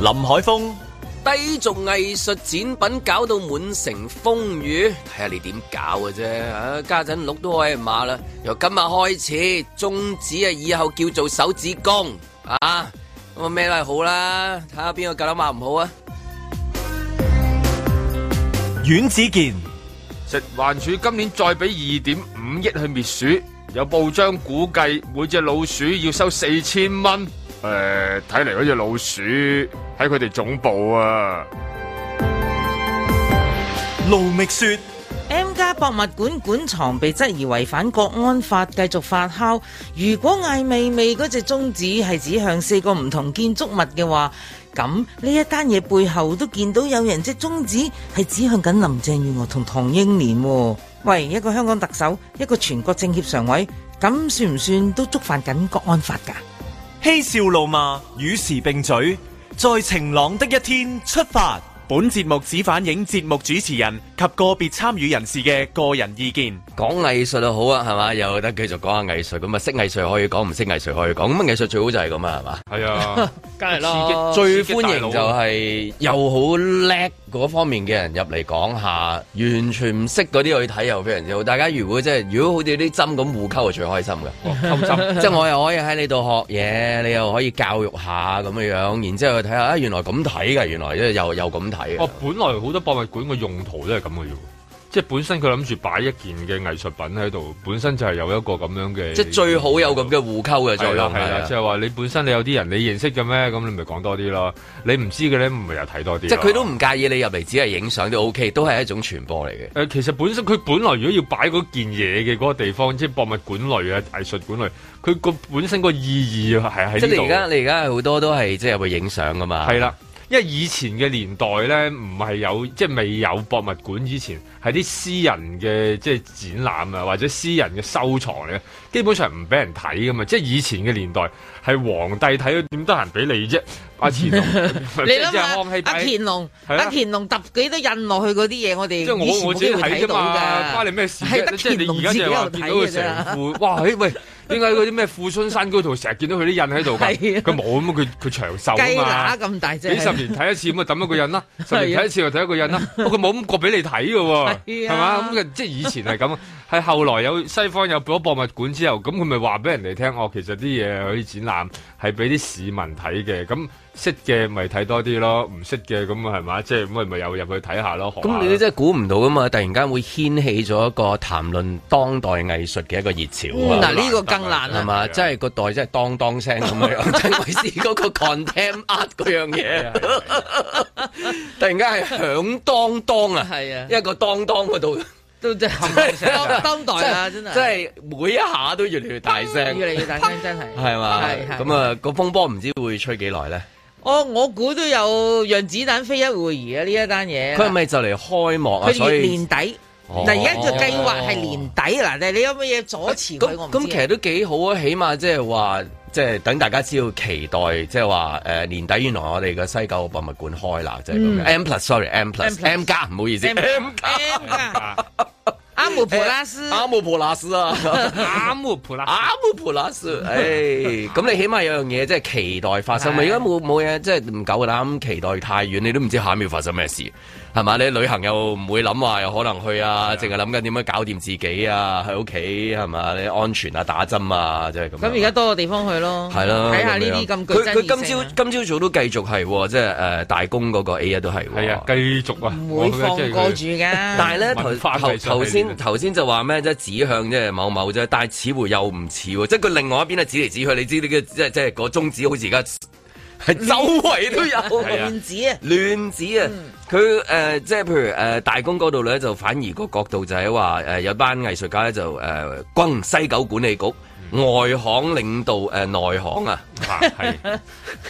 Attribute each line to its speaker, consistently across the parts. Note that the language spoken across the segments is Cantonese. Speaker 1: 林海峰，
Speaker 2: 低俗藝術展品搞到滿城風雨，睇下你點搞嘅啫。啊，家陣碌都可以馬啦，由今日開始，中指啊以後叫做手指公啊，咁啊咩都係好啦，睇下邊個夠膽馬唔好啊！
Speaker 1: 阮子健，
Speaker 3: 食環署今年再俾二點五億去滅鼠，有報章估計每隻老鼠要收四千蚊。誒、睇嚟嗰隻老鼠喺佢哋總部啊！
Speaker 1: 盧覓雪，
Speaker 4: M 家博物館館藏被質疑違反國安法，繼續發酵。如果艾未未嗰隻中指係指向四個唔同建築物嘅話，咁呢一單嘢背後都見到有人隻中指係指向緊林鄭月娥同唐英年喎。喂，一個香港特首，一個全國政協常委，咁算唔算都觸犯緊國安法㗎？
Speaker 1: 嬉笑怒罵，與時並舉，在晴朗的一天出發。
Speaker 5: 本節目只反映節目主持人及個別參與人士嘅個人意見。
Speaker 2: 講藝術就好啊，係嘛？又得繼續講下藝術，咁啊識藝術可以講，唔識藝術可以講。咁啊藝術最好就係咁啊，係嘛？
Speaker 3: 係啊，
Speaker 2: 梗係
Speaker 3: 啦
Speaker 2: 最
Speaker 3: 刺激
Speaker 2: 歡
Speaker 3: 大啊
Speaker 2: 迎
Speaker 3: 佬
Speaker 2: 就係又好叻嗰方面嘅人入嚟講下，完全唔識嗰啲去睇又非常之好。大家如果即係如果好似啲針咁互溝，係最開心嘅。
Speaker 3: 溝 針。
Speaker 2: 即係我又可以喺你度學嘢，你又可以教育下咁樣樣，然之後去睇下啊，原來咁睇嘅，原來即係又又咁睇嘅
Speaker 3: 哦，。本來好多博物館嘅用途都係咁嘅啫喎，即係本身佢諗住擺一件嘅藝術品喺度，本身就係有一個咁樣嘅，
Speaker 2: 即係最好有咁嘅互溝嘅作
Speaker 3: 係啦
Speaker 2: 用。
Speaker 3: 係啦，
Speaker 2: 係啊
Speaker 3: 即係話你本身你有啲人你認識嘅咩，咁你咪講多啲咯。你唔知嘅咧，咪又睇多啲咯。
Speaker 2: 即係佢都唔介意你入嚟，只係影相都 OK，都係一種傳播嚟嘅。
Speaker 3: 誒，呃其實本身佢本來如果要擺嗰件嘢嘅嗰個地方，即係博物館類啊、藝術館類，佢個本身個意義係喺
Speaker 2: 即係
Speaker 3: 呢
Speaker 2: 你
Speaker 3: 度
Speaker 2: 而。家啊你而家好多都係即係會影相噶嘛。
Speaker 3: 係啦，啊因為以前嘅年代咧，唔係有即係未有博物館以前，係啲私人嘅即係展覽啊，或者私人嘅收藏嚟嘅，基本上唔俾人睇噶嘛。即係以前嘅年代係皇帝睇，點得閒俾你啫？阿 乾隆，
Speaker 4: 你
Speaker 3: 你
Speaker 4: 諗下，阿
Speaker 3: 睇。
Speaker 4: 乾隆，
Speaker 3: 係啦
Speaker 4: 阿乾隆揼幾多印落去嗰啲嘢，我哋
Speaker 3: 即係
Speaker 4: 以
Speaker 3: 我
Speaker 4: 前
Speaker 3: 我
Speaker 4: 冇
Speaker 3: 自己
Speaker 4: 機會
Speaker 3: 睇
Speaker 4: 睇
Speaker 3: 啫
Speaker 4: 到
Speaker 3: 嘛，
Speaker 4: 㗎
Speaker 3: 關你咩事
Speaker 4: 係
Speaker 3: 啫？
Speaker 4: 得
Speaker 3: 即係
Speaker 4: 乾隆
Speaker 3: 你而家就話
Speaker 4: 自己
Speaker 3: 見
Speaker 4: 有睇
Speaker 3: 到佢
Speaker 4: 嘅啫
Speaker 3: 成副， 哇！誒喂，點解嗰啲咩富春山居圖成日見到佢啲印喺度㗎？
Speaker 4: 係啊
Speaker 3: 佢冇咁，佢佢長壽
Speaker 4: 雞
Speaker 3: 啊嘛
Speaker 4: 乸。咁大隻，
Speaker 3: 幾十年睇一次咁啊，抌一個印 啦；十
Speaker 4: 係
Speaker 3: 年
Speaker 4: 啊
Speaker 3: 睇一次又睇一個印啦。 不過冇咁過俾你睇嘅喎，
Speaker 4: 係
Speaker 3: 係
Speaker 4: 啊
Speaker 3: 嘛？咁嘅即係以前係咁，係後來有西方有咗博物館之後，咁佢咪話俾人哋聽，哦，其實啲嘢嗰啲展覽係俾啲市民睇嘅，咁識嘅咪睇多啲咯，唔識嘅咁係嘛？即係咁咪又入去睇下咯，學下
Speaker 2: 咁
Speaker 3: 咯
Speaker 2: 你真係估唔到噶嘛！突然間會掀起咗一個談論當代藝術嘅一個熱潮啊！
Speaker 4: 嗯嗱啊呢個更難
Speaker 2: 係
Speaker 4: 啦，
Speaker 2: 嘛？真係個袋真係當當聲咁 樣，真係試嗰個 contem art 嗰樣
Speaker 4: 啊
Speaker 2: 嘢，突然間係響當當啊！
Speaker 4: 係啊
Speaker 2: 一個當當嗰度，
Speaker 4: 都真係當當代啊啦，真係
Speaker 2: 即係每一下都越嚟越大聲，
Speaker 4: 越嚟越大聲，真係
Speaker 2: 係嘛？
Speaker 4: 係係
Speaker 2: 咁啊，個風波唔知會吹幾耐咧？
Speaker 4: 我我估都有讓子彈飛一會兒啊！呢一單嘢，
Speaker 2: 佢係咪就嚟開幕啊？
Speaker 4: 佢
Speaker 2: 所
Speaker 4: 年
Speaker 2: 以
Speaker 4: 年底，
Speaker 2: 哦
Speaker 4: 嗱而家就計劃係年底嗱，但係你有乜嘢阻
Speaker 2: 咁
Speaker 4: 持佢？我唔知啊
Speaker 2: 咁其實都幾好啊，起碼即係話，即係等大家知道期待，即係話誒年底原來我哋嘅西九博物館開啦，即係咁樣。M plus sorry，M
Speaker 4: 嗯 M
Speaker 2: plus
Speaker 4: plus
Speaker 2: M 加，唔好意思
Speaker 4: M M 㗎阿姆普拉斯
Speaker 2: 阿姆普拉斯 啊，
Speaker 3: 啱喎，普拉
Speaker 4: 啊
Speaker 2: 阿姆普拉斯，誒，咁你起碼有樣嘢即係期待發生嘛？而
Speaker 4: 係
Speaker 2: 家冇冇嘢，即係唔夠膽期待太遠，你都唔知下一秒發生咩事，係嘛？你旅行又唔會諗話有可能去啊，淨係諗緊點樣搞掂自己啊，喺屋企係嘛？你安全啊，打針啊，即係咁樣。
Speaker 4: 咁而家多個地方去咯，
Speaker 2: 係啦，
Speaker 4: 睇下
Speaker 2: 咁
Speaker 4: 呢
Speaker 2: 樣
Speaker 4: 啲咁具
Speaker 2: 佢
Speaker 4: 爭
Speaker 2: 佢
Speaker 4: 議
Speaker 2: 今
Speaker 4: 性啊
Speaker 2: 朝今朝早都繼續係喎，即係誒大公嗰個 A 一都係喎
Speaker 3: 係啊，繼續啊，
Speaker 4: 唔會
Speaker 3: 我覺得
Speaker 4: 放
Speaker 3: 即係佢
Speaker 4: 過住 㗎。
Speaker 2: 但係咧頭
Speaker 3: 文化
Speaker 2: 頭
Speaker 3: 藝術
Speaker 2: 頭
Speaker 3: 係
Speaker 2: 先
Speaker 3: 呢啲
Speaker 2: 頭先就話咩啫？指向即係某某啫，但係似乎又唔似喎，即係佢另外一邊咧指嚟指去，你知呢個即係即係個中指好似而家係 周圍都有。
Speaker 3: 係啊
Speaker 4: 亂子啊！
Speaker 2: 亂子啊！佢誒、呃即係譬如誒、呃大公嗰度咧，就反而個角度就係話誒有班藝術家咧就誒、呃、轟西九管理局
Speaker 3: 嗯
Speaker 2: 外行領導誒、呃、內行啊！
Speaker 3: 啊係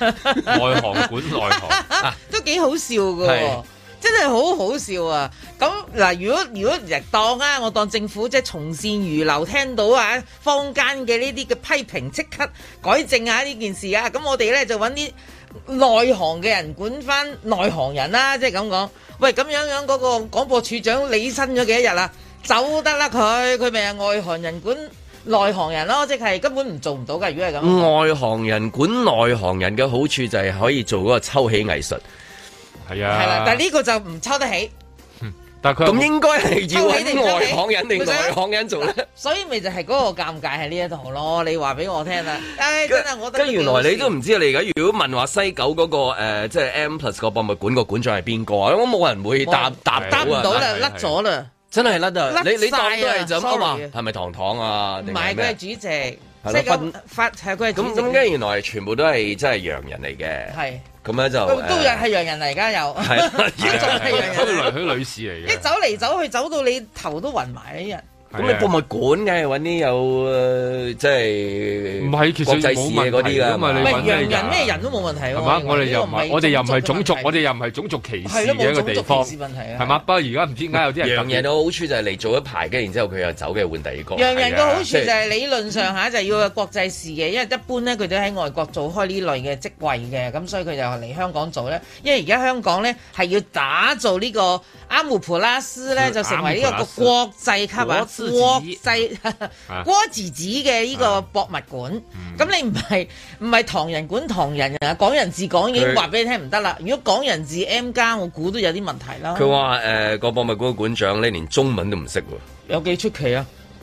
Speaker 3: 內行管內行。
Speaker 4: 都幾好笑㗎喎
Speaker 2: 係，
Speaker 4: 真係好好笑啊！咁嗱，如果如果日當啊，我當政府即係從善如流，聽到啊坊間嘅呢啲嘅批評，即刻改正下呢件事啊！咁我哋咧就揾啲內行嘅人管翻內行人啦、即係咁講。喂，咁樣樣嗰個廣播處長你薪咗幾多日啊？走得啦佢，佢咪係外行人管。內行人咯，即係根本唔做唔到㗎。如果係咁，
Speaker 2: 外行人管內行人嘅好處就係可以做嗰個抽起藝術，
Speaker 3: 係啊，
Speaker 4: 係啦，但係呢個就唔抽得起，
Speaker 3: 但係佢有
Speaker 2: 咁
Speaker 3: 冇
Speaker 2: 應該係要
Speaker 4: 嗯抽起定
Speaker 2: 揾
Speaker 4: 唔抽起
Speaker 2: 外行人定
Speaker 4: 咪就係
Speaker 2: 內行人 做咧？
Speaker 4: 所以咪就係嗰個尷尬喺呢一度咯。你話俾我 聽啦，唉，真係我覺得
Speaker 2: 跟原來你都唔知你而家如果問話西九嗰、個、呃、即係 M Plus 個博物館個館長係邊個啊？我冇人會答
Speaker 4: 冇人
Speaker 2: 答
Speaker 4: 答
Speaker 2: 到
Speaker 4: 唔
Speaker 2: 啊！
Speaker 4: 到啦，
Speaker 3: 係
Speaker 4: 甩咗啦，
Speaker 2: 真係甩啊！
Speaker 4: 甩
Speaker 2: 你你當
Speaker 4: 晒
Speaker 2: 都係
Speaker 4: 啊
Speaker 2: 就咁啊
Speaker 4: sorry
Speaker 2: 嘛？係咪糖糖啊？
Speaker 4: 唔
Speaker 2: 定係
Speaker 4: 係佢係
Speaker 2: 咩？
Speaker 4: 主席，即
Speaker 2: 咯
Speaker 4: 係
Speaker 2: 分
Speaker 4: 咁發係佢係
Speaker 2: 咁
Speaker 4: 主
Speaker 2: 咁跟
Speaker 4: 席，
Speaker 2: 住原來全部都係真係洋人嚟嘅，
Speaker 4: 係
Speaker 2: 咁咧就
Speaker 3: 哦
Speaker 4: 都都有
Speaker 2: 呃
Speaker 4: 係洋人嚟，而家有。
Speaker 2: 係
Speaker 3: 啊
Speaker 2: 啦
Speaker 4: 呢種係
Speaker 3: 係
Speaker 4: 人
Speaker 3: 啊佢女佢女士嚟
Speaker 4: 一
Speaker 3: 嘅啊
Speaker 4: 走嚟走去，走到你頭都暈埋呢日。
Speaker 2: 咁你
Speaker 3: 係啊
Speaker 2: 博物館梗係揾啲有誒即係
Speaker 3: 唔係其實
Speaker 2: 國際
Speaker 3: 冇
Speaker 2: 市
Speaker 3: 問
Speaker 2: 嘅嗰啲
Speaker 3: 題㗎
Speaker 2: 㗎
Speaker 3: 嘛
Speaker 2: 嘛
Speaker 3: 你
Speaker 4: 唔係
Speaker 3: 搵咩
Speaker 4: 洋
Speaker 3: 人啊
Speaker 4: 人咩人都冇問題喎。
Speaker 3: 係嘛？我哋又唔係，我哋又唔係種族，我
Speaker 4: 哋
Speaker 3: 哋又唔係種族歧視
Speaker 4: 係
Speaker 3: 嘅一
Speaker 4: 咯冇
Speaker 3: 個
Speaker 4: 種族
Speaker 3: 地方，
Speaker 4: 歧視問題啊。
Speaker 3: 係嘛？不過而家唔知點解有啲 人
Speaker 2: 洋
Speaker 3: 特別
Speaker 2: 人嘅好處就係嚟做一排，跟住然之後佢又走嘅換第二個。
Speaker 4: 洋人嘅好處就
Speaker 2: 係啊
Speaker 4: 係理論上下就要有國際視野，因為一般咧佢都喺外國做開呢類嘅職位嘅，咁所以佢就嚟香港做咧。因為而家香港咧係要打造呢個阿姆普拉斯咧，
Speaker 3: 嗯
Speaker 4: 就成為呢
Speaker 3: 阿姆
Speaker 4: 個
Speaker 3: 普
Speaker 4: 國際級
Speaker 3: 果
Speaker 4: 啊
Speaker 3: 子
Speaker 4: 國
Speaker 3: 子
Speaker 4: 際
Speaker 3: 啊
Speaker 4: 郭子子嘅呢個博物館。
Speaker 2: 嗯
Speaker 4: 咁你唔係唔係唐人館唐人啊？港人治港已經
Speaker 2: 佢
Speaker 4: 話俾你聽唔得啦。如果港人治 M 加，我估都有啲問題啦。
Speaker 2: 佢話誒個博物館館長咧連中文都唔識喎，
Speaker 4: 有幾出奇啊？
Speaker 2: 佢話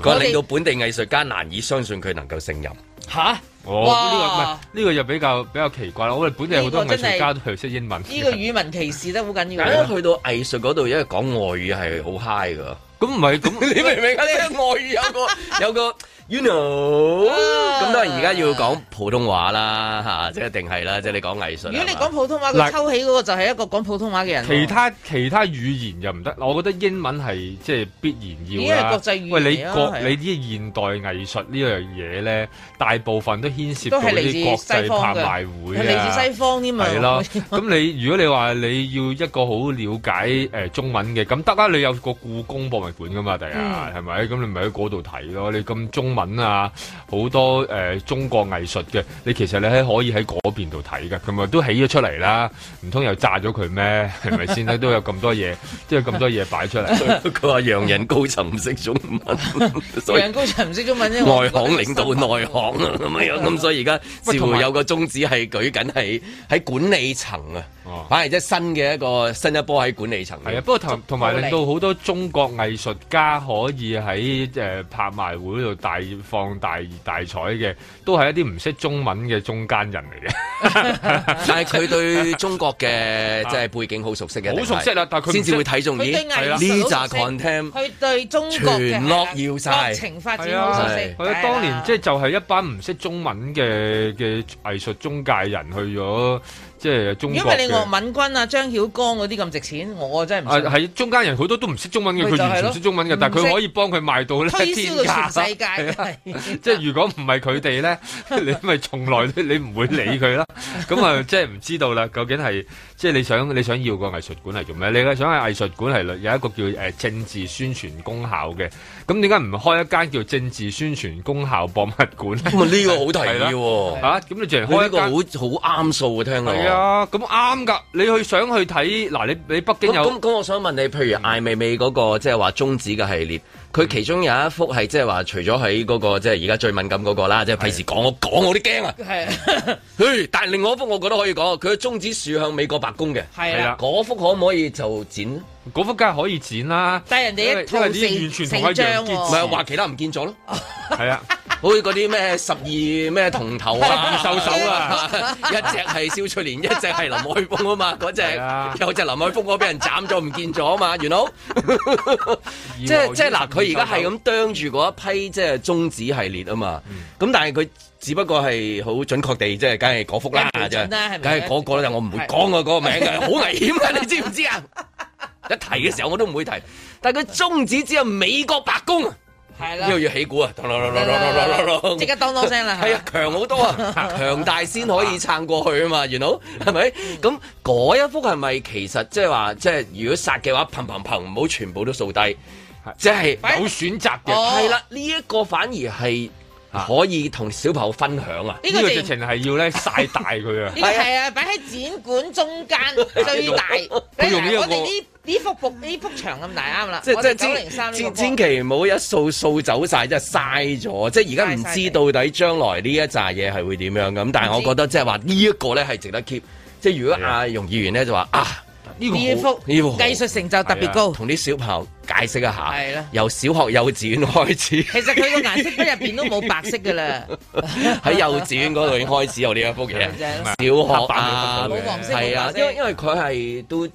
Speaker 4: 我哋
Speaker 2: 令到本地藝術家難以相信佢能夠勝任。
Speaker 4: 吓？
Speaker 3: 哦，
Speaker 4: 哇
Speaker 3: 呢個唔係呢個又比較比較奇怪啦。我哋本地好多
Speaker 4: 呢個
Speaker 3: 藝
Speaker 4: 真係
Speaker 3: 術家都係識英文，
Speaker 4: 呢個語文歧視得好緊要
Speaker 2: 但。係去到藝術嗰度，因為講外語係好 high 噶。
Speaker 3: 咁唔係咁。
Speaker 2: 你明唔明啊？你外語有個 有個 you know，
Speaker 4: 啊
Speaker 2: 咁當然而家要講普通話啦嚇，即係一定係啦，即係你講藝術。啊
Speaker 4: 如果你
Speaker 2: 係嘛
Speaker 4: 講普通話，
Speaker 3: 嗱
Speaker 4: 佢抽起嗰個就係一個講普通話嘅人喎。
Speaker 3: 其他其他語言又唔得，我覺得英文係即係必然要啦。
Speaker 4: 已經係國際語言嚟啊
Speaker 3: 喂，你國
Speaker 4: 係
Speaker 3: 你啲現代藝術呢樣嘢咧，大部分都牽涉
Speaker 4: 都
Speaker 3: 到
Speaker 4: 係
Speaker 3: 啲
Speaker 4: 嚟
Speaker 3: 國
Speaker 4: 自西
Speaker 3: 際
Speaker 4: 方
Speaker 3: 拍
Speaker 4: 嘅，
Speaker 3: 賣會
Speaker 4: 係嚟
Speaker 3: 啊
Speaker 4: 自。西方 添嘛。
Speaker 3: 係咯，咁你如果你話你要一個好了解誒、呃中文嘅，咁得啦，你有個故宮博物館噶嘛，第日
Speaker 4: 嗯
Speaker 3: 係咪？咁你咪喺嗰度睇咯。你咁中文啊，好多誒、呃中國藝術嘅，你其實你喺可以喺嗰邊度睇嘅，咁啊都起咗出嚟啦，唔通又炸咗佢咩？係咪先啦？都有咁多嘢，都有咁多嘢擺出嚟。
Speaker 2: 佢話洋人高層唔識中 文，所以
Speaker 4: 楊高人唔識中文啫。
Speaker 2: 外行領導內行啊咁樣，咁所以而家
Speaker 3: 喂
Speaker 2: 似
Speaker 3: 同
Speaker 2: 乎
Speaker 3: 埋
Speaker 2: 有個宗旨係舉緊係喺管理層啊
Speaker 3: 哦，
Speaker 2: 反而即係新嘅一個新一波喺管理層。
Speaker 3: 係啊，不過同同埋
Speaker 4: 道理
Speaker 3: 令到好多中國藝術家可以喺誒、呃拍賣會度大放大大彩嘅，都係一啲唔識中文嘅中間人 嚟嘅。
Speaker 2: 但係佢對中國 嘅即係背景好熟悉嘅，
Speaker 3: 啊好熟悉啦但係佢唔
Speaker 2: 先至
Speaker 3: 識
Speaker 2: 會睇中
Speaker 4: 佢
Speaker 2: 咦
Speaker 4: 對藝術
Speaker 2: 呢扎
Speaker 4: 好熟悉
Speaker 2: content
Speaker 4: 佢對中國嘅
Speaker 2: 全落要晒
Speaker 4: 國情發展
Speaker 3: 係
Speaker 4: 好
Speaker 3: 啊
Speaker 4: 熟
Speaker 2: 係
Speaker 4: 悉。
Speaker 3: 係啊，當年即係就係一班唔識中文嘅嘅藝術中介人去咗即係中
Speaker 4: 因
Speaker 3: 國
Speaker 4: 為你岳
Speaker 3: 嘅。
Speaker 4: 敏君啊、張曉剛嗰啲咁值錢，我真係唔
Speaker 3: 啊，
Speaker 4: 信
Speaker 3: 係中間人好多都唔識中文嘅，
Speaker 4: 咪
Speaker 3: 佢
Speaker 4: 就係
Speaker 3: 完全
Speaker 4: 咯
Speaker 3: 唔識中文嘅，但係佢
Speaker 4: 唔識
Speaker 3: 可以幫佢賣到
Speaker 4: 推
Speaker 3: 咧天
Speaker 4: 銷
Speaker 3: 價
Speaker 4: 到。全世界嘅。
Speaker 3: 即係如啊果唔係佢哋咧， 你咪從來都你唔會理佢啦。咁啊，即係唔知道啦，究竟係即係你想你想要個藝術館係做咩？你係想係藝術館係有一個叫誒、呃政治宣傳功效嘅，咁點解唔開一間叫政治宣傳功效博物館咧？
Speaker 2: 咁啊呢個好提議
Speaker 3: 嚇
Speaker 2: 喎。
Speaker 3: 咁、你淨係
Speaker 2: 佢
Speaker 3: 開
Speaker 2: 呢
Speaker 3: 一
Speaker 2: 個
Speaker 3: 間
Speaker 2: 好。好啱數啊！聽落
Speaker 3: 係啊，咁啱噶。你去想去睇嗱，你你北京
Speaker 2: 咁
Speaker 3: 有
Speaker 2: 咁咁，我想問你，譬如艾未未嗰個即係話中指嘅系列，
Speaker 3: 嗯
Speaker 2: 佢其中有一幅係即係話，除咗喺嗰個即係而家最敏感嗰個啦，即係費事講我講我都驚啊！
Speaker 4: 係
Speaker 2: 嘿，但係另外一幅我覺得可以講，佢嘅中指樹向美國白宮嘅，
Speaker 4: 係啊
Speaker 3: 係
Speaker 4: 啦
Speaker 3: 啦。
Speaker 2: 嗰幅可唔可以就剪呢？
Speaker 3: 嗰幅梗係可以展啦，
Speaker 4: 但係人哋一
Speaker 3: 因為
Speaker 4: 套
Speaker 3: 因為啲完全
Speaker 4: 四
Speaker 3: 同
Speaker 4: 四
Speaker 3: 一樣
Speaker 4: 張
Speaker 3: 結
Speaker 2: 唔
Speaker 3: 構
Speaker 4: 喎。
Speaker 2: 係話其他唔見咗咯，
Speaker 3: 係啊，
Speaker 2: 好似嗰啲咩十二咩銅頭 啊、
Speaker 3: 十二獸首 啊，
Speaker 2: 一隻係蕭翠蓮，一隻係林海峰啊嘛，嗰
Speaker 3: 係啊
Speaker 2: 隻有隻林海峰嗰俾人斬咗唔見咗啊嘛，元佬。即係即係嗱，佢而家係咁啄住嗰一批即係中指系列啊嘛，咁、但係佢只不過係好準確地即係梗係嗰幅啦，
Speaker 4: 梗係唔準
Speaker 2: 啫，
Speaker 4: 啦係咪
Speaker 2: 梗係嗰個啦，但我唔會講我嗰個名 嘅，好危險啊！你知唔知啊？一提嘅時候我都唔會提，但係佢中指只有美國白宮啊，
Speaker 4: 係
Speaker 2: 呢個
Speaker 4: 啦，
Speaker 2: 要起鼓啊，咚咚咚咚咚咚 咚
Speaker 4: 即刻當當聲啦。
Speaker 2: 係啊，強好多 啊，強大先可以撐過去啊嘛，原佬係咪？
Speaker 4: 嗯
Speaker 2: 咁嗰一幅係咪其實即係話，即係如果殺嘅話，砰砰砰，唔好全部都掃低，即係
Speaker 4: 擺
Speaker 3: 有選擇嘅。
Speaker 4: 哦啊
Speaker 2: 係啦，呢一個反而係可以同小朋友分享啊。
Speaker 4: 呢
Speaker 3: 呢
Speaker 4: 個
Speaker 3: 個
Speaker 4: 直
Speaker 3: 直情係要咧晒 大佢啊！
Speaker 4: 呢個係啊，擺喺展館中間最大。
Speaker 3: 佢
Speaker 4: 你
Speaker 3: 用呢一
Speaker 4: 嗱，
Speaker 3: 個
Speaker 4: 我哋呢呢幅幅呢幅牆咁大啱啦，
Speaker 2: 即
Speaker 4: 我
Speaker 2: 即
Speaker 4: 哋九零
Speaker 2: 千
Speaker 4: 三呢個
Speaker 2: 千
Speaker 4: 波
Speaker 2: 千祈唔好一掃掃走晒，真係嘥咗。即係而家唔知到底將來呢一紮嘢係會點樣咁，但係我覺得即係話呢一個咧係值得 keep。即係如
Speaker 4: 啊
Speaker 2: 果阿容議員咧就話啊，
Speaker 3: 呢
Speaker 4: 呢一
Speaker 3: 個好啊
Speaker 4: 幅
Speaker 2: 呢個好
Speaker 4: 技術成就特別高。
Speaker 2: 同啲小朋友解釋一下，
Speaker 4: 哦係啦
Speaker 2: 由小學幼稚園開始，
Speaker 4: 其實佢個顏色筆入邊都冇白色噶啦，
Speaker 2: 喺幼稚園嗰度已經開始有呢一幅 嘢。
Speaker 4: 正啦
Speaker 2: 小學
Speaker 3: 黑板
Speaker 2: 啊，
Speaker 3: 冇
Speaker 4: 黃色
Speaker 2: 係啊
Speaker 4: 冇，白色
Speaker 2: 因為因為佢係都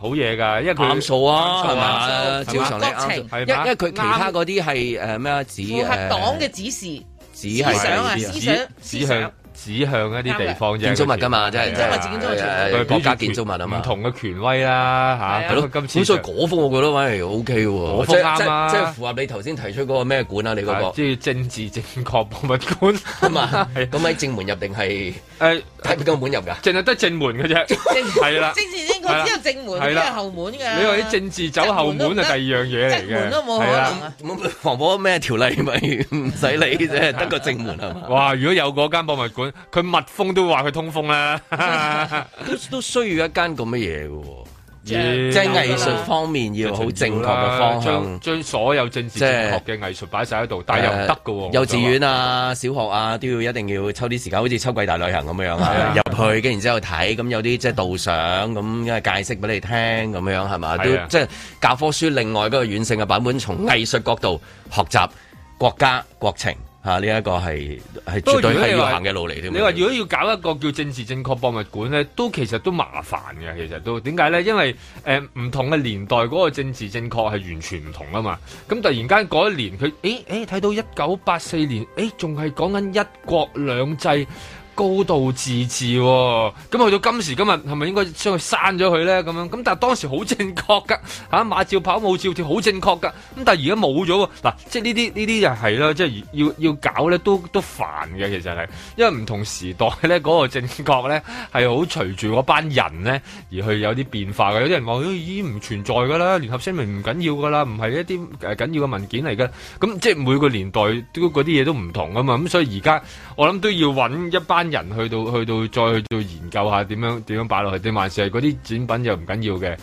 Speaker 3: 好嘢㗎，因為佢
Speaker 2: 啱數啊，係
Speaker 3: 啱數啊
Speaker 2: 嘛？照常你啱數，
Speaker 3: 係
Speaker 2: 因因
Speaker 3: 嘛
Speaker 2: 為佢其他嗰啲係誒咩啊？指
Speaker 4: 啊符合
Speaker 2: 誒
Speaker 4: 黨嘅指示，
Speaker 2: 指
Speaker 4: 思
Speaker 2: 係
Speaker 4: 想啊
Speaker 2: 指
Speaker 4: 思
Speaker 3: 指
Speaker 4: 想
Speaker 3: 指
Speaker 4: 思想
Speaker 3: 向指向一啲地方啫，
Speaker 2: 建築物㗎嘛，
Speaker 3: 佢
Speaker 2: 真係
Speaker 4: 建築物自建築物
Speaker 2: 係
Speaker 3: 佢
Speaker 2: 係
Speaker 3: 係
Speaker 2: 國家
Speaker 3: 表
Speaker 2: 建
Speaker 3: 現
Speaker 2: 築物啊嘛
Speaker 3: 唔。同嘅權威啦
Speaker 4: 係
Speaker 3: 嚇，
Speaker 4: 啊
Speaker 2: 係咯，
Speaker 3: 咁今次
Speaker 2: 咁所以嗰幅我覺得反而 O K 喎，即
Speaker 3: 嗰幅
Speaker 2: 係即
Speaker 3: 啱啊
Speaker 2: 係即係符合你頭先提出嗰個咩館啊？你嗰
Speaker 3: 啊
Speaker 2: 個
Speaker 3: 即係政治正確博物館
Speaker 2: 係嘛？
Speaker 3: 係
Speaker 2: 咁喺正門入定係
Speaker 3: 誒，
Speaker 2: 喺邊個門入㗎？
Speaker 3: 淨係得正門嘅啫，係啦。
Speaker 4: 政治正確只有正門，
Speaker 3: 係
Speaker 4: 只
Speaker 3: 啦
Speaker 4: 有後門㗎。
Speaker 3: 你話啲政治走後門係第二樣嘢嚟
Speaker 4: 側門
Speaker 3: 嘅，
Speaker 4: 都冇可
Speaker 3: 係啦
Speaker 4: 能啊！
Speaker 2: 咁防火咩條例咪唔使理啫，得個正門係嘛？
Speaker 3: 哇！如果有嗰間博物館，佢密封都話佢通風 啦。
Speaker 2: 都都需要一間咁嘅嘢嘅喎，
Speaker 3: 咦
Speaker 2: 即係藝術方面要好正確嘅方向
Speaker 3: 將。將所有政治正確嘅藝術擺晒喺度，但係又唔得嘅
Speaker 2: 誒
Speaker 3: 喎。
Speaker 2: 幼稚園啊、小學啊，都要一定要抽啲時間，好似秋季大旅行咁樣啊，入去跟然之後睇，咁有啲即係導賞，咁解釋俾你聽咁樣係嘛？都
Speaker 3: 係啊
Speaker 2: 即係教科書另外嗰個軟性嘅版本，從藝術角度學習國家國情嚇，呢一個係係
Speaker 3: 不過
Speaker 2: 絕對
Speaker 3: 如果你
Speaker 2: 係要
Speaker 3: 話
Speaker 2: 行嘅路嚟添。
Speaker 3: 你話如果要搞一個叫政治正確博物館咧，都其實都麻煩嘅。其實都點解咧？因為誒唔、同嘅年代嗰個政治正確係完全唔同啊嘛。咁突然間嗰一年佢，誒誒睇到一九八四年，誒仲係講緊一國兩制。高度自治喎、咁去到今時今日，係咪應該將佢刪咗佢咧？咁樣咁，但係當時好正確噶， 嚇、馬照跑，舞照跳，好正確噶。咁但係而家冇咗喎，嗱、即係呢啲呢啲就係啦，即係要要搞咧都都煩嘅，其實係，因為唔同時代咧嗰、個正確咧係好隨住嗰班人咧而去有啲變化嘅。有啲人話咦已經唔存在㗎啦，聯合聲明唔緊要㗎啦，唔係一啲誒緊要嘅文件嚟㗎。咁即係每個年代都嗰啲嘢都唔同啊嘛。咁所以而家我諗都要揾一班人去到去到再去到研究下點樣點樣擺落去，定還是係嗰啲展品又唔緊要嘅，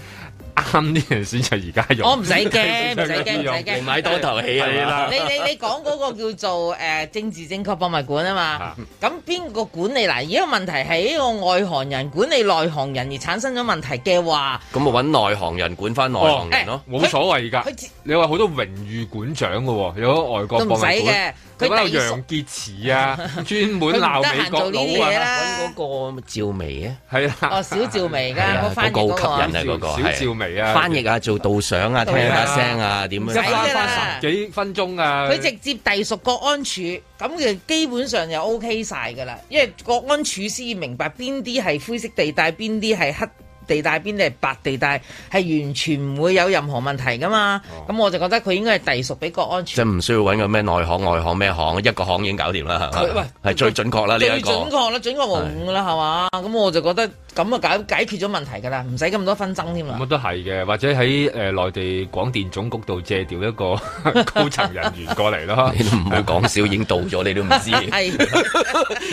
Speaker 3: 啱呢樣先就而家用。
Speaker 4: 我唔使驚，唔使驚，唔使
Speaker 2: 寧
Speaker 4: 驚。
Speaker 2: 買多頭起係啊
Speaker 3: 係
Speaker 2: 嘛？
Speaker 3: 啦
Speaker 4: 你你你講嗰個叫做誒、呃政治正確博物館啊嘛
Speaker 3: 啊，
Speaker 4: 咁邊個管理嗱？而家問題係呢個外行人管理內行人而產生咗問題嘅
Speaker 3: 啊
Speaker 2: 咁
Speaker 4: 話，
Speaker 2: 咪揾內行人管翻內行人咯。
Speaker 3: 冇所謂
Speaker 4: 佢
Speaker 3: 㗎，
Speaker 4: 自
Speaker 3: 你話好多榮譽館長㗎喎，有啲外國
Speaker 4: 都
Speaker 3: 博
Speaker 4: 唔
Speaker 3: 物館，
Speaker 4: 使嘅，
Speaker 3: 有
Speaker 4: 佢
Speaker 3: 嗰
Speaker 4: 第
Speaker 3: 個
Speaker 4: 二熟
Speaker 3: 楊潔篪 啊，專門鬧美國
Speaker 4: 佢唔得閒做呢啲
Speaker 3: 佬
Speaker 4: 嘢
Speaker 3: 啊，
Speaker 4: 啦
Speaker 2: 揾嗰個趙薇啊，
Speaker 3: 係啦
Speaker 4: 哦，，小趙薇而
Speaker 2: 係
Speaker 4: 家
Speaker 2: 啊
Speaker 4: 個翻譯
Speaker 2: 嗰個好吸
Speaker 4: 嗰
Speaker 2: 引人
Speaker 4: 個
Speaker 2: 啊嗰個
Speaker 3: 小
Speaker 2: 係
Speaker 3: 小趙薇啊，
Speaker 2: 翻譯啊，做導賞啊，聽下聲啊，點
Speaker 3: 一
Speaker 4: 唔使
Speaker 2: 樣
Speaker 4: 㗎
Speaker 3: 翻
Speaker 4: 啦
Speaker 3: 翻十幾分鐘啊，
Speaker 4: 佢直接隸屬國安處，咁就基本上就 O K 晒㗎啦，因為國安處先明白邊啲係灰色地帶，邊啲係黑地帶，邊啲係白地帶，係完全唔會有任何問題噶嘛。
Speaker 3: 哦
Speaker 4: 咁、我就覺得佢應該係隸屬俾國安
Speaker 2: 即
Speaker 4: 處，
Speaker 2: 係唔需要揾個咩內行、外行咩行，一個行已經搞掂啦，係嘛？係最準確啊啦呢
Speaker 4: 最
Speaker 2: 一
Speaker 4: 準
Speaker 2: 個。
Speaker 4: 確啦，準確無誤㗎啦，係嘛？咁我就覺得咁啊解解決咗問題㗎啦，唔使咁多紛爭添啦
Speaker 3: 咁。啊都係嘅，或者喺誒、呃、內地廣電總局度借調一個高層人員過嚟咯。
Speaker 2: 你都唔好講笑，已經到咗，你都唔知。
Speaker 4: 係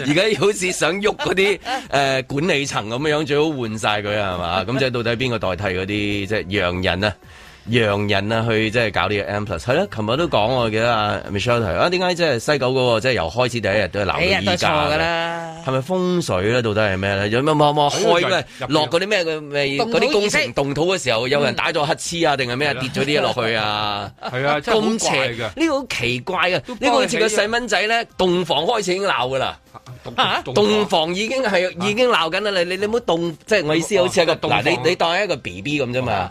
Speaker 2: 而家好似想喐嗰啲 誒管理層咁樣，最好換晒佢啊係嘛？咁即係到底邊個代替嗰啲即係洋人啊？洋人啊，去即係搞呢個 M plus 係啦。琴日都講我記得啊 Michelle 提啊，點解即係西九嗰個即係由開始第一日都係鬧
Speaker 4: 你哎日
Speaker 2: 到
Speaker 4: 都係
Speaker 2: 依
Speaker 4: 錯
Speaker 2: 家
Speaker 4: 㗎
Speaker 2: 嘅
Speaker 4: 啦。
Speaker 2: 係咪風水咧？到底係咩咧？有冇冇冇開咩
Speaker 3: 入邊
Speaker 2: 落嗰啲咩嘅咩
Speaker 4: 動土
Speaker 2: 嗰啲工
Speaker 4: 儀式
Speaker 2: 程動土嘅時候，有人打咗乞嗤啊，定係咩啊
Speaker 3: 係啦
Speaker 2: 跌咗啲嘢落去啊？
Speaker 3: 係啊，真係
Speaker 2: 咁
Speaker 3: 好怪
Speaker 2: 邪
Speaker 3: 嘅，
Speaker 2: 呢個好奇怪嘅，呢
Speaker 3: 幫
Speaker 2: 個好
Speaker 3: 你
Speaker 2: 似
Speaker 3: 起
Speaker 2: 個
Speaker 3: 啊
Speaker 2: 細蚊仔咧，洞房開始已經鬧噶啦，
Speaker 3: 洞
Speaker 2: 洞房已經係已經鬧緊啦。你你你唔好洞，即係我意思，好似係個
Speaker 3: 洞
Speaker 2: 嗱，
Speaker 3: 房
Speaker 2: 你你當係一個 B B 咁啫嘛。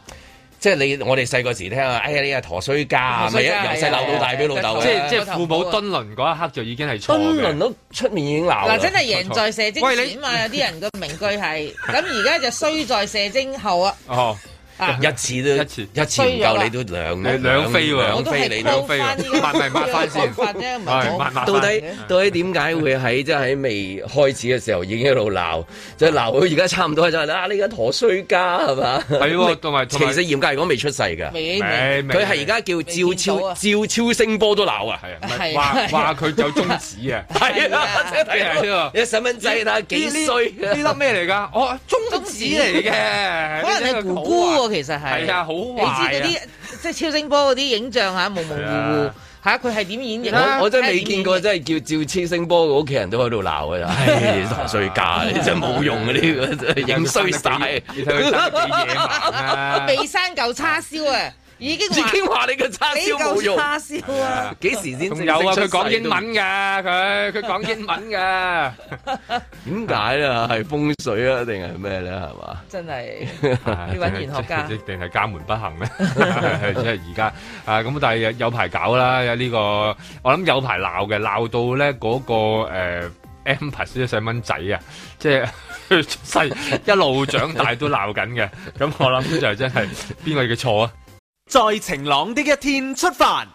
Speaker 2: 即係你我哋細個時聽啊，哎呀你係陀衰家，
Speaker 4: 陀
Speaker 2: 咪
Speaker 4: 衰
Speaker 2: 一由
Speaker 4: 家
Speaker 2: 細鬧到大俾老豆
Speaker 4: 係
Speaker 2: 嘅。
Speaker 3: 即
Speaker 2: 即
Speaker 3: 哎係
Speaker 2: 係即
Speaker 3: 即
Speaker 2: 係
Speaker 3: 係父母敦倫嗰一刻就已經係錯
Speaker 2: 敦
Speaker 3: 嘅
Speaker 2: 倫。都出面已經鬧啦
Speaker 4: 嗱，真係贏在射精
Speaker 3: 喂你
Speaker 4: 前嘛，有啲人個名句係，咁而家就衰在射精後啊。
Speaker 3: 哦，
Speaker 4: 啊
Speaker 2: 一次都
Speaker 3: 一次
Speaker 2: 一次唔夠，你都兩
Speaker 3: 你兩飛喎
Speaker 2: 兩
Speaker 4: 我都
Speaker 2: 飛
Speaker 4: 係
Speaker 2: 你
Speaker 3: 都
Speaker 2: 都。
Speaker 4: 勾翻呢個
Speaker 3: 抹咪抹返先
Speaker 4: 呢個講法啫唔係
Speaker 3: 係
Speaker 4: 我
Speaker 3: 抹抹
Speaker 2: 到
Speaker 3: 返
Speaker 2: 底到底點解會喺即係喺未開始嘅時候已經一路鬧，即係鬧到而家差唔多就係啊！你而家陀衰家係嘛？
Speaker 3: 係喎同埋
Speaker 2: 其
Speaker 3: 同埋
Speaker 2: 實嚴格嚟講未出世㗎，
Speaker 4: 未未
Speaker 3: 明明
Speaker 2: 佢係而家叫照
Speaker 4: 未見到
Speaker 2: 超
Speaker 4: 啊
Speaker 2: 照超聲波都鬧啊！
Speaker 3: 係啊唔
Speaker 4: 係
Speaker 3: 係，話
Speaker 4: 係
Speaker 3: 話佢有宗旨啊，
Speaker 2: 係啊，
Speaker 4: 啊
Speaker 2: 即係
Speaker 3: 即係
Speaker 2: 睇
Speaker 3: 呢
Speaker 2: 到
Speaker 3: 個
Speaker 2: 你細蚊仔睇下幾
Speaker 3: 呢呢
Speaker 2: 衰。啊
Speaker 3: 呢粒咩嚟㗎？哦，宗旨嚟嘅，
Speaker 4: 可能係
Speaker 3: 你聽佢
Speaker 4: 姑
Speaker 3: 講
Speaker 4: 姑
Speaker 3: 啊
Speaker 4: 喎，其實係。
Speaker 3: 係啊，好
Speaker 4: 你知
Speaker 3: 壞
Speaker 4: 嗰
Speaker 3: 啊！
Speaker 4: 啲即係超聲波嗰啲影像嚇，模模糊
Speaker 3: 係
Speaker 4: 糊
Speaker 3: 啊
Speaker 4: 嚇，佢係點演繹啊？
Speaker 2: 我我真係未見過，
Speaker 4: 係點演繹
Speaker 2: 真係叫趙超聲波，我屋企人都喺度鬧啊㗎咋，
Speaker 3: 啊
Speaker 2: 唉，同衰家，你真係冇用嘅呢個真係，影衰晒，
Speaker 3: 你睇佢生得幾野蠻 啊！
Speaker 4: 未生嚿叉燒啊，已經
Speaker 2: 已
Speaker 4: 話
Speaker 2: 經話你個叉
Speaker 4: 俾
Speaker 2: 燒冇
Speaker 4: 嚿
Speaker 2: 用，
Speaker 4: 叉燒啊！
Speaker 2: 幾時先
Speaker 3: 仲
Speaker 2: 正
Speaker 3: 有啊，
Speaker 2: 式
Speaker 3: 佢
Speaker 2: 出
Speaker 3: 講
Speaker 2: 世
Speaker 3: 英文㗎，佢佢講英文㗎。
Speaker 2: 都？點解啊？係風水啊，定係咩咧？係嘛？
Speaker 4: 真係
Speaker 3: 你
Speaker 4: 你揾玄學家
Speaker 3: 定係家門不幸咧？即係而家啊，咁但係有有排搞啦，有呢、個我諗有排鬧嘅，鬧到咧嗰、個誒 M plus 啲細蚊仔啊，即 係出世一路長大都鬧緊嘅，咁我諗就真係邊個嘅錯啊？
Speaker 5: 在晴朗的一天出發。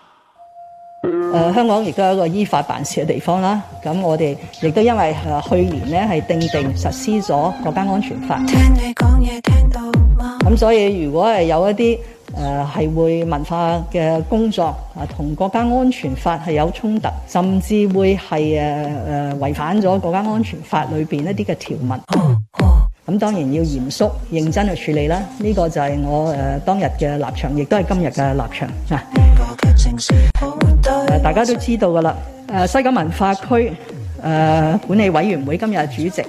Speaker 6: 誒、呃香港亦都有一個依法辦事嘅地方啦，咁我哋亦都因為誒、去年呢係定定實施咗國家安全法，
Speaker 7: 聽你講嘢聽到嗎？
Speaker 6: 咁所以如果係有一啲誒係會文化嘅工作啊同國家安全法係有衝突，甚至會係誒誒違反咗國家安全法裏邊一啲嘅條文，咁當然要嚴肅認真去處理啦。呢、個就係我誒、呃當日嘅立場，亦都係今日嘅立場啊。
Speaker 7: 邊個嘅情緒好
Speaker 6: 誒
Speaker 7: 對？
Speaker 6: 呃大家都知道㗎啦。誒、西九文化區誒、管理委員會今日嘅主席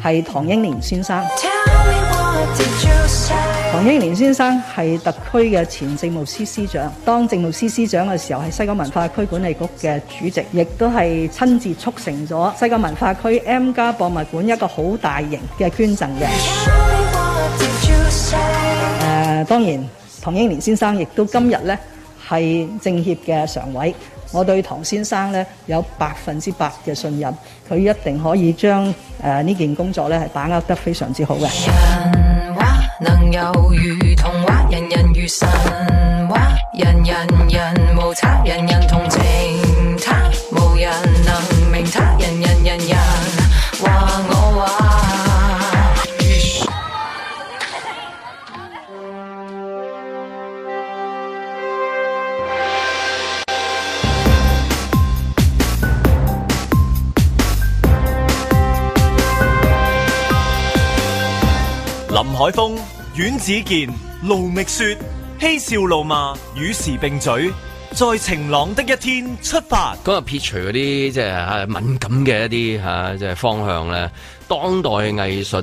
Speaker 6: 係唐英年先生。
Speaker 7: Tell me what did you say？
Speaker 6: 唐英年先生係特區嘅前政務司司長，當政務司司長嘅時候係西九文化區管理局嘅主席，亦都係親自促成咗西九文化區 M 加博物館一個好大型嘅捐贈嘅。
Speaker 7: Tell me what did you say？
Speaker 6: 誒、當然，唐英年先生亦都今日呢係政協嘅常委，我對唐先生呢有百分之百嘅信任，佢一定可以將誒呃呢、件工作呢係把握得非常之好嘅。
Speaker 8: 人話能有如童話，人人如神話，人人人無差，人人同情他，無人能明他，人人人人話我話。
Speaker 1: 林海峰、阮子健、卢觅雪，嬉笑怒骂，与时并举，在晴朗的一天出发。
Speaker 2: 咁啊，撇除嗰啲即係啊敏感嘅一啲嚇，即係方向咧，當代藝術誒誒、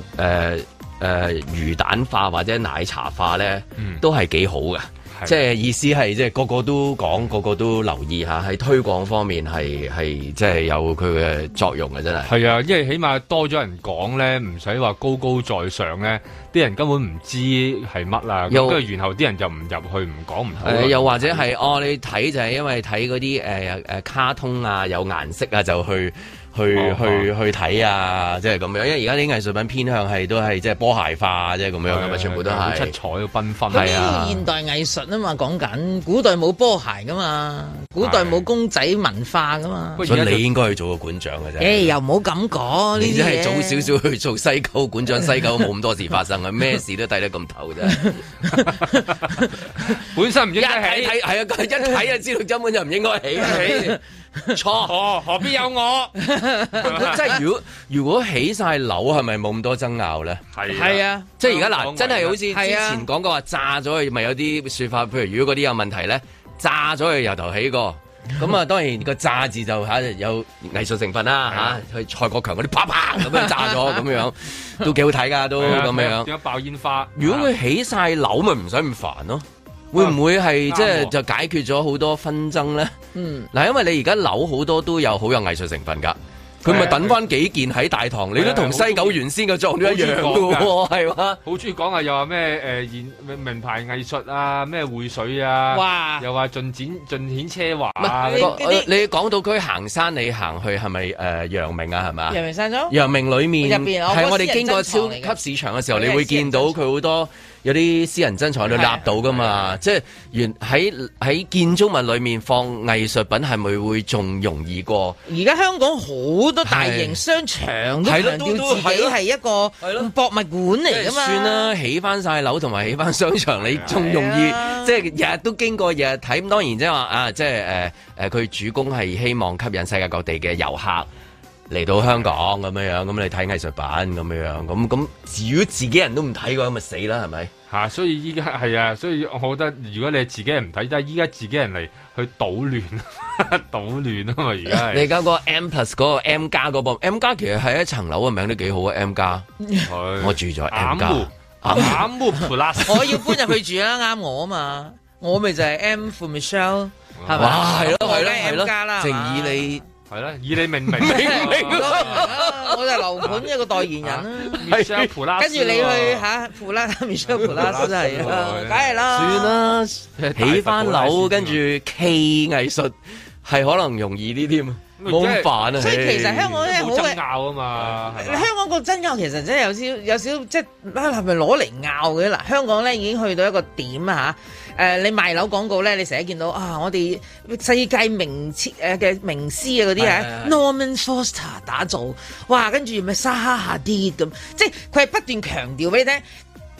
Speaker 2: 呃魚蛋化或者奶茶化咧，都係幾好嘅。
Speaker 3: 係
Speaker 2: 即係意思係，即係個個都講，個個都留意下，喺推廣方面係係即係有佢嘅作用嘅，真係。
Speaker 3: 係啊，因為起碼多咗人講咧，唔使話高高在上咧，啲人根本唔知係乜啦。
Speaker 2: 又
Speaker 3: 咁跟住然後啲人就唔入去，唔講唔
Speaker 2: 誒、
Speaker 3: 討論
Speaker 2: 又或者係哦，你睇就係因為睇嗰啲誒誒卡通啊，有顏色啊，就去去、
Speaker 3: 哦
Speaker 2: 去去睇啊，即係咁樣。因為而家啲藝術品偏向係都係即係波鞋化，即係咁樣咁
Speaker 3: 係啊
Speaker 2: 啊，全部都
Speaker 3: 好
Speaker 2: 係
Speaker 3: 七彩繽紛。
Speaker 4: 咁
Speaker 2: 係
Speaker 4: 呢
Speaker 2: 啊
Speaker 4: 啲現代藝術啊嘛，講緊古代冇波鞋噶嘛，古代冇公仔文化噶嘛。
Speaker 3: 不過
Speaker 2: 所
Speaker 3: 而家
Speaker 2: 以
Speaker 3: 就
Speaker 2: 你應該去做個館長嘅啫。
Speaker 4: 誒，又唔好咁講呢
Speaker 2: 你
Speaker 4: 啲
Speaker 2: 真
Speaker 4: 嘢
Speaker 2: 係早少少去做西九館長，西九冇咁多事發生啊！咩事都睇得咁透 啫，
Speaker 3: 本身唔
Speaker 2: 一
Speaker 3: 應該
Speaker 2: 睇
Speaker 3: 起。
Speaker 2: 睇係啊，一睇就知道根本就唔應該 起起錯。
Speaker 3: 哦，何必 有我？
Speaker 2: 即係如果如果起晒樓，係咪冇咁多爭拗咧？
Speaker 3: 係
Speaker 4: 係啊，
Speaker 2: 即係而家嗱，真係好似之
Speaker 4: 係啊
Speaker 2: 前講過話炸咗佢，咪有啲説法，譬如如果嗰啲有問題咧，炸咗佢由頭起過。咁啊，當然個炸字就嚇有藝術成分啦嚇，去蔡國強嗰啲啪啪咁樣炸咗咁樣，都幾好睇噶都
Speaker 3: 啊
Speaker 2: 咁樣。
Speaker 3: 點解爆煙花？
Speaker 2: 如果佢起晒樓，咪唔使咁煩咯。會唔會係
Speaker 3: 啱喎
Speaker 2: 即係就解決咗好多紛爭咧？
Speaker 4: 嗯，
Speaker 2: 嗱，因為你而家樓好多都有好有藝術成分㗎。佢咪等翻幾件喺大堂，你都同西九原先嘅作用一樣㗎喎，係嘛？
Speaker 3: 好中意講啊，又話咩誒現咩名牌藝術啊，咩匯水啊，
Speaker 4: 哇
Speaker 3: 又話盡展盡顯奢華
Speaker 2: 唔
Speaker 3: 啊，
Speaker 2: 係
Speaker 3: 嗰
Speaker 2: 個
Speaker 3: 個
Speaker 4: 嗰啲
Speaker 2: 你港島區行山，你行去係咪誒陽明啊？係嘛？
Speaker 4: 楊明山咗，
Speaker 2: 陽明裡面
Speaker 4: 入邊我
Speaker 2: 係
Speaker 4: 嗰
Speaker 2: 我
Speaker 4: 私
Speaker 2: 哋
Speaker 4: 人
Speaker 2: 經過
Speaker 4: 珍藏
Speaker 2: 超
Speaker 4: 嚟嘅
Speaker 2: 級市場嘅時候，
Speaker 4: 嗰
Speaker 2: 你
Speaker 4: 啲係
Speaker 2: 會
Speaker 4: 私人
Speaker 2: 見到佢好多有啲私人珍藏喺度
Speaker 4: 係啊
Speaker 2: 立到噶嘛，即係原喺喺建築物裡面放藝術品係咪會仲容易過？
Speaker 4: 而家香港好多大
Speaker 2: 係
Speaker 4: 型商場都
Speaker 2: 係
Speaker 4: 強
Speaker 2: 咯都
Speaker 4: 調
Speaker 2: 都
Speaker 4: 自己
Speaker 2: 係咯
Speaker 4: 係一個
Speaker 2: 係咯
Speaker 4: 博物館嚟噶嘛。
Speaker 2: 算啦，起翻晒樓同埋起翻商場，你仲容易
Speaker 4: 係啊
Speaker 2: 即係日日都經過，日日睇。咁當呃然即係話啊，即係誒誒，佢、主攻係希望吸引世界各地嘅遊客嚟到香港咁樣樣，咁你睇藝術品咁樣樣，咁咁至於自己人都唔睇嘅話，咁咪死啦，係咪？
Speaker 3: 嚇、所以依家係啊，所以我覺得如果你自己人唔睇，但係依家自己人嚟去搗亂，搗亂啊嘛， 而家
Speaker 2: 你而
Speaker 3: 係
Speaker 2: 家嗰個 M Plus 嗰個 M 加嗰部 M 加其實係一層樓嘅名都幾好啊，M 加，
Speaker 4: 嗯
Speaker 3: 佢
Speaker 2: 我住咗 M
Speaker 3: 眼
Speaker 2: 加，
Speaker 3: 目眼目 plus，
Speaker 4: 我要搬入去住啦，啱我啊嘛，我咪就係 M for Michelle，係咪？
Speaker 2: 哇，係咯
Speaker 4: 我
Speaker 2: 係
Speaker 4: 梗
Speaker 2: 咯
Speaker 4: 係
Speaker 2: 係
Speaker 4: M 加啦，
Speaker 2: 咯，正
Speaker 4: 係嘛
Speaker 2: 以你
Speaker 3: 係啦，以你 命名
Speaker 4: 梗係啦 我就樓盤一個代言人啦。
Speaker 3: Michelle plus，啊
Speaker 4: 跟住你去吓普拉 Michelle 普拉斯係啊，梗係
Speaker 2: 算。
Speaker 4: 啦，
Speaker 2: 啦，起翻樓跟住
Speaker 3: 大
Speaker 2: K 藝術係可能容易啲添，冇咁煩啊。
Speaker 4: 所以其實
Speaker 2: 唉
Speaker 4: 香港咧好
Speaker 3: 冇爭
Speaker 4: 嘅。
Speaker 3: 拗啊嘛，係嘛
Speaker 4: 香港個爭拗其實真係有少有少即係啊係咪攞嚟拗嘅嗱？香港咧已經去到一個點啊嚇！誒、你賣樓廣告咧，你成日見到啊，我哋世界名設誒嘅名師啊嗰啲啊
Speaker 2: 係係係
Speaker 4: ，Norman Foster 打造，哇！跟住咪沙哈下啲咁，即係佢係不斷強調俾你聽。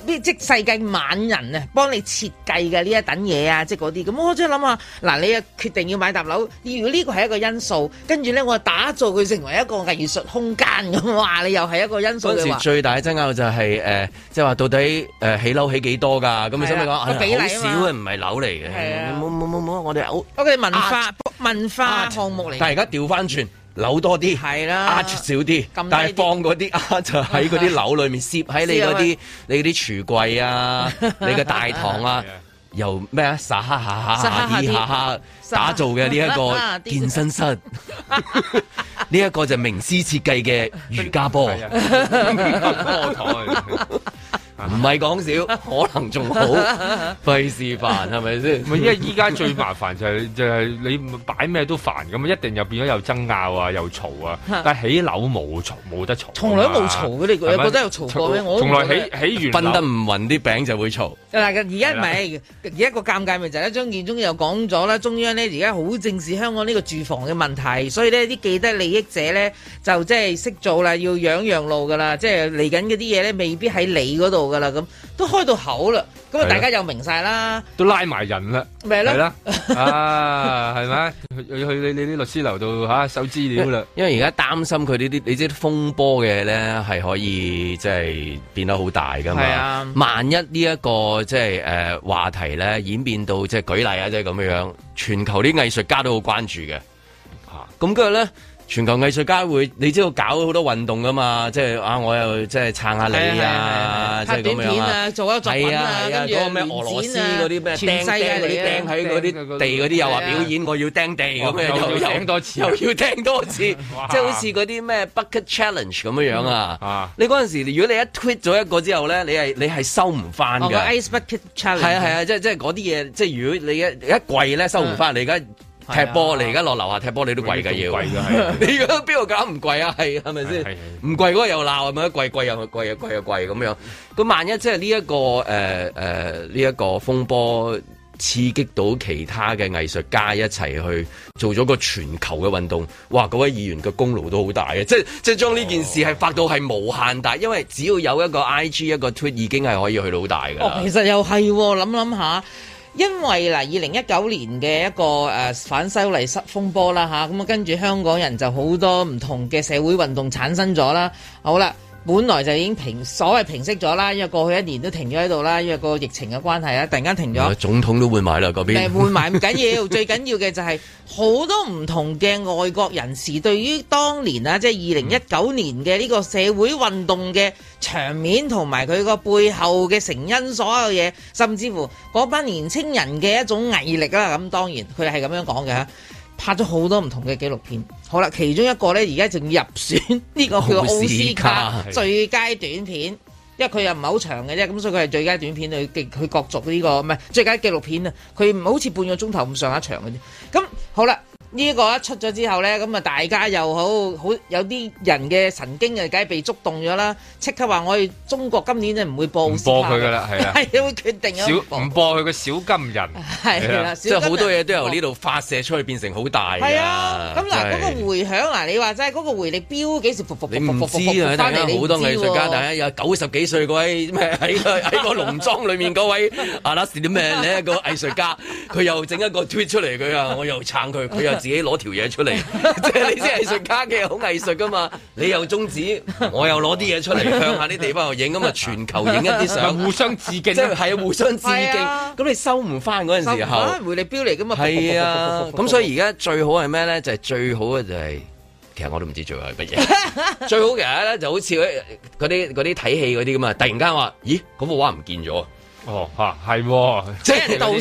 Speaker 4: 呢即世界猛人啊，幫你設計嘅呢一等嘢啊，即係嗰啲咁，我真係諗下，嗱，你啊決定要買笪樓，如果呢個係一個因素，跟住咧我打造佢成為一個藝術空間咁，哇！你又係一個因素
Speaker 2: 嗰陣
Speaker 4: 嘅
Speaker 2: 時
Speaker 4: 話，
Speaker 2: 最大嘅爭拗就係、誒，即係話到底誒、起樓起幾多㗎？咁你想唔想
Speaker 4: 係
Speaker 2: 講
Speaker 4: 啦個
Speaker 2: 啊
Speaker 4: 比例啊
Speaker 2: 好
Speaker 4: 嘛
Speaker 2: 少啊，唔係樓嚟嘅
Speaker 4: 係啊，
Speaker 2: 冇冇冇冇，我哋好。
Speaker 4: 我哋文化
Speaker 2: Art
Speaker 4: 文化項目嚟
Speaker 2: 但係
Speaker 4: 嘅，
Speaker 2: 而家調翻轉，樓多啲，
Speaker 4: 係啦
Speaker 2: 啊壓少啲，
Speaker 4: 撳低啲
Speaker 2: 但係放嗰啲壓 就喺嗰啲樓裏面，攝喺你
Speaker 4: 啊
Speaker 2: 嗰啲你嗰啲櫥櫃 啊，你嘅大堂啊
Speaker 3: 係啊。
Speaker 2: 由咩啊？撒哈下
Speaker 4: 撒
Speaker 2: 下下
Speaker 4: 哈下
Speaker 2: 啲下
Speaker 4: 啲
Speaker 2: 下
Speaker 4: 撒哈
Speaker 2: 打造嘅呢一
Speaker 4: 下
Speaker 2: 個
Speaker 4: 啲
Speaker 2: 健身室，呢一個就係名師設計嘅瑜伽波，
Speaker 3: 係啊
Speaker 2: 唔
Speaker 3: 波 台。
Speaker 2: 係講少，可能仲好，費事煩係咪先
Speaker 3: 唔？係，因為依家最麻煩就係、就係、你擺咩都煩咁，啊一定又變咗有爭拗啊，又嘈啊。但係起樓冇嘈，冇得嘈啊嘛。
Speaker 4: 從來都冇嘈嘅你
Speaker 3: 係咪
Speaker 4: 覺得有嘈過咩我都
Speaker 3: 從
Speaker 4: 唔
Speaker 3: 來
Speaker 4: 覺得
Speaker 3: 起起完
Speaker 2: 分
Speaker 3: 樓
Speaker 2: 得唔勻啲餅就會嘈。
Speaker 4: 嗱，而家唔係，而家個尷尬咪就係咧，張建宗又講咗啦，中央咧而家好正視香港呢個住房嘅問題，所以呢啲既得利益者咧就即係識做啦，要養讓路噶啦，即係嚟緊嗰啲嘢咧未必喺你嗰度噶啦，咁都開到口啦，咁
Speaker 3: 係
Speaker 4: 啊
Speaker 3: 啊
Speaker 4: 大家又明晒啦，
Speaker 3: 都拉埋人啦，
Speaker 4: 咪係咯
Speaker 3: 係啦，啊，係咪？去去你你啲律師樓度嚇搜資料 啦。
Speaker 2: 因為而家擔心佢呢啲，你知風波嘅咧係可以即係變得好大噶嘛。
Speaker 4: 係啊
Speaker 2: 萬一呢、一個即呃係誒話題咧演變到即係舉例啊，即係咁樣樣，全球啲藝術家都好關注嘅。啊咁跟住咧，全球藝術家會，你知道搞好多運動噶嘛，即係啊，我又即係撐下你
Speaker 4: 係
Speaker 2: 啊，
Speaker 4: 啊係啊係啊
Speaker 2: 即係咁
Speaker 4: 拍短
Speaker 2: 樣
Speaker 4: 片啊做一個作品啊
Speaker 2: 係係
Speaker 4: 跟住啊
Speaker 2: 嗰個咩俄羅斯嗰啲咩
Speaker 4: 全
Speaker 2: 釘
Speaker 4: 世界
Speaker 2: 釘嗰啲釘
Speaker 4: 嚟啊
Speaker 2: 喺嗰啲地嗰啲又話
Speaker 4: 係啊
Speaker 2: 表演，我要釘地咁樣，
Speaker 3: 又
Speaker 4: 哦
Speaker 2: 又
Speaker 3: 要釘多次
Speaker 2: 又要釘多次，即
Speaker 3: 哇
Speaker 2: 係好似嗰啲咩 bucket challenge 咁樣樣
Speaker 3: 啊
Speaker 2: 啊！你嗰陣時，如果你一 tweet 咗一個之後咧，你係你係收唔翻
Speaker 4: 哦個
Speaker 2: 㗎。
Speaker 4: Ice Bucket Challenge
Speaker 2: 係啊係啊，即係即係嗰啲嘢，即係如果你一一跪咧收唔翻，你而家踢波，
Speaker 4: 嗯係啊
Speaker 2: 你而家落樓下踢波，你都跪㗎要
Speaker 3: 貴。
Speaker 4: 啊
Speaker 3: 㗎 係。
Speaker 2: 你而家邊度搞唔貴啊？係係咪
Speaker 3: 係係
Speaker 2: 先？唔貴嗰個又鬧，係咪？貴貴又貴又貴又貴咁樣。咁萬一即係呢一個誒誒呢一個風波刺激到其他嘅藝術家一齊去做咗個全球嘅運動，哇！嗰位議員嘅功勞都好大啊嘅，即係即係將呢件事係發到係無限大，因為只要有一個 IG 一個 tweet 已經係可以去到好大㗎
Speaker 4: 哦，
Speaker 2: 啦
Speaker 4: 其。實又係喎，諗諗下。因為嗱，二零一九年嘅一個誒、呃反修例失風波啦吓，咁啊跟住香港人就好多唔同嘅社會運動產生咗啦。好啦，本來就已經平所謂平息咗啦，因為過去一年都停咗喺度啦，因為個疫情嘅關係啦，突然間停咗。
Speaker 2: 總統都換埋啦嗰邊
Speaker 4: 誒。換埋唔緊要，最緊要嘅就係好多唔同嘅外國人士對於當 年啊，即係二零一九年嘅呢個社會運動嘅場面同埋佢個背後嘅成因所有嘢，甚至乎嗰班年青人嘅一種毅力啦。咁當然佢係咁樣講嘅。拍咗好多唔同嘅紀錄片，好啦，其中一個呢，而家仲入選呢個叫奧斯卡
Speaker 2: 奧斯卡
Speaker 4: 最佳短片。因為佢又唔係好長嘅啫，咁所以佢係最佳短片佢佢佢角逐呢、個唔係最佳紀錄片啊，佢唔好似半個鐘頭咁上下長嘅啫。咁好啦，呢、個一出咗之後呢，咁啊大家又好好有啲人嘅神經啊，梗係被觸動咗啦，即刻話我哋中國今年就唔會播奧斯卡
Speaker 3: 唔播佢㗎啦係啊
Speaker 4: 係會決定咗
Speaker 3: 小唔播佢個小金人，
Speaker 4: 係啦，
Speaker 2: 即係好多嘢都由
Speaker 4: 呢
Speaker 2: 呢度發射出去變成好大㗎。
Speaker 4: 係啊，咁嗱，
Speaker 2: 哎真係
Speaker 4: 嗰個回響嗱，你話齋嗰個回力標幾時復復復
Speaker 2: 你
Speaker 4: 復
Speaker 2: 唔
Speaker 4: 復復
Speaker 2: 知啊！
Speaker 4: 復
Speaker 2: 大
Speaker 4: 翻
Speaker 2: 家
Speaker 4: 嚟？
Speaker 2: 好多藝術家，大
Speaker 4: 但
Speaker 2: 家有九十幾歲嗰位咩喺個喺個農莊裏面嗰位阿拉斯啲咩咧個藝術家，佢又整一個 tweet 出嚟，佢啊我又撐佢，佢又自己攞條嘢出嚟， 即係你先藝術家嘅，好藝術噶嘛。你又中指，我又攞啲嘢出嚟向下啲地方度影，咁啊全球影一啲
Speaker 3: 咪
Speaker 2: 相，
Speaker 3: 互相致敬
Speaker 2: 即係
Speaker 3: 啊。
Speaker 2: 係互相致敬。
Speaker 4: 係啊
Speaker 2: 咁你收唔翻嗰陣時候，
Speaker 4: 回力標嚟噶嘛？
Speaker 2: 係 啊。咁所以而家最好係咩咧？就係、最好嘅就係、其實我都唔知最好係乜 嘢。最好嘅咧就好似呃嗰啲嗰啲睇戲嗰啲咁啊，突然間話：咦，嗰幅畫唔見咗，
Speaker 3: 哦，嚇係喎，
Speaker 2: 即
Speaker 4: 俾人盜竊，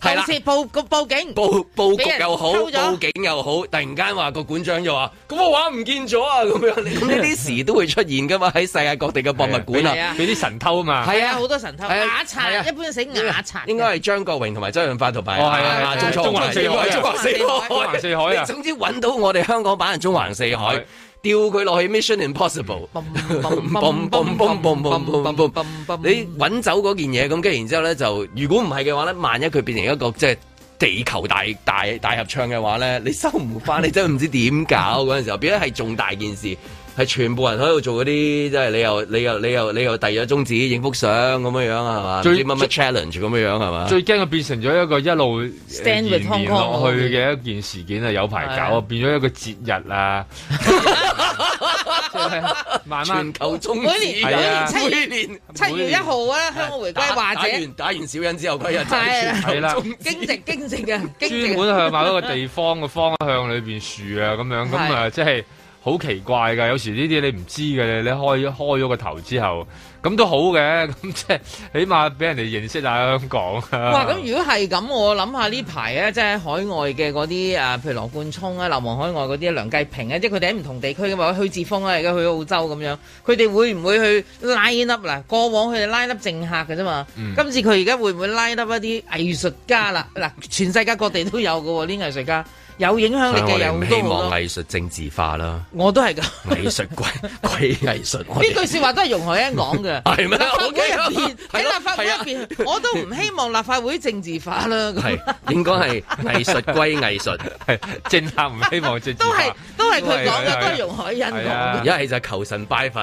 Speaker 2: 係
Speaker 4: 盜
Speaker 2: 啦。
Speaker 4: 竊報個報警，
Speaker 2: 報報
Speaker 4: 俾
Speaker 2: 局
Speaker 4: 人
Speaker 2: 又好，
Speaker 4: 偷咗
Speaker 2: 報警又好，突然間話個館長就話：咁我畫唔見咗啊！咁樣，咁呢啲時都會出現噶嘛，喺世界各地嘅博物館
Speaker 4: 係
Speaker 2: 啊。
Speaker 4: 啊
Speaker 3: 俾啲神偷啊嘛。
Speaker 4: 係啊，好多神偷
Speaker 2: 係啊
Speaker 4: 瓦
Speaker 2: 係啊
Speaker 4: 刷，一般死瓦刷嘅，
Speaker 2: 應該係張國榮同埋周潤發同埋
Speaker 3: 哦係啊
Speaker 2: 啊
Speaker 4: 係啊
Speaker 2: 中
Speaker 4: 中
Speaker 2: 環
Speaker 4: 環
Speaker 2: 四
Speaker 4: 四
Speaker 2: 海，
Speaker 4: 海
Speaker 2: 中環四海，
Speaker 3: 中環四海啊
Speaker 2: 你總之揾到我哋香港版嘅中環四海
Speaker 3: 係，
Speaker 2: 吊佢落去 Mission Impossible。
Speaker 4: 嘣嘣
Speaker 2: 你揾走嗰件嘢，咁跟住然之後咧，就如果唔係嘅話咧，萬一佢變成一個即係地球大大大合唱嘅話咧，你收唔翻，你真係唔知點搞嗰陣時候，變咗係重大件事。係全部人喺度做嗰啲，即係你又你又你又你又遞咗中指影幅相咁樣樣係嘛？
Speaker 3: 最
Speaker 2: 最乜乜 challenge 咁樣樣係嘛？
Speaker 3: 最驚佢變成咗一個一路呃
Speaker 4: Stand
Speaker 3: 延
Speaker 4: with Hong
Speaker 3: 綿
Speaker 4: Kong
Speaker 3: 落去嘅一件事件啊，有排搞
Speaker 4: 係
Speaker 3: 啊，變咗一個節日 啊， 即係慢啊慢
Speaker 2: 全球中指
Speaker 4: 每年
Speaker 3: 係啊
Speaker 2: 每
Speaker 4: 每
Speaker 2: 年
Speaker 4: 年
Speaker 2: 年
Speaker 4: 七月一號啊，香港回歸
Speaker 2: 打
Speaker 4: 或
Speaker 2: 打
Speaker 4: 者
Speaker 2: 完打完小人之後嗰日就
Speaker 4: 係啦
Speaker 2: 係
Speaker 3: 係啦
Speaker 4: 經直經直啊，經
Speaker 3: 專
Speaker 4: 直
Speaker 3: 門向某一個地方嘅方向裏邊樹啊咁樣，咁
Speaker 4: 係
Speaker 3: 啊即係好奇怪㗎。有時呢啲你唔知嘅，你你開開咗個頭之後，咁都好嘅，咁即係起碼俾人哋認識下香港啊。
Speaker 4: 哇！咁如果係咁，我諗下呢排咧，即係海外嘅嗰啲啊，譬如羅冠聰啊、流亡海外嗰啲梁繼平啊，即係佢哋喺唔同地區嘅嘛，許志峰啊，而家去澳洲咁樣，佢哋會唔會去拉 up 嗱？過往佢哋拉 up 政客嘅啫嘛，今次佢而家會唔會拉 up 一啲藝術 家啦？嗱，全世界各地都有嘅喎，啲藝術家有影響力
Speaker 2: 所以我
Speaker 4: 嘅
Speaker 2: 哋
Speaker 4: 有
Speaker 2: 唔
Speaker 4: 好
Speaker 2: 希
Speaker 4: 多好
Speaker 2: 望
Speaker 4: 多，
Speaker 2: 藝術政治化啦，
Speaker 4: 我都係㗎。
Speaker 2: 藝術鬼鬼藝術我
Speaker 4: 呢
Speaker 2: 哋
Speaker 4: 句説話都係容許人講嘅。
Speaker 2: 係咩
Speaker 4: 立法會入
Speaker 2: OK
Speaker 4: 邊
Speaker 2: 啊
Speaker 4: 喺立法會入
Speaker 2: 係啊
Speaker 4: 邊，我都唔希望立法會政治化啦。咁
Speaker 2: 係應該係藝術歸藝術，
Speaker 3: 係政客唔希望政治
Speaker 4: 都
Speaker 3: 化
Speaker 4: 係都係佢講
Speaker 3: 係啊
Speaker 4: 嘅，都係容海欣講
Speaker 3: 係啊
Speaker 4: 嘅。
Speaker 2: 一係就求神拜佛。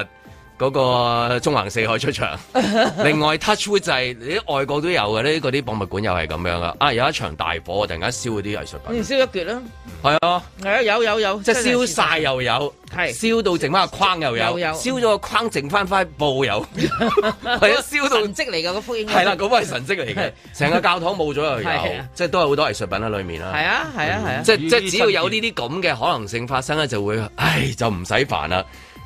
Speaker 2: 嗰個中環四海出 場，另外 touch wood 就係你啲外國都有嘅，呢嗰啲博物館又係咁樣噶。啊，有一場大火，突然間燒嗰啲藝術
Speaker 4: 唔
Speaker 2: 品，
Speaker 4: 燒一橛啦，
Speaker 2: 係啊，
Speaker 4: 係啊，有有有，
Speaker 2: 即係
Speaker 4: 嗯真
Speaker 2: 燒
Speaker 4: 係
Speaker 2: 晒又有，
Speaker 4: 係
Speaker 2: 燒到剩翻個框又有，
Speaker 4: 又有
Speaker 2: 燒咗個框剩翻塊布 有，係啊，燒到
Speaker 4: 神跡嚟㗎嗰幅 應
Speaker 2: 係
Speaker 4: 該
Speaker 2: 啦，嗰個係神跡嚟嘅
Speaker 4: 係，
Speaker 2: 成個教堂冇咗又
Speaker 4: 係
Speaker 2: 有
Speaker 4: 啊，
Speaker 2: 即係都有好多藝術品喺裏面啦。
Speaker 4: 係啊係啊係啊，
Speaker 2: 即
Speaker 3: 呢啲
Speaker 2: 即係只要有呢啲咁嘅可能性發生咧，就會唉就唔使煩啦。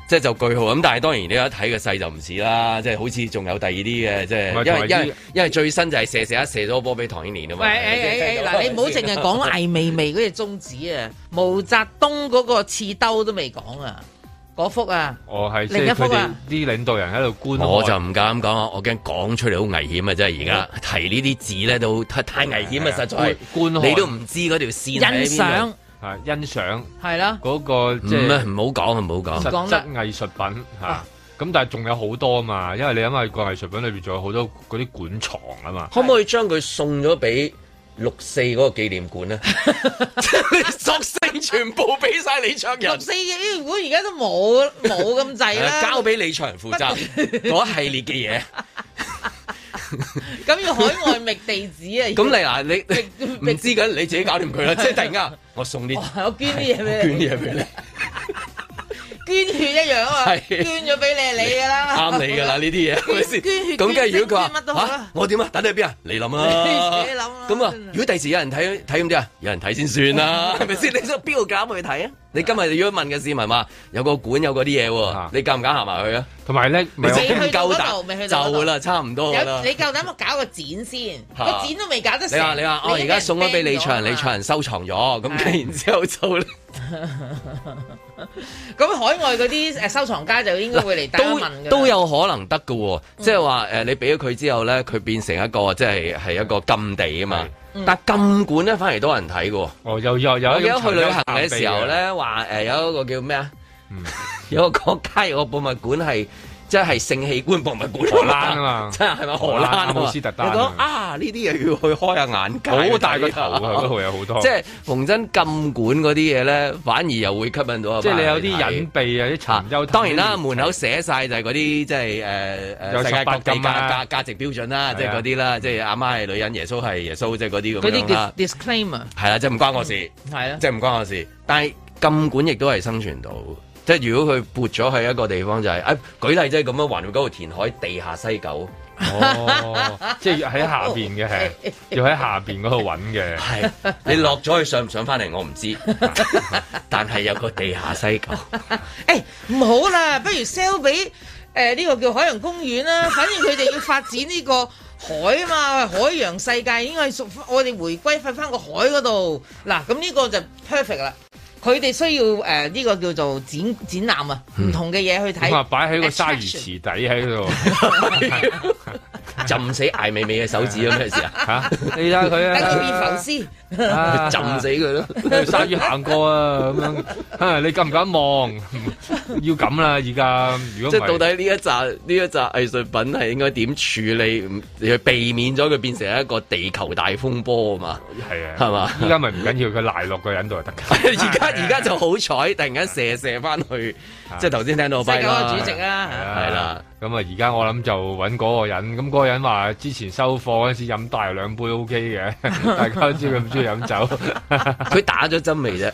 Speaker 2: 即係就句號咁，但係當然你一睇個勢就唔似啦，即係好似仲有第二啲嘅，即
Speaker 3: 唔係
Speaker 2: 係因為
Speaker 3: 同埋呢
Speaker 2: 因為因為最新就係射射一射咗個波俾唐英年啊嘛。
Speaker 4: 喂誒誒誒，嗱你唔好淨係講艾未未嗰隻宗旨啊，毛澤東嗰個刺兜都未講啊，嗰幅啊，
Speaker 3: 我係即
Speaker 4: 另一
Speaker 3: 係
Speaker 4: 幅
Speaker 3: 佢哋
Speaker 4: 啊
Speaker 3: 啲領導人喺度觀看
Speaker 2: 我就唔敢咁講啊，我驚講出嚟好危險啊！真係而家提呢啲字咧，都太太危險啊！實在係
Speaker 3: 觀看
Speaker 2: 你都唔知嗰條線
Speaker 4: 欣
Speaker 2: 喺邊度
Speaker 4: 賞
Speaker 3: 啊欣賞
Speaker 4: 係啦，
Speaker 3: 嗰個即
Speaker 2: 唔
Speaker 3: 係
Speaker 2: 啊，唔好講啊，唔好講。
Speaker 4: 唔
Speaker 3: 實
Speaker 4: 講
Speaker 3: 質
Speaker 4: 得
Speaker 3: 藝術品嚇
Speaker 4: 啊。
Speaker 3: 咁但係仲有好多啊嘛，因為你諗下個藝術品裏邊仲有好多嗰啲館藏啊嘛。
Speaker 2: 可唔可以將佢送咗俾六四嗰個紀念館 咧？即係你索性全部俾晒李卓人
Speaker 4: 六，四嘅醫院會而家都冇冇咁滯 啦，
Speaker 2: 啊交俾李卓人負責 嗰一系列
Speaker 4: 咁要海外覓地址
Speaker 2: 嘅嘢。
Speaker 4: 啊，
Speaker 2: 咁 你嗱，你唔知緊你自己搞掂佢啦，即係突然間我送啲
Speaker 4: 我捐啲 嘢
Speaker 2: 捐
Speaker 4: 俾你，
Speaker 2: 啲嘢俾你，
Speaker 4: 捐血一樣啊嘛，
Speaker 2: 係
Speaker 4: 捐咗俾你係你 㗎啦，
Speaker 2: 啱你噶啦呢啲嘢，係咪先？
Speaker 4: 捐
Speaker 2: 咁
Speaker 4: 血
Speaker 2: 梗係如果佢
Speaker 4: 捐乜 都好
Speaker 2: 話
Speaker 4: 啦
Speaker 2: 嚇我點啊？等你去邊啊？你諗啊
Speaker 4: 你自己諗啊！
Speaker 2: 咁啊
Speaker 4: 真係，
Speaker 2: 如果第時有人睇睇咁啲啊，有人睇先算 啦，係咪先？你想邊個敢去睇啊？你今日如果問嘅市民話有個館有嗰啲嘢喎
Speaker 3: 啊，
Speaker 2: 你敢唔敢行埋去啊？
Speaker 3: 同埋咧，
Speaker 2: 你
Speaker 3: 咪有
Speaker 2: 真
Speaker 4: 真
Speaker 2: 係唔
Speaker 4: 係唔
Speaker 2: 夠
Speaker 4: 夠
Speaker 2: 膽
Speaker 4: 膽
Speaker 2: 就啦，差唔多啦
Speaker 4: 有。你夠膽搞個展先，
Speaker 2: 嚇
Speaker 4: 個展都未搞得成。
Speaker 2: 你話你話，我而家送咗俾李卓人，
Speaker 4: 你
Speaker 2: 李
Speaker 4: 已經俾人 ban
Speaker 2: 卓人收藏咗，咁
Speaker 4: 係
Speaker 2: 然之後就咧
Speaker 4: 咗啦。咁海外嗰啲誒收藏家就應該會嚟打問
Speaker 2: 都
Speaker 4: 㗎。嗯
Speaker 2: 都有可能得㗎喎，即係話誒，你俾咗佢之後咧，佢變成一個即係係一個禁地啊嘛。
Speaker 4: 嗯
Speaker 2: 但禁館咧反而多人睇㗎喎。
Speaker 3: 哦，又又有
Speaker 2: 我
Speaker 3: 一
Speaker 2: 記得
Speaker 3: 種
Speaker 2: 去
Speaker 3: 尋幽
Speaker 2: 旅行
Speaker 3: 探秘
Speaker 2: 嘅時候呃啊
Speaker 3: 嘅 嗯
Speaker 2: 咧，話誒有一個叫咩啊？有一個國家有個博物館係即係性器官博物館
Speaker 3: 荷蘭啊 嘛
Speaker 2: 真係係咪荷蘭啊
Speaker 3: 荷蘭阿
Speaker 2: 嘛
Speaker 3: 姆斯特丹
Speaker 2: 你
Speaker 3: 啊
Speaker 2: 講啊，呢啲嘢要去開下眼界，
Speaker 3: 好大個頭啊！嗰度有好多，
Speaker 2: 即係逢真禁管嗰啲嘢咧，反而又會吸引到一班
Speaker 3: 即係你有
Speaker 2: 人
Speaker 3: 啲
Speaker 2: 睇
Speaker 3: 隱蔽啊，啲
Speaker 2: 啊
Speaker 3: 尋幽。
Speaker 2: 當然啦，門口寫晒就係嗰啲即係誒
Speaker 3: 有
Speaker 2: 誒世界各
Speaker 3: 18
Speaker 2: 地
Speaker 3: 禁啊
Speaker 2: 價價價值標準啦，即係嗰啲啦，即係阿媽係女人，耶穌係耶穌，即係嗰啲
Speaker 4: 嗰
Speaker 2: 咁
Speaker 4: 啲
Speaker 2: 樣啦
Speaker 4: 叫。disclaimer，嗯
Speaker 2: 係啦，即係唔關我事，
Speaker 4: 係啦
Speaker 2: 即。係唔關我事。但係禁管亦都係生存到，即係如果佢撥咗去一個地方就係、誒、舉例即係咁樣，環繞嗰度填海地下西九，
Speaker 3: 哦，即係要喺 下邊嘅，係要喺下邊嗰度揾嘅。
Speaker 2: 係你落咗去上唔上翻嚟我唔知，但係有個地下西九，
Speaker 4: 誒唔好啦，不如 sell 俾誒呢個叫海洋公園啦。反正佢哋要發展呢個海啊嘛，海洋世界應該係屬我哋回歸翻翻個海嗰度。嗱，咁呢個就 perfect 啦。佢哋需要誒呢、個叫做展展覽啊，唔同嘅嘢去睇。
Speaker 3: 咁啊，擺喺個鯊魚池底喺 度
Speaker 2: 浸死艾美美嘅手指有咩事啊？
Speaker 3: 嚇，你睇 佢
Speaker 4: 等佢
Speaker 3: 啊
Speaker 4: 變浮絲，
Speaker 3: 啊，
Speaker 2: 浸死佢咯！
Speaker 3: 鯊魚行過啊，咁樣啊，你敢唔敢望？ 要咁啦，而家如
Speaker 2: 即係
Speaker 3: 果
Speaker 2: 到
Speaker 3: 唔係，
Speaker 2: 底呢一扎呢一扎藝術品係應該點處理，唔去避免咗佢變成一個地球大風波啊嘛？
Speaker 3: 係啊，
Speaker 2: 係嘛
Speaker 3: 依家咪唔緊要，佢賴落個人度就得㗎。
Speaker 2: 而 家而家就好彩，突然間射射翻去，即係頭先聽到我
Speaker 4: 世
Speaker 2: 跛
Speaker 4: 界嗰
Speaker 2: 啦
Speaker 4: 個主席啊啦。嚇
Speaker 2: 係啦，
Speaker 3: 咁啊，而家我諗就揾嗰個人，咁嗰個人話之前收貨嗰陣時飲大兩杯 O K 嘅，大家都知佢唔中意飲酒，
Speaker 2: 佢打咗針未啫？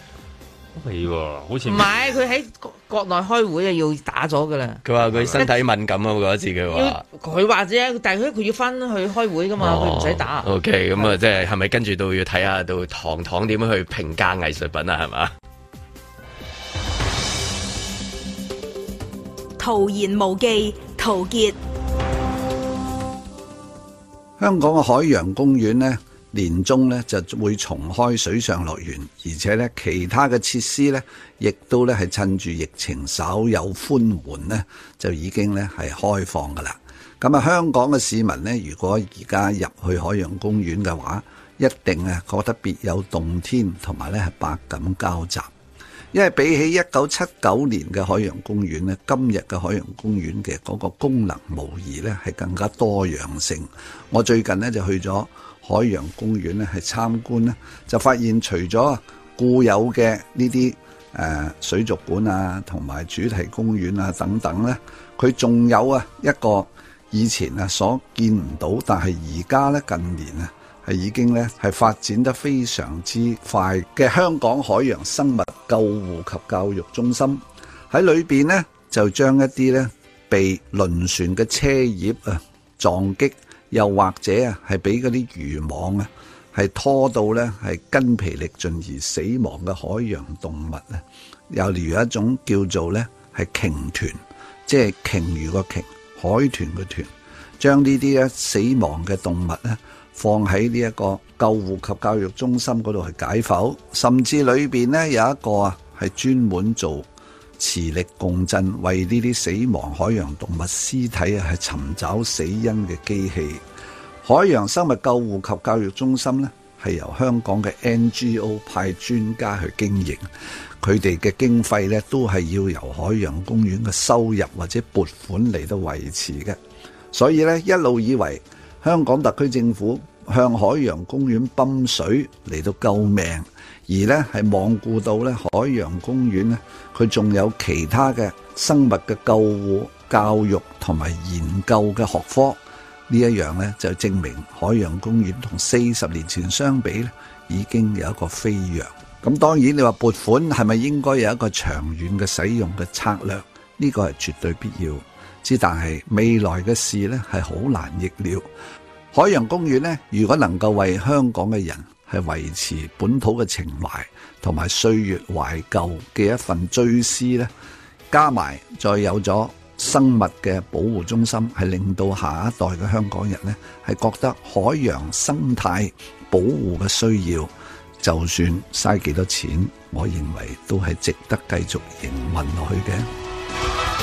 Speaker 3: 係喎，好似
Speaker 4: 唔係佢喺國國內開會啊，要打咗噶啦。
Speaker 2: 佢話佢身體敏感啊，嗰一次佢話
Speaker 4: 要。佢話啫，但係佢佢要翻去開會噶嘛，佢
Speaker 3: 哦
Speaker 4: 唔使打。
Speaker 2: O K，咁啊，即係係咪跟住到要睇下到糖糖點樣去評價藝術品啊？係嘛？
Speaker 9: 徒言無忌，陶傑。
Speaker 10: 香港嘅海洋公園呢，年中呢就會重開水上樂園，而且呢其他嘅設施呢，亦都呢係趁住疫情稍有寬緩呢，就已經呢係開放噶啦。咁啊，香港嘅市民呢，如果而家入去海洋公園嘅話，一定啊覺得別有洞天，同埋呢係百感交集。因為比起一九七九年嘅海洋公園咧，今日嘅海洋公園嘅嗰個功能無疑咧係更加多樣性。我最近咧就去咗海洋公園咧係參觀咧，就發現除咗固有嘅呢啲誒水族館啊，同埋主題公園啊等等咧，佢仲有啊一個以前啊所見唔到，但係而家咧近年啊。係已經咧係發展得非常之快嘅香港海洋生物救護及教育中心，喺裏邊呢，就將一啲咧被輪船嘅車葉啊撞擊，又或者啊係俾嗰啲漁網啊係拖到咧係筋疲力盡而死亡嘅海洋動物啊咧，又例如一種叫做咧係鯨豚，即係鯨魚個鯨，海豚個豚。將呢啲咧死亡嘅動物咧放喺呢一個救護及教育中心嗰度去解剖，甚至裏邊咧有一個啊係專門做磁力共振，為呢啲死亡海洋動物屍體啊係尋找死因嘅機器。海洋生物救護及教育中心呢，係由香港嘅 NGO 派專家去經營，佢哋嘅經費呢，都係要由海洋公園嘅收入或者撥款嚟到維持嘅。所以呢，一路以為香港特區政府向海洋公園泵水嚟到救命，而呢係罔顧到呢海洋公園呢，佢仲有其他嘅生物嘅救護、教育同埋研究嘅學科。呢一樣呢，就證明海洋公園同四十年前相比呢，已經有一個飛躍。咁當然你話撥款係咪應該有一個長遠嘅使用嘅策略？呢個係絕對必要。之但係未來嘅事呢，係好難逆料。海洋公園呢，如果能夠為香港嘅人係維持本土嘅情懷同埋歲月懷舊嘅一份追思呢，加埋再有咗生物嘅保護中心，係令到下一代嘅香港人呢，係覺得海洋生態保護嘅需要，就算嘥幾多錢，我認為都係值得繼續營運落去嘅。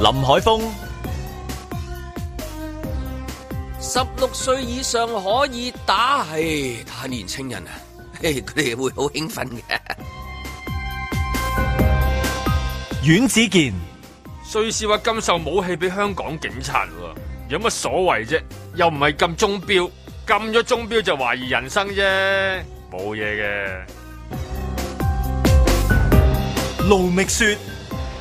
Speaker 1: 林海峰、
Speaker 11: 十六歲以上可以打，唉，太年青人啊， 嘿佢哋會好興奮嘅。
Speaker 1: 阮子健、
Speaker 3: 瑞士話禁售武器俾香港警察喎，有乜所謂啫？又唔係禁鐘錶，禁咗鐘錶就懷疑人生啫，冇嘢嘅。
Speaker 1: 盧觅雪、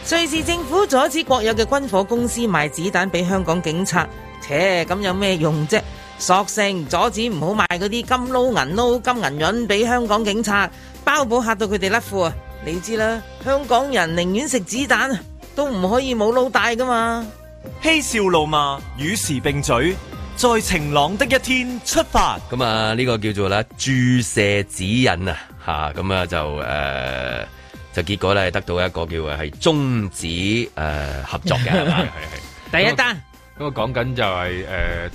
Speaker 4: 瑞士政府阻止國有嘅軍火公司賣子彈俾香港警察，切咁有咩用啫？索性阻止唔好賣嗰啲金撈銀撈金銀潤俾香港警察，包保嚇到佢哋甩褲啊！你知啦，香港人寧願食子彈啊，都唔可以冇撈帶噶嘛。
Speaker 1: 嬉笑怒罵，與時並舉，在晴朗的一天出發。
Speaker 2: 咁啊，呢個叫做咧注射指引啊，吓咁啊就誒、呃就結果咧得到一個叫係終止誒、呃合作嘅， 係嘛？
Speaker 4: 第一單。
Speaker 3: 咁啊，講緊就係、誒、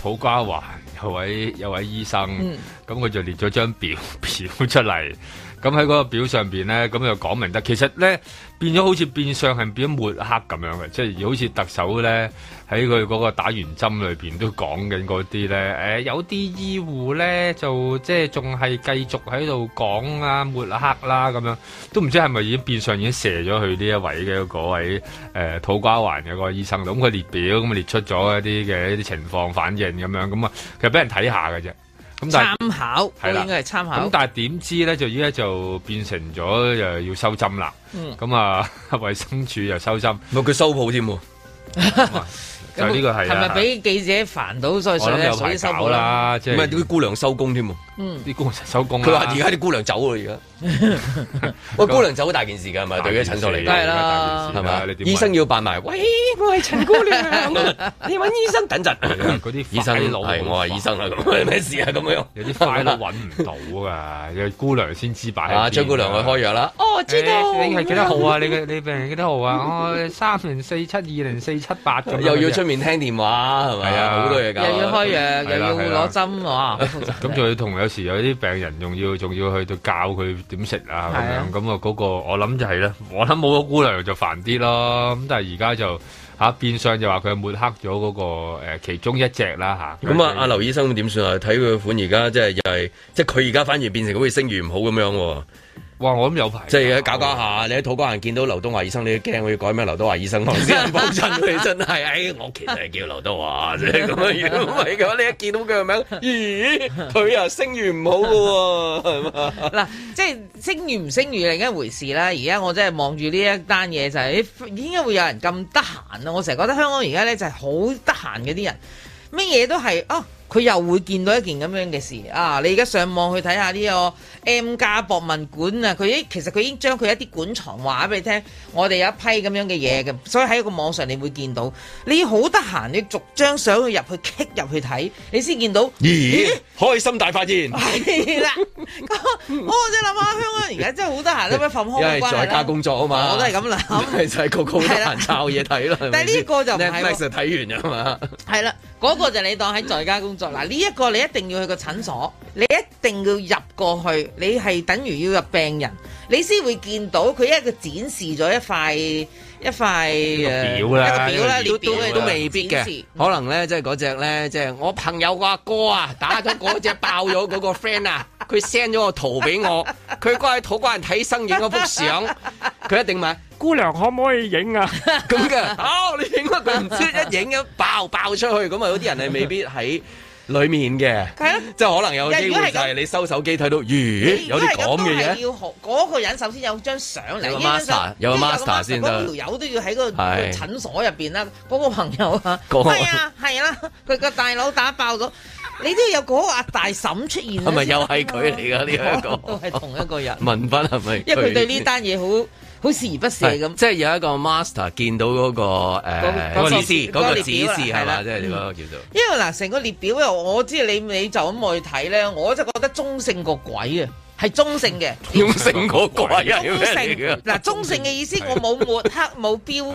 Speaker 3: 土瓜灣有位有位醫生，
Speaker 4: 嗯
Speaker 3: 咁佢、就列咗張表 表出嚟。咁喺嗰個表上邊咧，咁就講明得。其實咧變咗好似變相係變咗抹黑咁樣嘅，即係好似特首咧喺佢嗰個打完針裏邊都講緊嗰啲咧。誒、有啲醫護咧就即係仲係繼續喺度講啊抹黑啦咁樣，都唔知係咪已經變相已經射咗去呢一位嘅嗰位誒、土瓜灣嘅嗰個醫生度。咁佢列表咁列出咗一啲嘅一啲情況反應咁樣，咁啊其實俾人睇下嘅啫。咁但係
Speaker 4: 參考，我
Speaker 3: 係啦
Speaker 4: 應該係參
Speaker 3: 咁
Speaker 4: 考。
Speaker 3: 但係點知咧，就依家就變成咗又要收針啦。
Speaker 4: 嗯
Speaker 3: 咁啊， 衛生署又收針，
Speaker 2: 冇佢收鋪添喎，
Speaker 3: 就呢個係
Speaker 4: 係咪
Speaker 3: 啦。
Speaker 4: 俾記者煩到所
Speaker 3: 我
Speaker 4: 以所以
Speaker 3: 諗有
Speaker 4: 所
Speaker 3: 排
Speaker 4: 以收
Speaker 3: 搞
Speaker 4: 保啦？
Speaker 3: 啦，
Speaker 2: 唔
Speaker 3: 即
Speaker 2: 係
Speaker 3: 係
Speaker 2: 啊啲姑娘收工添喎。
Speaker 4: 嗯，
Speaker 3: 啲工人收工啦。
Speaker 2: 佢話而家啲姑娘走啊啦，而家。 喂，姑娘走好大件事㗎，係咪？對於診所嚟
Speaker 3: 梗
Speaker 2: 講，
Speaker 4: 係啦
Speaker 2: 係啊
Speaker 3: 嘛？
Speaker 2: 咪
Speaker 3: 你？點啊
Speaker 2: 醫生
Speaker 3: 揾
Speaker 2: 要扮埋，喂，我係陳姑娘， 你揾醫生等陣。
Speaker 3: 嗰啲
Speaker 2: 醫生
Speaker 3: 快佬
Speaker 2: 啊係我係醫生啊，咁咩事啊？咁樣
Speaker 3: 有啲快佬揾唔到㗎，有姑娘先知擺喺邊
Speaker 2: 啊，
Speaker 3: 啊。
Speaker 2: 張姑娘去開藥 啦。
Speaker 3: 我知道。你係幾多號啊？你嘅你病人幾多號啊？我三零四七二零四七 八咁
Speaker 2: 哦
Speaker 3: 樣。啊
Speaker 2: 又要出面聽電話係咪
Speaker 3: 係啊
Speaker 2: 好多嘢
Speaker 4: 又
Speaker 2: 搞，
Speaker 4: 要開藥，
Speaker 3: 係
Speaker 4: 又
Speaker 3: 啦
Speaker 4: 要
Speaker 3: 係啦
Speaker 4: 攞針，哇！好複雜
Speaker 3: 咁仲要同有時有啲病人仲要仲要去到教佢點食啊咁
Speaker 4: 係啊
Speaker 3: 樣，咁啊嗰個我諗就係咧，我諗冇咗姑娘就煩啲咯。咁但係而家就嚇變相就話佢抹黑咗嗰個誒其中一隻啦嚇。
Speaker 2: 咁啊，阿劉醫生點算啊？睇佢款而家即係又係，即係佢而家反而變成好似聲譽唔好咁樣喎。
Speaker 3: 哇！我諗有排啊
Speaker 2: 即係搞搞下，你喺土瓜灣見到劉德華醫生，你都驚我要改名劉德華醫生，我 先幫襯佢，真係，哎，我其實係叫劉德華 啫，咁樣樣，唔係嘅話，你一見到佢個名，咦，佢又聲譽唔好嘅喎，係嘛？
Speaker 4: 嗱，即係聲譽唔聲譽另一回事啦。而家我真係望住呢一單嘢就係、咦點解會有人咁得閒啊？我成日覺得香港而家咧就係好得閒嘅啲人，乜嘢都係啊。佢又會見到一件咁樣嘅事啊！你而家上網去睇下呢個 M 家博物館啊，佢已其實佢已經將佢一啲館藏話俾你聽，我哋有一批咁樣嘅嘢嘅，所以喺個網上你會見到，你好得閒，你逐張相去入去 k 入去睇，你先見到。
Speaker 2: 咦，開心大發現，
Speaker 4: 係啦，咁我就諗下香港人而家真係好得閒啦，咩放空
Speaker 2: 因
Speaker 4: 嘅
Speaker 2: 為
Speaker 4: 哦關係
Speaker 2: 在
Speaker 4: 啦
Speaker 2: 家工作啊嘛，
Speaker 4: 我都 係咁諗，
Speaker 2: 係就係個個都得閒抄嘢睇啦。係咪
Speaker 4: 但係呢個就唔係喎
Speaker 2: Netflix 就睇完啊嘛，
Speaker 4: 係啦，嗰、個就你當喺在家工作嗱，呢一個你一定要去個診所，你一定要入過去，你係等於要入病人，你先會見到佢一個展示咗一塊一塊
Speaker 3: 一個
Speaker 4: 誒
Speaker 3: 表啦
Speaker 4: 一個表
Speaker 3: 一個
Speaker 4: 啦，列表
Speaker 3: 表
Speaker 4: 嘅
Speaker 3: 都
Speaker 2: 未必
Speaker 4: 展示
Speaker 2: 嘅，可能咧即係嗰只咧，即係我朋友個阿哥啊，打咗嗰只爆咗嗰個 friend 啊，佢 send 咗個圖俾我，佢過去土瓜灣睇生影嗰幅相，佢一定問姑娘可唔可以影 啊？咁嘅，哦，你影啊！佢唔知一影咁爆爆出去，咁啊有啲人係未必喺。裡面嘅，
Speaker 4: 係咯
Speaker 2: 即係可能有機
Speaker 4: 如果
Speaker 2: 會
Speaker 4: 係咁
Speaker 2: 就係你收手機睇到，
Speaker 4: Dạ,
Speaker 2: 咦，有啲咁嘅嘢
Speaker 4: 係。要學嗰個人首先有張相嚟，
Speaker 2: 有個
Speaker 4: 呢張相
Speaker 2: master，有個
Speaker 4: 呢
Speaker 2: master 先得
Speaker 4: 嗰條友都要喺個
Speaker 2: 係
Speaker 4: 診所入邊啦，嗰個朋友啊，
Speaker 2: 嗰個
Speaker 4: 係啊，係啦，佢個大佬打爆咗，你都要有嗰個阿大嬸出現啦。啊
Speaker 2: 係咪又係佢嚟㗎呢一個
Speaker 4: 都係同一個人，
Speaker 2: 文斌係咪？
Speaker 4: 因為佢對呢單嘢好好視而不捨
Speaker 2: 係
Speaker 4: 咁。
Speaker 2: 即係有一個 master 見到嗰個誒
Speaker 4: 嗰
Speaker 2: 嗰
Speaker 4: 嗰
Speaker 2: 個
Speaker 4: 個
Speaker 2: 指示，
Speaker 4: 嗰
Speaker 2: 嗰
Speaker 4: 個
Speaker 2: 個
Speaker 4: 列
Speaker 2: 指
Speaker 4: 表啦
Speaker 2: 示係
Speaker 4: 係
Speaker 2: 嘛，
Speaker 4: 啦
Speaker 2: 即係嗰個叫做。
Speaker 4: 因為嗱，成個列表又我知你你就咁去睇咧，我就覺得中性個鬼啊，係中 性嘅。
Speaker 2: 中性嗰個 係
Speaker 4: 中性
Speaker 2: 哎咩嚟㗎？
Speaker 4: 嗱，中性嘅意思我冇抹黑冇標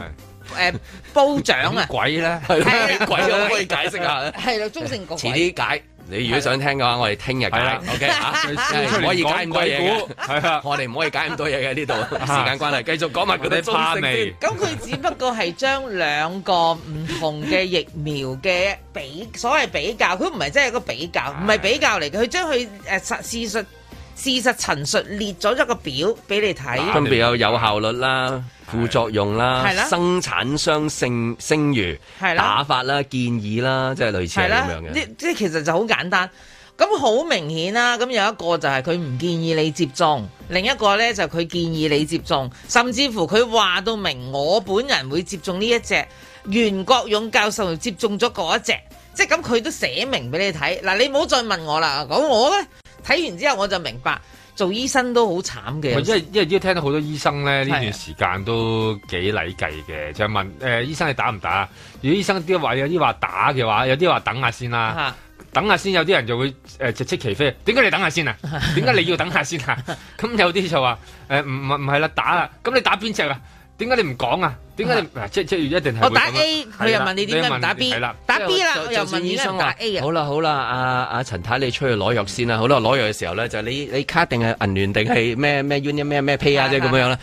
Speaker 4: 誒褒獎啊。
Speaker 3: 鬼咧，
Speaker 2: 係
Speaker 4: 係
Speaker 2: 啦
Speaker 4: 啦
Speaker 2: 鬼可唔可以解釋下咧？
Speaker 4: 係啦，中性個
Speaker 2: 遲
Speaker 4: 鬼。
Speaker 2: 啲解，你如果想聽嘅話，我哋聽日
Speaker 12: 係啦
Speaker 2: 解，OK
Speaker 12: 你
Speaker 2: 嚇，
Speaker 12: 先
Speaker 2: 因為
Speaker 12: 出嚟
Speaker 2: 唔可以解
Speaker 12: 講
Speaker 2: 咁多
Speaker 12: 鬼
Speaker 2: 嘢嘅
Speaker 12: 故，
Speaker 3: 係啊，
Speaker 2: 我哋唔可以解咁多嘢嘅呢度，時間關係，繼續講埋嗰
Speaker 3: 我哋
Speaker 2: 啲
Speaker 3: 怕
Speaker 2: 中式先
Speaker 3: 未
Speaker 4: 咁佢只不過係將兩個唔同嘅疫苗嘅比所謂比較，佢唔係真係一個比較，唔係比較嚟嘅，佢將佢誒實事實事實陳述列咗一個表俾你睇，
Speaker 2: 分別有有效率啦、副作用啦
Speaker 4: 係啦、
Speaker 2: 生產商聲聲譽、
Speaker 4: 係啦
Speaker 2: 打法啦、建議啦，即係類似係
Speaker 4: 係
Speaker 2: 咁
Speaker 4: 啦
Speaker 2: 樣，嘅
Speaker 4: 即。即係其實就好簡單。咁好明顯啦，咁有一個就係佢唔建議你接種，另一個呢就佢建議你接種，甚至乎佢話到明我本人會接種呢一隻，袁國勇教授接種咗嗰一隻，即係咁佢都寫明俾你睇。嗱，你唔好再問我啦，咁我呢，睇完之後我就明白，做醫生都好慘
Speaker 3: 唔係因
Speaker 4: 嘅。
Speaker 3: 為因為依家聽到好多醫生咧呢
Speaker 4: 係啊
Speaker 3: 段時間都幾禮計嘅，就係問誒、呃、醫生你打唔打？如果醫生啲話有啲話打嘅話，有啲話等下先啦。
Speaker 4: 嚇
Speaker 3: 等下先，有啲人就會誒直斥其非。點解你等下 先啊？點解你要等下先啊？ 咁有啲就話呃誒唔唔唔係啦，打啦。咁你打邊只啊？點解你唔講啊？點解你嗱即即一定係
Speaker 4: 我
Speaker 3: 會
Speaker 4: 打
Speaker 3: 咁樣啊
Speaker 4: A，佢又
Speaker 3: 係啦
Speaker 4: 問你點解唔打 B，
Speaker 3: 係啦，
Speaker 4: 打 B 啦，
Speaker 2: 就
Speaker 4: 我又
Speaker 2: 就算
Speaker 4: 問
Speaker 2: 醫
Speaker 4: 點解
Speaker 2: 生
Speaker 4: 唔
Speaker 2: 話
Speaker 4: 打 A 啊
Speaker 2: 好？啦好啦，阿阿陳太你出去攞藥先啦。好啦，攞藥嘅時候咧，就你你卡定係銀聯定係咩咩 Union 咩咩 Pay 啊，即係咁樣啦。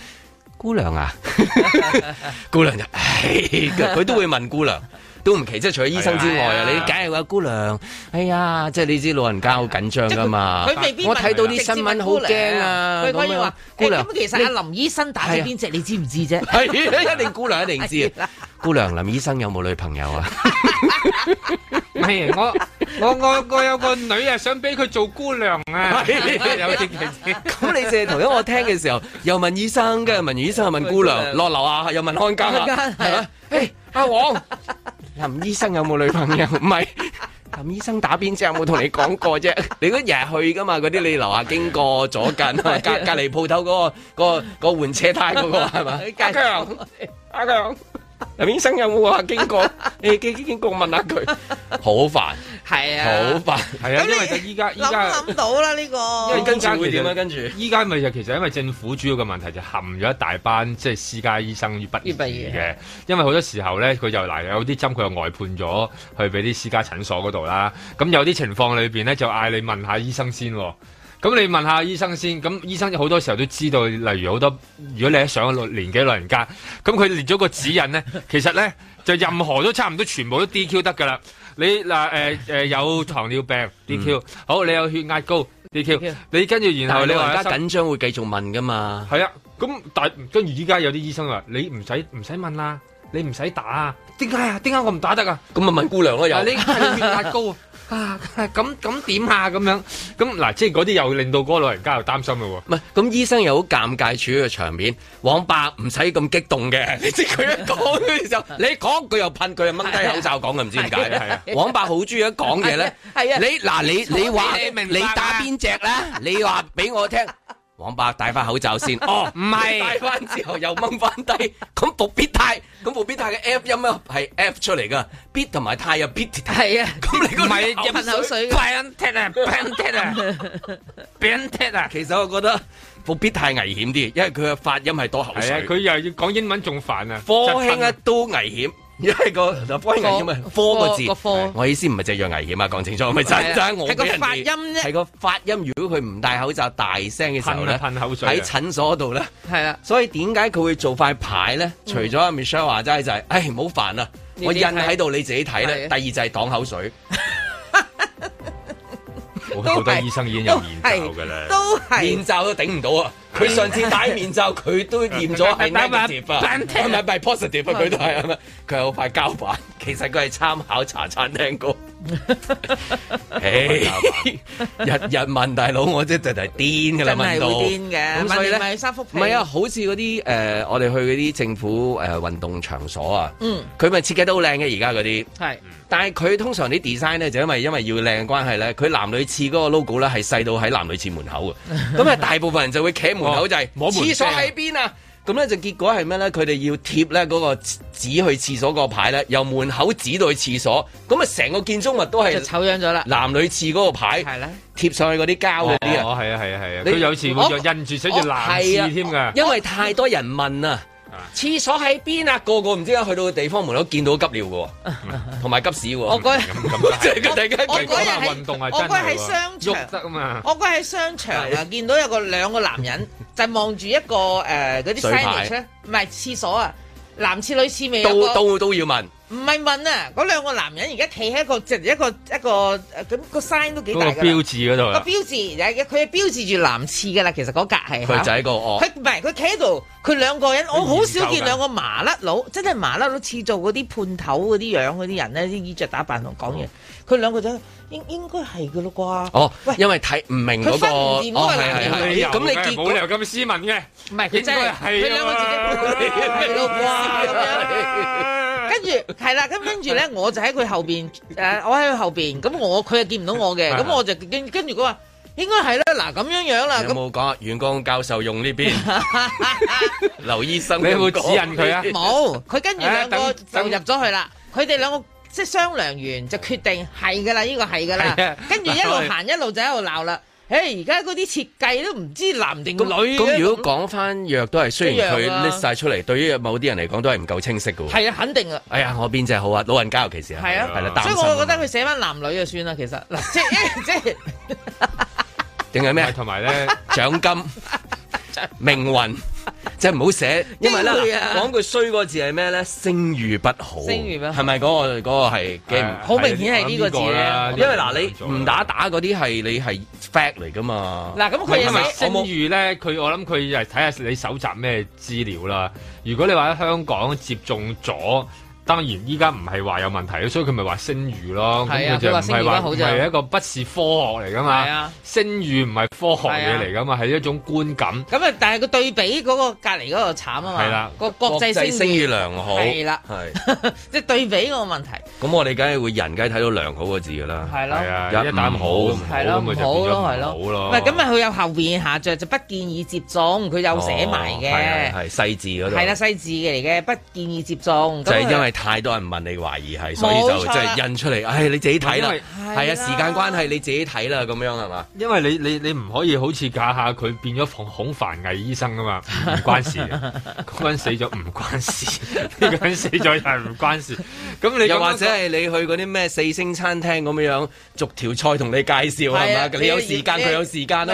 Speaker 2: 姑娘啊， 姑娘就唉，佢佢都會問姑娘。都唔奇，即係除咗醫生之外
Speaker 12: 係
Speaker 2: 啊
Speaker 12: 啊，
Speaker 2: 你梗係話姑娘，哎呀，即係你知老人家好緊張噶嘛。
Speaker 4: 佢未必
Speaker 2: 我睇到
Speaker 4: 問
Speaker 2: 啲
Speaker 4: 直接
Speaker 2: 新聞
Speaker 4: 問
Speaker 2: 好
Speaker 4: 姑娘
Speaker 2: 驚啊，
Speaker 4: 佢可以
Speaker 2: 咁樣
Speaker 4: 話
Speaker 2: 姑
Speaker 4: 誒
Speaker 2: 娘
Speaker 4: 咁其實阿林醫生打咗邊隻，你知唔知啫？
Speaker 2: 係一定姑娘一定知
Speaker 4: 係啦
Speaker 2: 啊。姑娘，林醫生有冇女朋友啊？
Speaker 3: 唔係我我我我有個女啊，想俾佢做姑娘 啊， 有啲
Speaker 2: 咁你借頭，因為我聽嘅時候又問醫生，跟住問完醫生又問姑娘，落樓啊又問看更啊，係啊，誒阿黃，林醫生有冇女朋友？唔係。林醫生打邊隻有冇同你講過啫？ 你嗰日日去噶嘛？嗰啲你樓下經過左 近啊，隔隔離鋪頭嗰個嗰個嗰個換車胎嗰個係 嘛？阿強，阿強，林醫生有冇話經 過？你經經過問下佢，好煩，
Speaker 4: 係
Speaker 2: 好
Speaker 4: 啊，
Speaker 2: 煩，
Speaker 3: 係啊，因為就依家依家。
Speaker 4: 諗諗到啦呢個。
Speaker 2: 因為跟住會點啊跟住
Speaker 3: 依家咪就其實因為政府主要嘅問題就含咗一大班即係私家醫生於不
Speaker 4: 於
Speaker 3: 義
Speaker 4: 不義
Speaker 3: 嘅，因為好多時候咧佢又嗱有啲針佢又外判咗去俾啲私家診所嗰度啦，咁有啲情況裏邊咧就嗌你問下醫生先喎。咁你問下醫生先，咁醫生好多時候都知道，例如好多，如果你喺上咗年紀老人家，咁佢列咗個指 引咧，其實咧就任何都差唔多全部都 DQ 得㗎啦。你嗱誒誒有糖尿病 DQ，、好你有血壓高 DQ，你跟住然
Speaker 2: 然
Speaker 3: 後
Speaker 2: 後
Speaker 3: 你
Speaker 2: 你
Speaker 3: 話
Speaker 2: 話
Speaker 3: 有
Speaker 2: 而家
Speaker 3: 心
Speaker 2: 緊張會繼續問噶嘛？
Speaker 3: 係啊，咁但跟住依家有啲醫生話：你唔使唔使問啦，你唔使打啊？點解啊？點解我唔打 得啊？
Speaker 2: 咁咪問姑娘咯又
Speaker 3: 啊。你係血 壓高啊啊！咁咁點啊？咁樣咁嗱，即係嗰啲又令到嗰個老人家又擔心咯
Speaker 2: 唔係，咁醫生又好尷尬處於個場面。黃伯唔使咁激 動嘅，你知佢一講嘅時候，你講佢又噴，佢又掹低口罩講嘅，唔知點
Speaker 3: 係啊係啊
Speaker 2: 解。黃伯好中意一講嘢咧，
Speaker 4: 係啊
Speaker 2: 你嗱你你話
Speaker 3: 你明白
Speaker 2: 你
Speaker 3: 啊
Speaker 2: 打邊只啦？你話俾我聽。黃伯戴翻口罩 先，哦，
Speaker 3: 唔係
Speaker 2: 戴翻之後又掹翻低，咁伏必泰，咁伏必泰嘅 F 音啊係 F 出嚟噶，必同埋泰啊必，
Speaker 4: 係啊，
Speaker 2: 咁你個
Speaker 3: 唔係
Speaker 2: 口
Speaker 4: 噴口水嘅。
Speaker 3: 喎。踢啊！踢啊！ 踢啊！
Speaker 2: 其實我覺得伏必泰危險啲，因為佢嘅發音係多口
Speaker 3: 係啊
Speaker 2: 水，。
Speaker 3: 佢又要講英文仲煩啊！
Speaker 2: 科興啊都危險，因為個嗱科興危險啊，科個字
Speaker 4: 個科
Speaker 2: 我意思唔係隻藥危險啊，講清楚，咪真
Speaker 4: 係啊
Speaker 2: 真我
Speaker 4: 係個
Speaker 2: 俾人哋
Speaker 4: 發音啫
Speaker 2: 係個發音。如果佢唔戴口罩大聲嘅時候咧，
Speaker 3: 噴啊噴口水啊
Speaker 2: 喺診所度咧，
Speaker 4: 係啦，
Speaker 2: 所以點解佢會做塊牌咧？除咗阿 Michelle 話齋就係，唉唔好煩啦，
Speaker 4: 你
Speaker 2: 我
Speaker 4: 自
Speaker 2: 印
Speaker 4: 己睇
Speaker 2: 喺嗯度你自己睇咧。
Speaker 4: 係
Speaker 2: 第二就係啊擋口水，
Speaker 3: 好
Speaker 4: 都係
Speaker 3: 好多醫生已經有面罩㗎啦。
Speaker 4: 都係
Speaker 2: 面罩都頂唔到啊！佢上次戴面罩佢都驗咗 係 negative 啊，唔係唔係 positive 啊，佢都係係咪？佢有塊膠板， 其實佢係參考茶餐廳 個。唉日日問大佬，我真係就係癲㗎啦，
Speaker 4: 真
Speaker 2: 問
Speaker 4: 係會
Speaker 2: 到。
Speaker 4: 癲嘅，
Speaker 2: 咁所以
Speaker 4: 問你
Speaker 2: 咧
Speaker 4: 咪三幅皮
Speaker 2: 唔係啊，，好似嗰啲誒，我哋去嗰啲政府誒、呃、運動場所啊，
Speaker 4: 嗯，
Speaker 2: 佢咪設計得好靚嘅而家嗰啲，
Speaker 4: 係
Speaker 2: 但係佢通常啲 design 咧，就因為因為要靚嘅關係咧，佢男女廁嗰個 logo 咧係細到喺男女廁門口嘅，咁啊大部分人就會企喺門口就係
Speaker 3: 摸門
Speaker 2: 廁所
Speaker 3: 聲
Speaker 2: 喺邊啊！咁咧就結果係咩咧？佢哋要貼咧嗰個指去廁所嗰個牌咧，由門口指到去廁所，咁啊成個建築物都
Speaker 4: 就
Speaker 2: 係
Speaker 4: 醜樣咗啦，
Speaker 2: 男女廁嗰個
Speaker 4: 係
Speaker 2: 牌
Speaker 4: 啦，
Speaker 2: 貼上去嗰啲膠嗰啲啊。
Speaker 3: 哦，係啊，係啊，係啊，
Speaker 2: 你
Speaker 3: 佢有時會
Speaker 2: 我
Speaker 3: 就印住寫住
Speaker 2: 我
Speaker 3: 男士
Speaker 2: 係啊
Speaker 3: 添㗎。
Speaker 2: 因為太多人問啊，廁所喺邊啊？個個唔知點解去到地方門口見到急尿嘅喎，同埋急屎喎。我
Speaker 4: 嗰日
Speaker 2: 即係大家
Speaker 4: 我嗰日喺我嗰日喺商場
Speaker 2: 喐得啊嘛。
Speaker 4: 我嗰日喺商場啊，見到有個兩個男人就望住一個誒嗰啲
Speaker 2: 水
Speaker 4: s i
Speaker 2: 牌
Speaker 4: g n 咧，唔係廁所啊，男廁女廁未有
Speaker 2: 都
Speaker 4: 個
Speaker 2: 都都要問，
Speaker 4: 唔係問啊，嗰兩個男人而家企喺一個即係一個一個誒咁個 sign 都幾
Speaker 3: 嗰
Speaker 4: 大
Speaker 3: 個
Speaker 4: 㗎啦
Speaker 3: 標誌嗰度啊
Speaker 4: 個
Speaker 3: 啦，
Speaker 4: 標誌誒佢係標誌住男廁㗎啦，其實嗰格係
Speaker 3: 佢就喺個哦，
Speaker 4: 哦佢唔係佢企喺度，佢兩個人我好
Speaker 3: 研
Speaker 4: 少
Speaker 3: 究
Speaker 4: 見
Speaker 3: 緊
Speaker 4: 兩個麻甩佬，真係麻甩佬似做嗰啲判頭嗰啲樣嗰啲人咧，啲衣着打扮同講嘢，
Speaker 3: 哦
Speaker 4: 佢兩個都應應該係㗎咯啩。
Speaker 2: 哦，因為睇唔明嗰
Speaker 4: 佢
Speaker 2: 個，
Speaker 4: 分唔
Speaker 2: 哦
Speaker 4: 掂嗰個
Speaker 2: 係
Speaker 4: 男
Speaker 2: 係
Speaker 4: 人
Speaker 2: 係咁你結
Speaker 3: 冇
Speaker 2: 果
Speaker 3: 理由咁斯文嘅，
Speaker 4: 唔係佢真係佢兩個自己
Speaker 3: 己
Speaker 4: 跟住係啦，咁跟住 咧，我就喺佢後邊，誒，我喺佢後邊，咁我佢又見唔到 我嘅，
Speaker 2: 係
Speaker 4: 咁我就跟跟住佢話應該係啦，嗱咁樣樣啦，
Speaker 2: 有
Speaker 4: 咁
Speaker 2: 冇講啊？袁光教授用呢 邊，劉醫生，
Speaker 3: 你有冇指引佢啊
Speaker 4: 冇，佢跟住兩個
Speaker 3: 啊
Speaker 4: 就
Speaker 3: 等
Speaker 4: 入咗去啦，佢哋兩個。即係商量完就決定係㗎啦，呢個係㗎啦
Speaker 2: 係啊，
Speaker 4: 跟住一路行一路就喺度鬧啦。誒，而家嗰啲設計都唔知男定女
Speaker 2: 咁
Speaker 4: 嘅
Speaker 2: 咁如果講翻藥都係，雖然佢
Speaker 4: 一樣啊
Speaker 2: list 晒出嚟，對於某啲人嚟講都係唔夠清晰嘅喎。
Speaker 4: 係啊，肯定啊。
Speaker 2: 哎呀，我邊只好啊？老人家尤其是
Speaker 4: 係啊，
Speaker 2: 係啦，擔
Speaker 4: 所以
Speaker 2: 心
Speaker 4: 我覺
Speaker 2: 啊
Speaker 4: 得佢寫翻男女就算啦，其實嗱，即係即係
Speaker 2: 定係咩？
Speaker 3: 同埋咧，
Speaker 2: 獎金、命運，即係唔好寫，因為
Speaker 4: 機會
Speaker 2: 咧
Speaker 4: 啊
Speaker 2: 講句衰個字係咩咧？聲譽不好，
Speaker 4: 聲譽不好
Speaker 2: 係咪嗰個嗰個係幾唔
Speaker 4: 好明顯係呢個字
Speaker 2: 係啊
Speaker 4: 咧。
Speaker 2: 因為嗱，你唔打打嗰啲係你係 fact 嚟噶嘛？
Speaker 4: 嗱咁佢又
Speaker 2: 唔係因為
Speaker 4: 寫
Speaker 2: 我
Speaker 3: 聲
Speaker 2: 冇
Speaker 3: 譽咧，佢我諗佢係睇下你搜集咩資料啦。如果你話喺香港接種咗，當然依家唔係話有問題，所以佢咪話聲譽咯。咁
Speaker 4: 係啊
Speaker 3: 佢就
Speaker 4: 佢話
Speaker 3: 唔
Speaker 4: 聲譽
Speaker 3: 係
Speaker 4: 不
Speaker 3: 話
Speaker 4: 好
Speaker 3: 唔
Speaker 4: 就
Speaker 3: 係一個不是科學嚟噶
Speaker 4: 係
Speaker 3: 嘛
Speaker 4: 啊。
Speaker 3: 聲譽唔係科學嘢嚟噶嘛，係一種觀感。
Speaker 4: 咁啊，但係佢對比嗰個隔離嗰個慘啊嘛，
Speaker 3: 係啦
Speaker 4: 個國際聲
Speaker 2: 譽
Speaker 4: 譽
Speaker 2: 良好，
Speaker 4: 係啦，
Speaker 2: 係。
Speaker 4: 即係對比個問題
Speaker 2: 咁我哋梗係會人梗係睇到良好個字㗎啦，
Speaker 4: 係咯係啊
Speaker 2: 有
Speaker 3: 一打唔
Speaker 2: 唔
Speaker 3: 好
Speaker 2: 好
Speaker 3: 咁
Speaker 2: 唔
Speaker 4: 係咯，
Speaker 3: 咁咪就
Speaker 4: 好
Speaker 3: 變咗
Speaker 4: 咯
Speaker 3: 唔
Speaker 4: 係咯，
Speaker 3: 好咯
Speaker 4: 唔係咁啊，佢有後邊下着就不建議接種，佢有寫埋
Speaker 2: 哦係
Speaker 4: 嘅，
Speaker 2: 係細字嗰度，
Speaker 4: 係啦，西字嘅嚟嘅，不建議接種，
Speaker 2: 就
Speaker 4: 咁
Speaker 2: 係因
Speaker 4: 佢
Speaker 2: 為太多人問你懷疑係，所以
Speaker 4: 冇
Speaker 2: 就
Speaker 4: 錯
Speaker 2: 即
Speaker 4: 啦
Speaker 2: 係印出嚟，唉你自己睇啦
Speaker 3: 因為，
Speaker 2: 係啊時間關係你自己睇啦咁樣係嘛？
Speaker 3: 因為你你你唔可以好似假下佢變咗孔孔繁毅醫生啊嘛，唔關事嘅， 嗰個人死咗唔關事， 呢個人死咗又係唔關事。咁你
Speaker 2: 又或者係你去嗰啲咩四星餐廳咁樣，逐條菜同你介紹係
Speaker 4: 係
Speaker 2: 嘛
Speaker 4: 啊？
Speaker 2: 你有時間佢有時間啊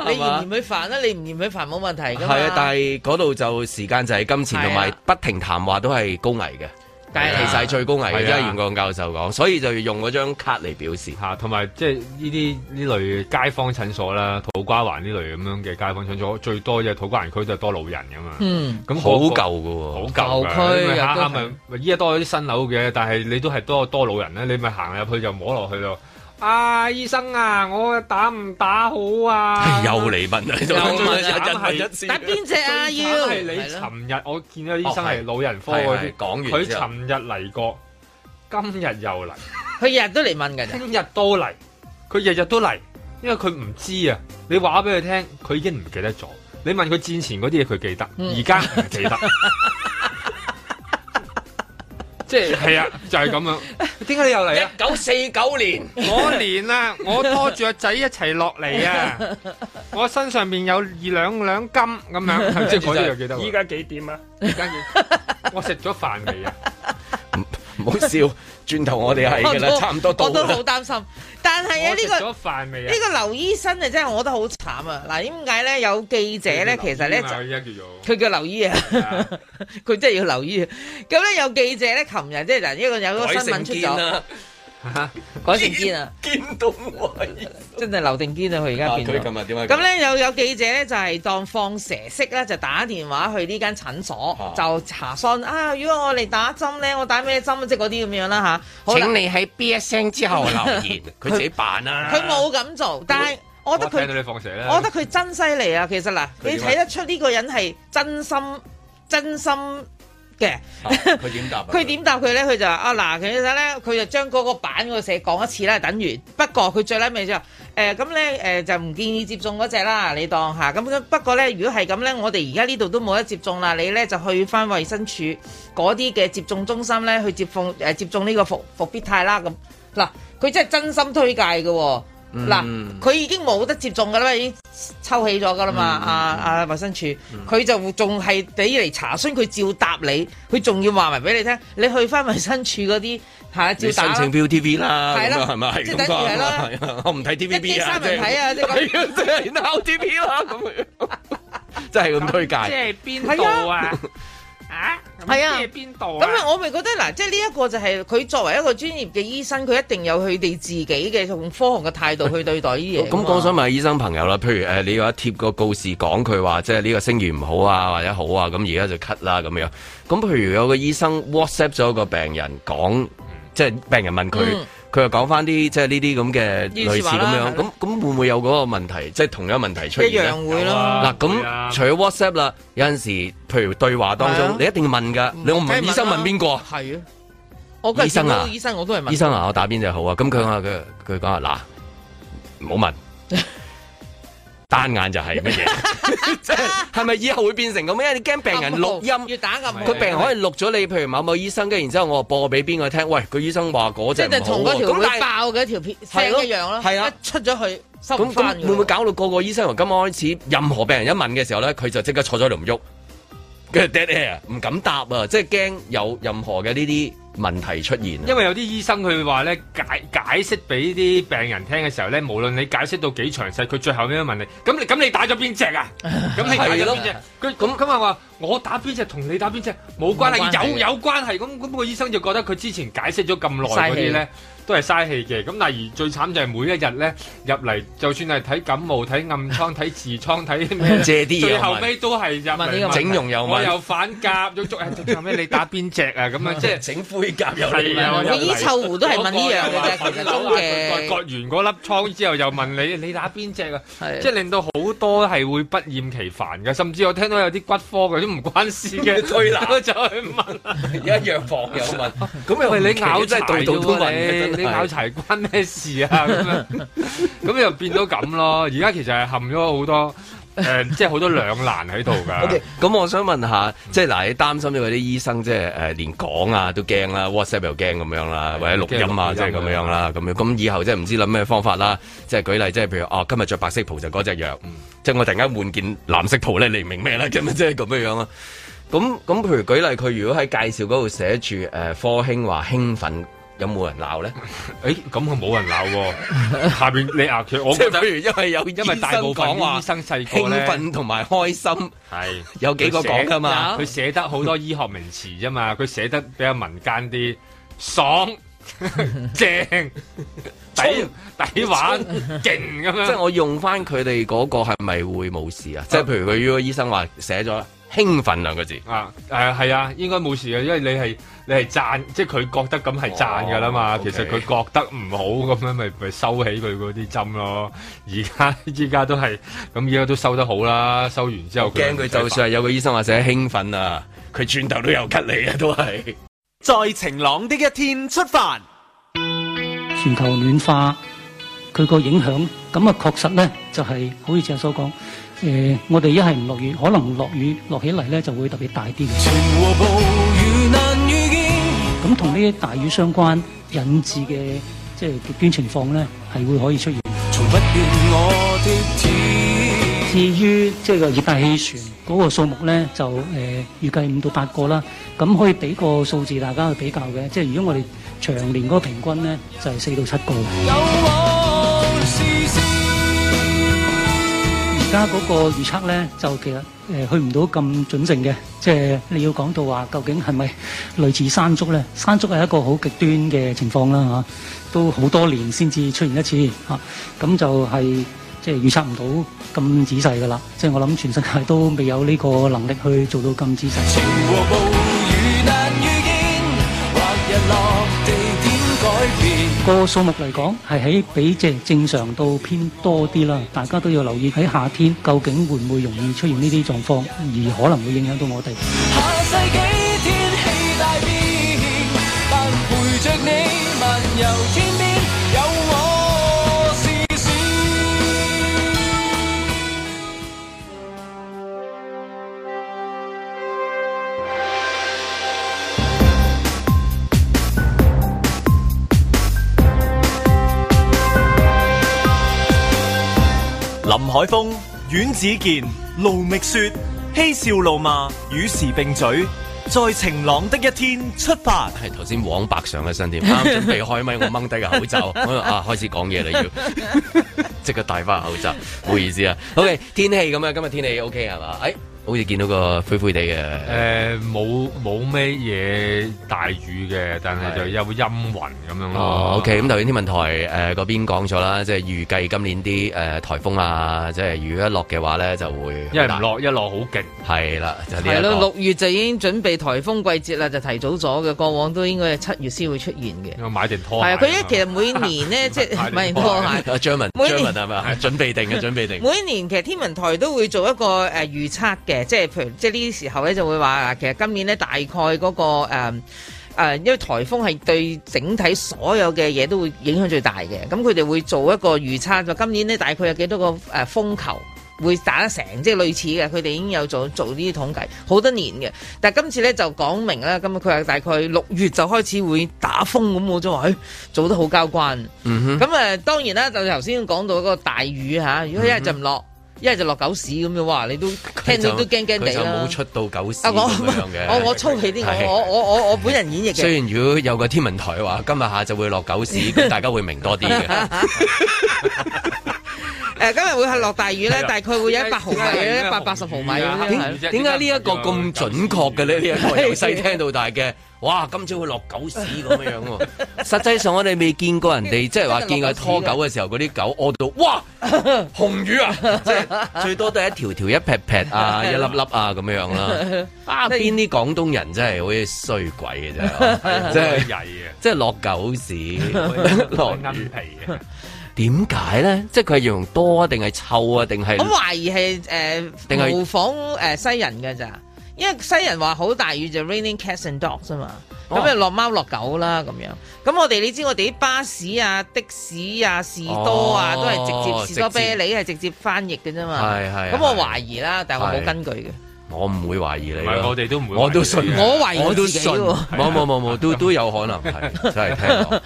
Speaker 2: 嘛，
Speaker 4: 你
Speaker 2: 係
Speaker 4: 嫌
Speaker 2: 嘛
Speaker 4: 嫌？佢煩啦，你唔嫌佢煩冇問題㗎嘛。
Speaker 2: 係啊，但係嗰度就時間就係金錢，
Speaker 4: 係啊
Speaker 2: 同埋不停談話都係高危嘅。
Speaker 4: 梗係啦
Speaker 2: 其實係最高危嘅，
Speaker 3: 係啊
Speaker 2: 因為袁國勇教授講，所以就要用嗰張卡嚟表示。
Speaker 3: 嚇，同埋即係呢啲呢類街坊診所啦，土瓜灣呢類咁樣嘅街坊診所，最多嘅土瓜灣區就係多老人噶嘛。
Speaker 4: 嗯，
Speaker 3: 咁
Speaker 2: 好啊
Speaker 3: 嗰
Speaker 2: 舊
Speaker 3: 個
Speaker 2: 嘅喎，
Speaker 3: 好
Speaker 4: 舊
Speaker 3: 舊
Speaker 4: 區
Speaker 3: 㗎，因為
Speaker 4: 又
Speaker 3: 啱
Speaker 4: 都
Speaker 3: 啱
Speaker 4: 係
Speaker 3: 咪咪依家多咗啲新樓嘅，但係你都係多多老人咧，你咪行入去就摸落去咯。啊，醫生啊，我打唔打好啊？
Speaker 2: 又嚟問啦，
Speaker 3: 又
Speaker 2: 又
Speaker 3: 問
Speaker 2: 問
Speaker 3: 啊
Speaker 2: 一日問一次。
Speaker 4: 打邊只啊？
Speaker 3: 最
Speaker 4: 要
Speaker 3: 慘係你
Speaker 4: 係咯
Speaker 3: 尋日，我見到醫生
Speaker 2: 哦
Speaker 3: 係
Speaker 2: 係
Speaker 3: 老人科嗰
Speaker 2: 哦係係
Speaker 3: 啲，
Speaker 2: 講完
Speaker 3: 佢
Speaker 2: 之後
Speaker 3: 尋日嚟過，今日又嚟，
Speaker 4: 佢日日都嚟問㗎咋。
Speaker 3: 聽日都嚟，佢日日都嚟，因為佢唔知啊。你話俾佢聽，佢已經唔記得咗。你問佢戰前嗰啲嘢，佢記得，而家唔記得。即係係啊，就係咁樣。點解你又嚟啊？
Speaker 2: 九四九年，
Speaker 3: 我年啊， 我拖住個仔一齊落嚟啊！我身上面有二兩兩金咁樣，即係嗰啲又記得喎。依家幾點啊？依家幾？ 我食咗飯未啊？
Speaker 2: 唔好笑，轉頭我哋係㗎啦，差唔多到
Speaker 4: 我都
Speaker 2: 啦
Speaker 4: 好。擔心。但係啊，
Speaker 3: 我食
Speaker 4: 呢個
Speaker 3: 咗飯未啊？
Speaker 4: 呢個劉醫生啊，真係我覺得好慘啊！嗱，點解咧？有記者咧，其實咧就
Speaker 2: 啊
Speaker 3: 佢依家 叫做
Speaker 4: 佢叫劉醫啊，佢真係要劉醫啊。咁咧有記者咧，琴日即係嗱，呢個有個
Speaker 2: 改
Speaker 4: 新
Speaker 2: 成啊
Speaker 4: 聞出
Speaker 2: 見
Speaker 4: 咗，
Speaker 2: 啦，
Speaker 4: 改成堅啊，
Speaker 2: 見到我係。
Speaker 4: 真係劉定堅啊！佢而家
Speaker 2: 啊
Speaker 4: 變
Speaker 2: 佢
Speaker 4: 咗。
Speaker 2: 琴日點啊？
Speaker 4: 咁咧有有記者咧就係當放蛇式咧，就打電話去呢間診所
Speaker 2: 啊
Speaker 4: 就查詢啊，如果我嚟打針咧，我打咩針啊即係嗰啲咁樣啦吓，好啦
Speaker 2: 請你啊喺 B 一聲之後留言，佢自己扮啦。
Speaker 4: 佢冇咁做，但係我覺
Speaker 3: 我
Speaker 4: 得佢
Speaker 3: 聽。到你放蛇啦。
Speaker 4: 我覺得佢真犀利啊！其實嗱，
Speaker 2: 佢
Speaker 4: 你
Speaker 2: 點啊
Speaker 4: 睇得出呢個人係真心真心嘅。
Speaker 2: 啊佢點答啊？
Speaker 4: 佢點答佢咧？佢就話啊嗱，其實咧，佢就將嗰個版嗰個寫講一次啦，等於不過佢最拉尾就話誒咁咧誒就唔建議接種嗰只啦，你當下咁咁不過咧，如果係咁咧，我哋而家呢度都冇得接種啦，你咧就去翻衛生署嗰啲嘅接種中心
Speaker 2: 嗯
Speaker 4: 咧去接種誒、接種呢個復復必泰啦咁嗱，佢真係真心推介嘅喎、
Speaker 2: 嗯
Speaker 4: 嗱，佢已經冇得接種㗎啦，已經抽起咗㗎啦嘛，
Speaker 2: 嗯
Speaker 4: 啊啊衞生署，佢就仲係俾嚟查詢，佢照答你，佢仲要話埋俾你聽，你去翻衞生署嗰啲嚇照
Speaker 2: 你
Speaker 4: 打
Speaker 2: 申
Speaker 4: 啦
Speaker 2: 請 ViuTV 啦，咁啊
Speaker 4: 係啦
Speaker 2: 樣係咪？
Speaker 4: 即係
Speaker 2: 咁
Speaker 4: 等於係啦
Speaker 2: 啊係啊 我唔睇 TVB 啊，
Speaker 4: 一機三人睇啊
Speaker 2: 即
Speaker 4: 即
Speaker 2: 係
Speaker 4: 係
Speaker 2: 係啊即係然後 TV 啦，咁樣 真係咁推介。
Speaker 4: 即係邊度啊？
Speaker 13: 啊，
Speaker 4: 係啊，
Speaker 13: 邊度
Speaker 4: 咁啊，我咪覺得嗱，即係呢一個就係佢作為一個專業嘅醫生，佢一定有佢哋自己嘅用科學嘅態度去對待呢啲嘢㗎
Speaker 2: 哦咁
Speaker 4: 嘛。
Speaker 2: 講想問下醫生朋友啦，譬如誒、呃你話貼個告示講佢話即係啊呢個聲譽唔好啊，或者好啊，咁而家就 cut 啦咁樣。咁譬如有個醫生 WhatsApp 咗個病人
Speaker 4: 嗯
Speaker 2: 講，即係病人問佢，
Speaker 14: 嗯
Speaker 2: 佢又講翻啲即係呢啲咁嘅
Speaker 14: 醫
Speaker 2: 類
Speaker 14: 事
Speaker 2: 似
Speaker 14: 話
Speaker 2: 咁
Speaker 14: 啦
Speaker 2: 樣，
Speaker 14: 係
Speaker 2: 咁咁會唔會有嗰個問題，即係同樣問題出現啊呢
Speaker 4: 一樣會咯
Speaker 2: 嗱，
Speaker 4: 會啊
Speaker 2: 咁除咗 WhatsApp 啦，有陣時譬如對話當
Speaker 4: 係啊
Speaker 2: 中，你一定要問㗎，你我唔問醫生問邊個？
Speaker 4: 係啊，我梗
Speaker 2: 醫
Speaker 4: 係見
Speaker 2: 生啊
Speaker 4: 到醫生我都係問
Speaker 2: 醫生啊，我打邊隻好啊？咁佢話佢佢講話嗱， 唔好問，單眼就係乜嘢？即係係咪以後會變成咁？因為你驚病人錄音，
Speaker 4: 哦要打暗號
Speaker 2: 佢病人可以錄咗你，譬如某某醫生，跟住然之後我播俾邊個聽，喂，個醫生話嗰
Speaker 4: 即
Speaker 2: 隻
Speaker 4: 係
Speaker 2: 唔好
Speaker 4: 同嗰
Speaker 2: 喎
Speaker 4: 條
Speaker 2: 咁
Speaker 4: 會
Speaker 2: 但係
Speaker 4: 爆嘅一條片
Speaker 2: 係咯
Speaker 4: 聲一樣咯，
Speaker 2: 係啊
Speaker 4: 一出咗去收唔
Speaker 2: 咁
Speaker 4: 翻
Speaker 2: 咁會唔會搞到個個醫生由今日開始，任何病人一問嘅時候咧，佢就即刻坐咗喺度唔喐，跟住 dead air，唔敢答啊！即係驚有任何嘅呢啲問題出現啊。
Speaker 3: 因為有啲醫生佢話咧解解釋俾啲病人聽嘅時候咧，無論你解釋到幾詳細，佢最後尾都問你：咁你咁你打咗邊只 啊？咁你打咗邊只？佢咁咁啊話我打邊只同你打邊只冇關
Speaker 2: 冇關係
Speaker 3: 係，有
Speaker 2: 嘅
Speaker 3: 有關係。咁咁個醫生就覺得佢之前解釋咗咁耐嗰
Speaker 2: 嘥氣
Speaker 3: 啲咧。都係嘥氣嘅，咁但係而最慘就係每一日咧入嚟，就算係睇感冒、睇暗瘡、睇痔瘡、睇 咩，
Speaker 2: 借啲嘢
Speaker 3: 最後
Speaker 2: 問
Speaker 3: 尾都係入
Speaker 2: 問呢
Speaker 3: 嚟
Speaker 2: 個
Speaker 3: 問
Speaker 2: 整容又問
Speaker 3: 我又反甲，喐喐誒，最後尾你打邊只啊？咁樣即係
Speaker 2: 整灰甲
Speaker 3: 又
Speaker 2: 嚟
Speaker 3: 係啊，
Speaker 4: 佢醫臭狐都係問呢樣
Speaker 3: 嗰個又
Speaker 4: 嘅
Speaker 3: 話
Speaker 4: 啫，其
Speaker 3: 割
Speaker 4: 實中嘅
Speaker 3: 割割完嗰粒瘡之後又問你你打邊只啊？
Speaker 4: 係
Speaker 3: 即係令到好多係會不厭其煩嘅，甚至我聽到有啲骨科嘅都唔關事 嘅
Speaker 2: 推拿
Speaker 3: 就去問，
Speaker 2: 而家藥房有 問，咁
Speaker 3: 喂你咬
Speaker 2: 真
Speaker 3: 柴
Speaker 2: 係度度都
Speaker 3: 啫
Speaker 2: 問
Speaker 3: 喎
Speaker 2: 嘅，
Speaker 3: 你你咬柴關咩事啊？咁樣咁又變到咁咯。而家其實係含咗好多 誒，即係好多兩難喺度㗎。
Speaker 2: O K，咁 我想問下，即係嗱，你擔心咗嗰啲醫生，即係誒連講啊都驚啦，WhatsApp 又驚咁樣啦，或者錄音啊，
Speaker 3: 驚錄音
Speaker 2: 即係咁樣啦，咁樣咁以後即係唔知諗咩方法啦。即係舉例，即係譬如哦，今日着白色袍就嗰隻藥，
Speaker 3: 嗯
Speaker 2: 即係我突然間換件藍色袍咧，你唔明咩啦？ 咁樣即係咁樣樣啦。咁咁譬如舉例，佢如果喺介紹嗰度寫住誒科興話興奮，有冇人鬧咧？
Speaker 3: 誒，咁佢冇人鬧喎。下邊你啊，其實我
Speaker 2: 即係
Speaker 3: 覺得
Speaker 2: 譬如因為有
Speaker 3: 因為大部分
Speaker 2: 醫生講話
Speaker 3: 啲醫生細個咧
Speaker 2: 興奮同埋開心
Speaker 3: 係
Speaker 2: 有幾個講㗎嘛
Speaker 3: 佢寫得好多醫學名詞啫嘛，佢寫得比較民間啲， 爽、正、抵 抵玩、勁咁樣。
Speaker 2: 即係我用翻佢哋嗰個係咪會冇事啊？即係譬如佢如果醫生話寫咗興奮兩個字，
Speaker 3: 啊，誒係啊，應該冇事嘅，因為你係你係讚，即係佢覺得咁係讚㗎啦嘛。
Speaker 2: 哦
Speaker 3: 其實
Speaker 2: OK
Speaker 3: 佢覺得唔好咁樣，咪咪收起佢嗰啲針咯。而家依家都係咁，而家都收得好啦。收完之後
Speaker 2: 驚佢就算係有個醫生話寫興奮啊，佢轉頭都有吉你啊，都係。
Speaker 15: 在晴朗的一天出發。
Speaker 6: 全球暖化佢個影響，咁啊確實咧就係、好似正所講，誒、我哋一係唔落雨，可能落雨落起嚟咧就會特別大啲。咁同呢啲大雨相關引致嘅即係極端情況咧，係會可以出現。至於即係個熱帶氣旋嗰個數目咧，就誒、呃、預計五到八個啦。咁可以俾個數字大家去比較嘅，即係如果我哋長年嗰個平均咧，就係四到七個。而家嗰個預測咧，就其實誒、呃去唔到咁準成嘅，即係你要講到話究竟係咪類似山竹咧？山竹係一個好極端嘅情況啦嚇、都好多年先至出現一次嚇，咁、就係、即係預測唔到咁仔細噶啦。即係我諗全世界都未有呢個能力去做到咁仔細。個數目嚟講係喺比即係正常到偏多啲啦，大家都要留意喺夏天究竟會唔會容易出現呢啲狀況，而可能會影響到我哋。
Speaker 1: Hãy subscribe cho kênh Ghiền Mì Gõ Để không bỏ lỡ 林海峰、阮子健、卢觅雪，嬉笑怒骂，与时并举，在晴朗的一天出發。
Speaker 2: 系頭先往白上嘅身 添，啱準備開咪，我掹低個口 罩，我啊開始講嘢啦要， 即刻戴翻口罩，唔好意思啊。OK，天氣咁啊，今日天氣 OK 係嘛？誒、哎好似見到個灰灰地嘅，
Speaker 3: 誒呃冇冇咩嘢大雨嘅，但係就有陰雲咁樣咯。
Speaker 2: 哦，OK，咁頭先天文台呃誒嗰、邊講咗啦，即係預計今年啲誒、颱風啊，即係如果一落嘅話咧，就會
Speaker 3: 一係唔落一落好勁，
Speaker 2: 係啦，就呢、
Speaker 4: 係啊
Speaker 2: 一
Speaker 4: 咯，
Speaker 2: 個
Speaker 4: 六月就已經準備颱風季節啦，就提早咗嘅。過往都應該係七月先會出現嘅。
Speaker 3: 我買定拖
Speaker 4: 係
Speaker 3: 鞋。
Speaker 4: 啊，佢一其實每年呢， 即係唔係拖鞋。
Speaker 2: 啊，German
Speaker 4: 每
Speaker 2: German
Speaker 4: 年
Speaker 2: 係咪啊？準備定 嘅，準備定。
Speaker 4: 每年其實天文台都會做一個誒、呃、預測嘅，即係譬如即係呢啲時候咧就會話啊其實今年咧大概嗰、個誒、呃呃因為颱風係對整體所有嘅嘢都會影響最大嘅，咁佢哋會做一個預測，就今年咧大概有幾多個誒、呃、風球。會打得成，即係類似嘅，佢哋已經有做做呢啲統計好多年嘅。但係今次咧就講明啦，咁佢話大概六月就開始會打風咁，我就話、哎、做得好交關。
Speaker 7: 嗯
Speaker 4: 咁誒、當然啦，就頭先講到嗰個大雨嚇，如果一係就唔落，一係就落狗屎咁樣，哇！你都聽到都驚驚
Speaker 2: 嗯佢
Speaker 4: 地
Speaker 2: 就
Speaker 4: 啦
Speaker 2: 冇。出到九市
Speaker 4: 啊！
Speaker 2: 咁
Speaker 4: 我
Speaker 2: 樣嘅。
Speaker 4: 我我粗氣啲，
Speaker 2: 係
Speaker 4: 我我我我我本人演繹
Speaker 2: 雖
Speaker 4: 嘅。
Speaker 2: 然如果有個天文台話今日下晝會落狗屎，咁大家會明多啲 嘅。
Speaker 4: 誒，今日會係落大雨咧
Speaker 2: 係，啊啊
Speaker 4: 大概會有一百毫米咧，一百八十毫米咁樣。
Speaker 2: 點點解呢一個咁準確嘅呢？呢一個由細聽到大嘅，哇！今朝會落狗屎咁樣樣喎。 實際上我哋未見過人哋，即係話見佢拖狗嘅時候，嗰啲狗屙到哇紅魚 啊！即係最多都係一條條、一撇撇啊、一粒粒啊咁樣樣 啦。啊，邊啲廣東人真係好似衰鬼嘅真係，即 係
Speaker 3: 曳嘅，
Speaker 2: 即係落狗 屎 落啊
Speaker 3: 啱皮嘅。
Speaker 2: 點解咧？即係佢係形容多啊定係臭啊，定係
Speaker 4: 我懷疑係誒
Speaker 2: 定係
Speaker 4: 模仿誒西人嘅咋，因為西人話好大雨就 raining cats and dogs 啊嘛，
Speaker 2: 哦
Speaker 4: 咁就落貓落狗啦咁樣。咁我哋你知我哋啲巴士啊、的士啊、士多啊，
Speaker 2: 哦
Speaker 4: 都係直接士多
Speaker 2: 直接
Speaker 4: 啤梨係直接翻譯嘅啫嘛。
Speaker 2: 係係
Speaker 4: 咁我
Speaker 2: 係
Speaker 4: 懷疑啦，但係我冇根據嘅。
Speaker 2: 我唔會懷疑你
Speaker 3: 唔係
Speaker 2: 啦，
Speaker 3: 我哋都唔會
Speaker 2: 我都
Speaker 3: 懷疑
Speaker 2: 信，
Speaker 3: 你我懷疑
Speaker 2: 我都
Speaker 4: 自己
Speaker 2: 信，
Speaker 4: 喎
Speaker 2: 冇冇冇 冇，都都有可能係真係聽落。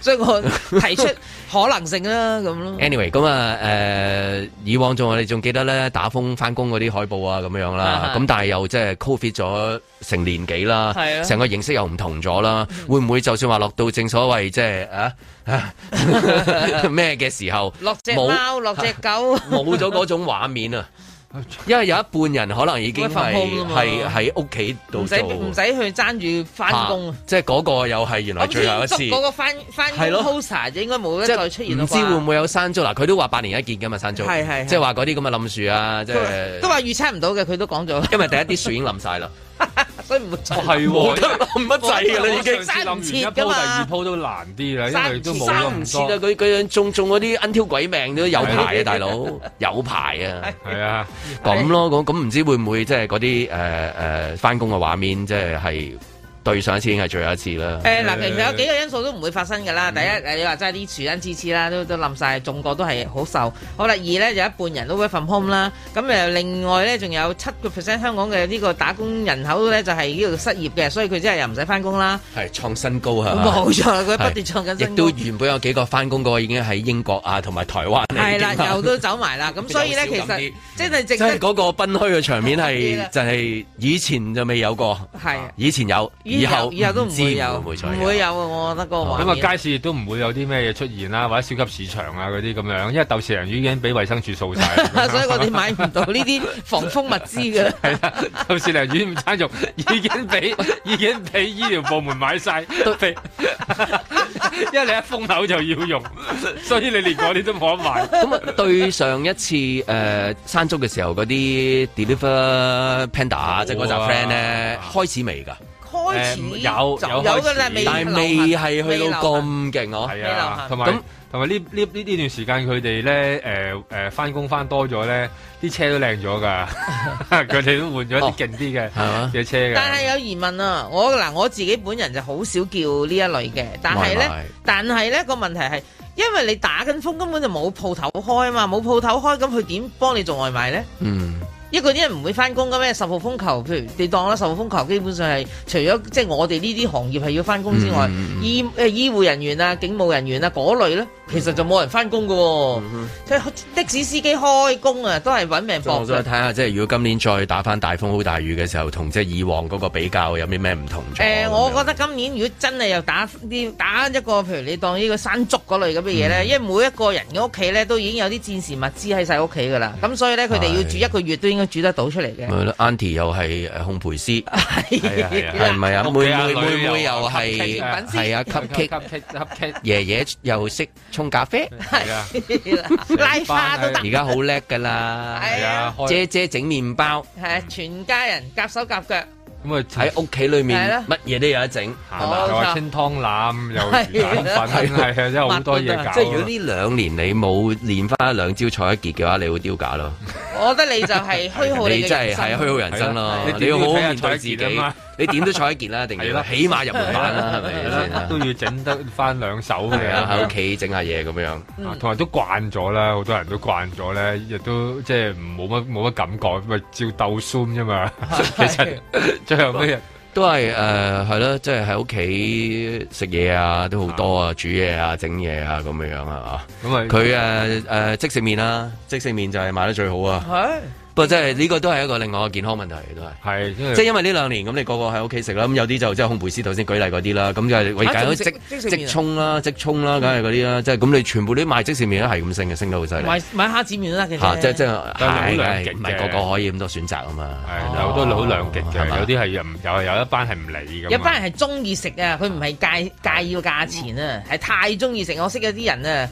Speaker 4: 所以我提 出可能性啦，咁咯。
Speaker 2: Anyway，咁啊誒，以往仲我哋仲記得咧打風翻工嗰啲海報啊咁樣樣啦，
Speaker 4: 係係
Speaker 2: 咁但係又即係 Covid 咗成年幾啦
Speaker 4: 係啊，嗯
Speaker 2: 成個形式又唔同咗啦，會唔會就算話落到正所謂即係啊 啊咩嘅時候，
Speaker 4: 落隻
Speaker 2: 冇
Speaker 4: 貓，落隻狗，
Speaker 2: 冇咗嗰種畫面 啊！因為有一半人可能已經
Speaker 4: Work from
Speaker 2: 係
Speaker 4: home 啊嘛
Speaker 2: 係喺屋企度
Speaker 4: 唔
Speaker 2: 做
Speaker 4: 使，唔使去爭住翻工啊
Speaker 2: 啊。即係嗰個又係原來
Speaker 4: 我
Speaker 2: 最後一次
Speaker 4: 捉。嗰個翻翻工
Speaker 2: 係咯
Speaker 4: poster 就應該冇得
Speaker 2: 即係
Speaker 4: 再出現啦
Speaker 2: 唔知會
Speaker 4: 啩
Speaker 2: 唔會有山竹嗱？佢都話八年一見㗎嘛，山竹
Speaker 4: 係係係
Speaker 2: 即係話嗰啲咁嘅冧樹啊，即係
Speaker 4: 都話預測唔到嘅，佢都講咗，
Speaker 2: 因為第一啲樹已經冧晒 啦，
Speaker 4: 所以唔會再
Speaker 3: 係喎
Speaker 2: 冇得冧乜滯㗎啦已經。
Speaker 3: 諗完一鋪第二鋪都難啲啦，因為都冇
Speaker 2: 生唔
Speaker 3: 咁
Speaker 2: 切啊！
Speaker 3: 多。
Speaker 2: 佢佢樣種種嗰啲恩挑鬼命都有排
Speaker 3: 係
Speaker 2: 啊，大佬有排啊，
Speaker 3: 係啊，
Speaker 2: 咁咯，咁咁唔知會唔會即係嗰啲誒誒翻工嘅畫面，即係係對上一次已經係最後一次啦。
Speaker 4: 誒嗱，其實有幾個因素都唔會發生㗎啦。第一，誒你話齋啲樹根枝枝啦，都都冧晒，中過都係好受。好啦，二咧有一半人都 work from home 啦。咁誒，另外咧仲有七個 percent 香港嘅呢個打工人口咧就係呢個失業嘅，所以佢真係又唔使翻工啦。
Speaker 2: 係創新高啊係嘛？
Speaker 4: 冇錯佢不斷
Speaker 2: 係
Speaker 4: 創緊
Speaker 2: 亦
Speaker 4: 新高
Speaker 2: 都原本有幾個翻工嗰個已經喺英國啊，同埋台灣嚟啊
Speaker 4: 係啦，
Speaker 2: 已經
Speaker 4: 又都走埋啦。咁所以咧，
Speaker 2: 有
Speaker 4: 其
Speaker 2: 少咁
Speaker 4: 實
Speaker 2: 啲
Speaker 4: 即係值
Speaker 2: 即係
Speaker 4: 得
Speaker 2: 嗰個賓虛嘅場面
Speaker 4: 啲啦
Speaker 2: 係就係以前就未有過，啊
Speaker 4: 係。
Speaker 2: 以前有，以後
Speaker 4: 以後都唔
Speaker 2: 知
Speaker 4: 會
Speaker 2: 會唔
Speaker 4: 有
Speaker 2: 會再，
Speaker 4: 唔會有啊！我覺得嗰個畫
Speaker 3: 咁
Speaker 4: 面
Speaker 3: 啊，街市亦都唔會有啲咩嘢出現啦，或者超級市場啊嗰啲咁樣，因為豆豉鯪魚已經俾衛生署掃晒啦。
Speaker 4: 所以我哋買唔到呢啲防風物資嘅。
Speaker 3: 係啦，豆豉鯪魚午餐肉已經俾已經俾醫療部門買晒，俾因為你一封口就要用，所以你連嗰啲都冇得買。
Speaker 2: 咁啊，對上一次誒、呃山竹嘅時候，嗰啲 deliver panda 啊即係嗰扎
Speaker 3: 冇啊
Speaker 2: friend 咧，開始未㗎？
Speaker 4: 開始
Speaker 3: 誒有
Speaker 4: 就
Speaker 3: 有
Speaker 4: 有㗎啦
Speaker 3: 開始
Speaker 4: 未
Speaker 2: 但係
Speaker 4: 流
Speaker 2: 未
Speaker 4: 行
Speaker 2: 係
Speaker 4: 未
Speaker 2: 去
Speaker 4: 流
Speaker 2: 到
Speaker 4: 行
Speaker 2: 咁勁哦。
Speaker 3: 係啊，同埋
Speaker 2: 咁
Speaker 3: 同埋呢呢呢呢段時間佢哋咧誒誒翻工翻多咗咧，啲車都靚咗㗎，佢哋都換咗啲勁啲嘅嘅車㗎。
Speaker 4: 但係有疑問啊！我嗱我自己本人就好少叫呢一類嘅，但係
Speaker 3: 外
Speaker 4: 咧
Speaker 3: 賣，
Speaker 4: 但係咧個問題係，因為你打緊風根本就冇鋪頭開啊嘛，冇鋪頭開咁佢點幫你做外賣咧？
Speaker 2: 嗯，
Speaker 4: 一個啲人唔會翻工嘅咩？十號風球，譬如你當啦，十號風球基本上係除咗即係我哋呢啲行業係要翻工之外，醫誒醫護人員啊、警務人員啊嗰類咧，其實就冇人翻工嘅喎，即係的士司機開工啊，都係揾命
Speaker 2: 所以
Speaker 4: 搏
Speaker 2: 我想
Speaker 4: 嘅
Speaker 2: 睇。下，即係如果今年再打翻大風好大雨嘅時候，同即係以往嗰個比較有啲咩唔同咗？
Speaker 4: 誒、我覺得今年如果真係又打啲打一個，譬如你當呢個山竹嗰類咁嘅嘢
Speaker 2: 嗯
Speaker 4: 咧，因為每一個人嘅屋企咧都已經有啲戰時物資喺晒屋企噶啦，咁所以咧佢哋要煮一個月都應該煮得到出嚟嘅。
Speaker 2: 咪咯，Auntie 又係誒烘焙師，係啊嗯係啊，係咪啊？妹
Speaker 3: 屋企阿
Speaker 2: 妹
Speaker 3: 女
Speaker 2: 妹妹
Speaker 3: 又
Speaker 2: 又係
Speaker 3: cupcake 啊
Speaker 2: 係啊，cupcake，
Speaker 3: cupcake，cupcake，
Speaker 2: 爺爺又識沖咖啡，
Speaker 4: 係啊，拉花都得，
Speaker 2: 而家好叻㗎啦，
Speaker 4: 係啊開
Speaker 2: 姐姐整麵包。
Speaker 4: 係啊全家人夾手夾腳。
Speaker 3: 咁啊啊
Speaker 2: 喺屋企裏
Speaker 4: 係
Speaker 2: 面
Speaker 4: 啦
Speaker 2: 乜嘢都有得整，係嘛
Speaker 4: 冇錯又話
Speaker 3: 清湯腩又魚蛋粉係啊真係好多嘢搞啊
Speaker 2: 即係如果呢兩年你冇練翻兩招菜一傑嘅話，你會丟架咯。
Speaker 4: 我覺得你就係虛 耗
Speaker 2: 你
Speaker 4: 你嘅
Speaker 2: 真係
Speaker 4: 人生
Speaker 2: 係啊虛耗人生咯，
Speaker 3: 係啊
Speaker 2: 你要好好
Speaker 3: 你點都睇下
Speaker 2: 面對
Speaker 3: 蔡
Speaker 2: 自
Speaker 3: 健
Speaker 2: 己
Speaker 3: 啊嘛。
Speaker 2: 你點都坐一件啦，一定
Speaker 3: 係
Speaker 2: 要
Speaker 3: 啦
Speaker 2: 起碼入門版啦，係咪
Speaker 3: 係啦
Speaker 2: 先 啊
Speaker 3: 都要整得翻兩手
Speaker 2: 係
Speaker 3: 嘅
Speaker 2: 啊喺屋企整下嘢咁樣。
Speaker 3: 啊同埋都慣咗啦，好多人都慣咗咧，亦都即係冇乜冇乜感覺，咪照鬥 zoom 啫嘛。其實最後尾
Speaker 2: 都係誒係咯，即係喺屋企食嘢啊，都好多啊，煮嘢啊，整嘢啊咁樣樣啊，
Speaker 3: 咁啊
Speaker 2: 佢誒誒即食麵啦，即食麵就係賣得最好啊。
Speaker 4: 係
Speaker 2: 不過真係呢個都係一個另外嘅健康問題嚟，都係
Speaker 3: 係
Speaker 2: 即係因為呢兩年咁，你個個喺屋企食啦，咁有啲就即係烘焙師頭先舉例嗰啲啦，咁就係喂，
Speaker 12: 啊
Speaker 2: 梗係
Speaker 12: 即
Speaker 2: 即
Speaker 12: 即
Speaker 2: 即
Speaker 12: 食麵啊
Speaker 2: 即沖啦，即沖啦，梗係嗰啲啦，即係咁你全部啲賣即食麵都係咁升嘅，升得好犀利。
Speaker 4: 買買蝦子麵都得嘅啫。
Speaker 2: 嚇！即係即係
Speaker 3: 但係好
Speaker 2: 係
Speaker 3: 兩
Speaker 2: 係
Speaker 3: 極嘅
Speaker 2: 唔係個個可以咁多選擇啊嘛？
Speaker 3: 係有好多好兩極
Speaker 2: 係嘛
Speaker 3: 嘅，有啲係又唔又有一班係唔理咁。啊
Speaker 4: 有班人係中意食啊，佢唔係介介意個價錢啊，係太中意食。我識有啲人啊，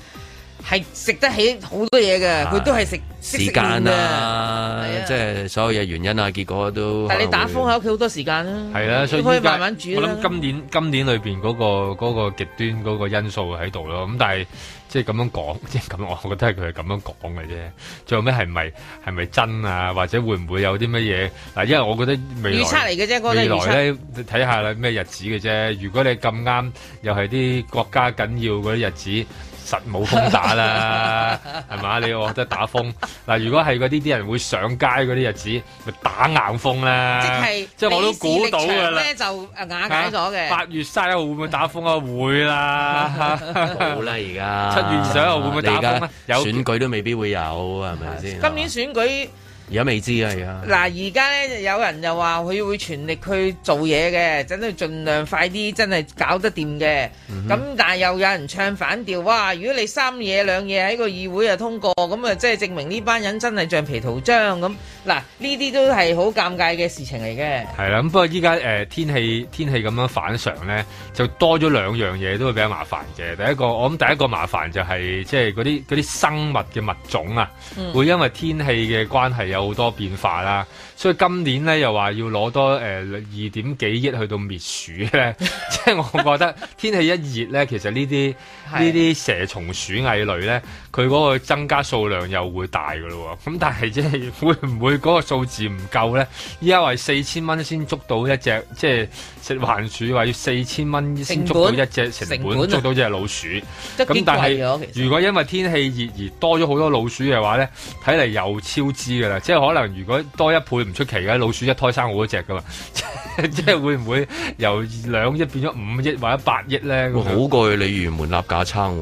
Speaker 4: 係食得起好多嘢嘅，佢都係食
Speaker 2: 時
Speaker 4: 時
Speaker 2: 間
Speaker 4: 啊。
Speaker 2: 啊
Speaker 4: 係啊，
Speaker 2: 即係所有嘢原因啊，結果都
Speaker 4: 但係你打
Speaker 2: 可
Speaker 4: 風
Speaker 2: 能會
Speaker 4: 喺屋企好多時間啦，
Speaker 3: 係啦，所以
Speaker 4: 嗯你可以
Speaker 3: 依家
Speaker 4: 慢慢煮
Speaker 3: 我
Speaker 4: 啦
Speaker 3: 諗。今年今年裏邊嗰個嗰、個極端嗰個因素喺度咯。咁但係即係咁樣講， 即係咁，我覺得係佢係咁樣講嘅啫。最後尾係咪係咪真啊？或者會唔會有啲乜嘢嗱？因為我覺得未來
Speaker 4: 預測嚟嘅啫嗰個都
Speaker 3: 未
Speaker 4: 係預測
Speaker 3: 來咧睇下啦咩日子嘅啫。如果你咁啱又係啲國家緊要嗰啲日子。實冇風打 啦，係嘛？你我覺得打風嗱，如果係嗰啲啲人會上街嗰啲日子，咪打硬風啦。
Speaker 4: 即係
Speaker 3: 即係我都估到㗎啦
Speaker 4: 李氏。力場咧就呃瓦解咗嘅。
Speaker 3: 八啊月三十一號會唔會打風啊？會 啦，
Speaker 2: 冇啦而家
Speaker 3: 七月二十一號會唔會打風啊？
Speaker 2: 你而家選舉都未必會有，係咪先？
Speaker 4: 今年選舉
Speaker 2: 而家未知啊，而家。
Speaker 4: 嗱，而家咧有人就話佢會全力去做嘢嘅，真係盡量快啲，真係搞得掂嘅。咁、
Speaker 2: 嗯哼
Speaker 4: 但係又有人唱反調，哇！如果你三嘢兩嘢喺個議會啊通過，咁啊即係證明呢班人真係橡皮圖章咁。嗱，呢啲都係好尷尬嘅事情嚟嘅。
Speaker 3: 係啦，咁不過依家誒天氣天氣咁樣反常咧，就多咗兩樣嘢都會比較麻煩嘅。第一個，我諗第一個麻煩就係即係嗰啲嗰啲生物嘅物種啊，
Speaker 16: 嗯
Speaker 3: 會因為天氣嘅關係有好多變化啦。所以今年咧又話要攞多誒呃二點幾億去到滅鼠 咧，即係我覺得天氣一熱咧，其實呢啲呢啲蛇蟲鼠蟻類咧，佢嗰個增加數量又會大㗎咯喎。咁但係即係會唔會嗰個數字唔夠咧？依家話四千蚊先捉到一隻，即係食環署話要四千蚊先捉到一隻成
Speaker 4: 成
Speaker 3: 本，
Speaker 4: 本啊
Speaker 3: 捉到只老鼠。
Speaker 4: 都幾
Speaker 3: 咁但
Speaker 4: 貴咗其
Speaker 3: 係如果因為天氣熱而多咗好多老鼠嘅話咧，睇嚟又超支㗎啦。即係可能如果多一倍唔出奇嘅，老鼠一胎生好多隻㗎嘛。 即係即係會唔會由兩億變咗五億或者八億咧？咁樣
Speaker 2: 哇好過去鯉魚門立架撐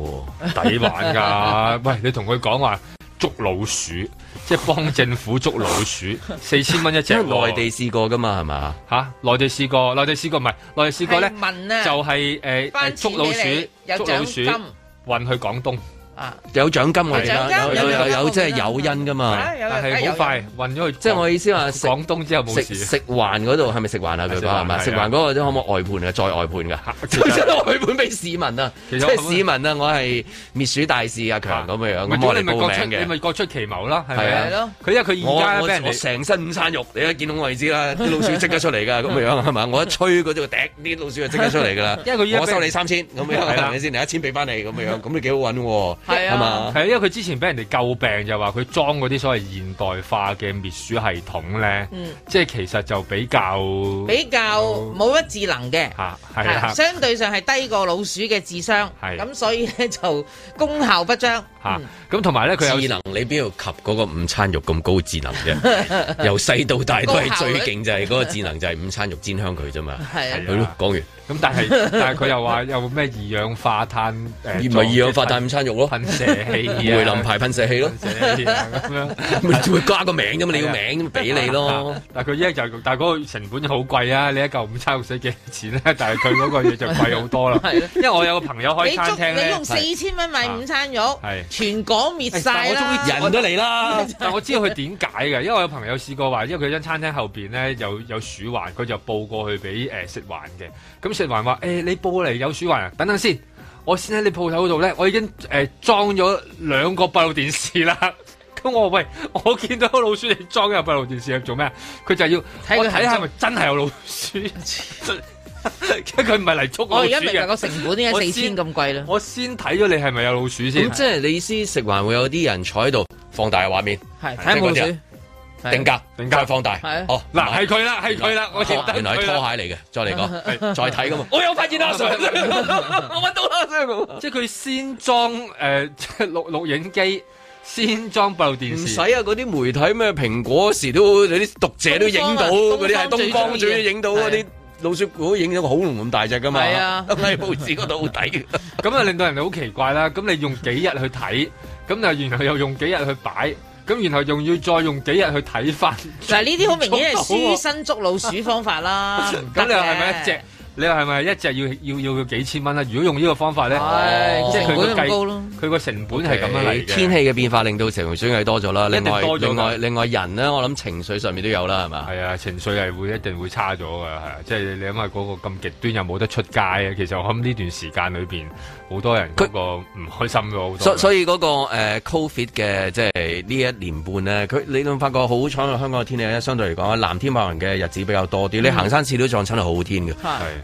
Speaker 2: 喎，
Speaker 3: 抵玩㗎！ 喂，你同佢講話捉老鼠，即係幫政府捉老鼠，四千蚊一隻。
Speaker 2: 因為內地試過㗎嘛，係嘛？
Speaker 3: 嚇，內地試過，內地試過唔係內地試過咧，
Speaker 4: 係問啊
Speaker 3: 就係誒
Speaker 4: 班
Speaker 3: 誒捉老
Speaker 4: 錢俾你有
Speaker 3: 鼠，捉老
Speaker 4: 獎金
Speaker 3: 鼠運去廣東。
Speaker 4: 啊！
Speaker 2: 有獎金我
Speaker 3: 有獎
Speaker 2: 哋
Speaker 3: 金
Speaker 2: 有有
Speaker 3: 有獎
Speaker 2: 有
Speaker 3: 金
Speaker 2: 有即係有因㗎嘛？
Speaker 3: 但係好快運咗去。
Speaker 2: 即係我意思話，廣
Speaker 3: 東之後
Speaker 2: 冇食食環嗰度係咪食環啊？佢講係嘛？
Speaker 3: 係啊
Speaker 2: 食環嗰個都可唔可以外判啊？再外判㗎， 真係外判俾市民啊！
Speaker 3: 其
Speaker 2: 即
Speaker 3: 實
Speaker 2: 係市民啊！我係滅鼠大使阿強咁樣樣，
Speaker 3: 啊咪
Speaker 2: 咁我
Speaker 3: 咁你
Speaker 2: 哋
Speaker 3: 咪
Speaker 2: 報
Speaker 3: 各出
Speaker 2: 名
Speaker 3: 你
Speaker 2: 嘅。
Speaker 3: 咪各出奇謀啦，係咪
Speaker 2: 係咯
Speaker 3: 啊？佢因為佢而家
Speaker 2: 我
Speaker 3: 俾人
Speaker 2: 我
Speaker 3: 哋
Speaker 2: 成身午餐肉，你一見到我就知啦，啲老鼠即刻出嚟㗎，咁樣係嘛？我一吹嗰度笛，啲老鼠就即刻出嚟㗎啦。
Speaker 3: 因為佢依家
Speaker 2: 我
Speaker 3: 俾
Speaker 2: 收你三千咁樣，
Speaker 3: 係啦啊
Speaker 2: 係咪先？你一千俾翻你咁樣，咁你幾好揾喎？係啊
Speaker 12: 係嘛
Speaker 3: 係啊因為佢之前俾人哋詬病就話佢裝嗰啲所謂現代化嘅滅鼠系統咧，
Speaker 4: 嗯
Speaker 3: 即係其實就比較
Speaker 4: 比較冇乜智能嘅。啊
Speaker 3: 嚇係啦。
Speaker 4: 相對上係低過老鼠嘅智商，
Speaker 3: 係
Speaker 4: 咁所以咧就功效不彰。
Speaker 3: 嚇咁同埋咧，佢有
Speaker 2: 智能你邊度及嗰個午餐肉咁高智能 啫？由細到大都係最勁就係嗰個智能就係午餐肉煎香佢啫嘛。
Speaker 4: 係啊
Speaker 2: 係咯，講完
Speaker 3: 咁但係 但係佢又話有咩二氧化碳誒，
Speaker 2: 咪二氧化碳午
Speaker 3: 作
Speaker 2: 餐肉咯，
Speaker 3: 噴射器啊
Speaker 2: 梅林牌噴射器咯，
Speaker 3: 噴射器啊咁 樣
Speaker 2: 會加個名啫嘛，你個
Speaker 3: 係啊
Speaker 2: 名咁俾你咯。
Speaker 3: 但係佢依家就，但係嗰個成本好貴啊！你一嚿午餐肉使幾錢咧？但係佢嗰個嘢就貴好多啦。因為我有個朋友開
Speaker 4: 你
Speaker 3: 餐
Speaker 4: 捉
Speaker 3: 廳
Speaker 4: 你
Speaker 3: 咧，
Speaker 4: 用四千蚊買午餐肉
Speaker 3: 係，
Speaker 4: 全港滅晒啦，
Speaker 2: 人都嚟啦。
Speaker 3: 但我知道佢點解嘅，因為我有朋友試過話，因為佢間餐廳後邊咧有有鼠患，佢就報過去俾誒、呃食環嘅。咁食環話：誒、你報嚟有鼠患啊，等等先，我先喺你鋪頭嗰度咧，我已經誒、呃裝咗兩個閉路電視啦。 咁我話喂，我見到老鼠你裝咗閉路電視係做咩啊？佢就係要
Speaker 4: 睇佢
Speaker 3: 我睇下
Speaker 4: 行蹤
Speaker 3: 係咪真係有老鼠。 佢唔係嚟捉
Speaker 2: 哦
Speaker 4: 我
Speaker 3: 老鼠
Speaker 4: 而家明白
Speaker 3: 嘅
Speaker 4: 個成本點解
Speaker 3: 啊我
Speaker 4: 四
Speaker 3: 先
Speaker 4: 千咁貴啦。
Speaker 3: 我先睇咗你係咪有老鼠先。
Speaker 2: 咁 即係你意思食環會有啲人坐喺度放大畫面，
Speaker 4: 係
Speaker 3: 睇冇
Speaker 2: 即係嗰啲
Speaker 3: 鼠
Speaker 2: 人定格定格放大
Speaker 3: 係啊，
Speaker 2: 哦
Speaker 3: 嗱係佢啦係佢啦我
Speaker 2: 原來
Speaker 3: 認得
Speaker 2: 哦原來係
Speaker 3: 佢
Speaker 2: 拖
Speaker 3: 啦
Speaker 2: 鞋嚟嘅，再嚟講
Speaker 3: 係
Speaker 2: 再睇咁啊嘛。
Speaker 3: 我有發 現啦
Speaker 2: 所以
Speaker 3: Sir 我揾到啦所以咁即係佢先裝誒即係 錄錄影機，先裝閉路電視。
Speaker 2: 唔使啊！嗰啲媒體咩蘋果嗰時都有啲讀者都影到，
Speaker 3: 東
Speaker 2: 嗰啲係
Speaker 3: 方啊
Speaker 2: 東方
Speaker 3: 東方最中
Speaker 2: 最
Speaker 3: 意啊
Speaker 2: 影到嗰啲老鼠股影咗個好龍咁大隻噶嘛。
Speaker 3: 係啊
Speaker 2: 喺 報紙嗰度好抵。
Speaker 3: 咁啊，令到人哋好奇怪啦。咁你用幾日去睇，咁啊，然後又用幾日去擺，咁然後仲要再用幾日去睇翻。
Speaker 4: 嗱呢啲好明顯係
Speaker 3: 捉到
Speaker 4: 書
Speaker 3: 喎
Speaker 4: 生捉老鼠方法 啦，唔得
Speaker 3: 咁你話係咪
Speaker 4: 嘅
Speaker 3: 一隻？你話係咪一隻要要要要幾千蚊啊啦？如果用呢個方法咧，
Speaker 4: 係
Speaker 3: 即係佢個
Speaker 4: 成本咁高
Speaker 3: 計
Speaker 4: 咯，
Speaker 3: 佢個成本係咁樣嚟嘅。
Speaker 2: 哦天氣嘅變化令到情緒水係多咗啦，
Speaker 3: 一
Speaker 2: 另
Speaker 3: 定
Speaker 2: 外
Speaker 3: 多咗㗎
Speaker 2: 另外另外人咧，我諗情緒上面都有啦，係嘛？
Speaker 3: 係啊，情緒係會一定會差咗㗎，係啊，即係你諗下嗰個咁極端又冇得出街啊。其實我諗呢段時間裏邊，好多人嗰個唔開心咗好多。
Speaker 2: 所所以嗰、個、呃、Covid 嘅即係呢一年半咧，佢你都發覺好彩香港嘅天氣咧，相對嚟講藍天白雲嘅日子比較多啲。你
Speaker 3: 嗯
Speaker 2: 行山市都撞親係好天嘅，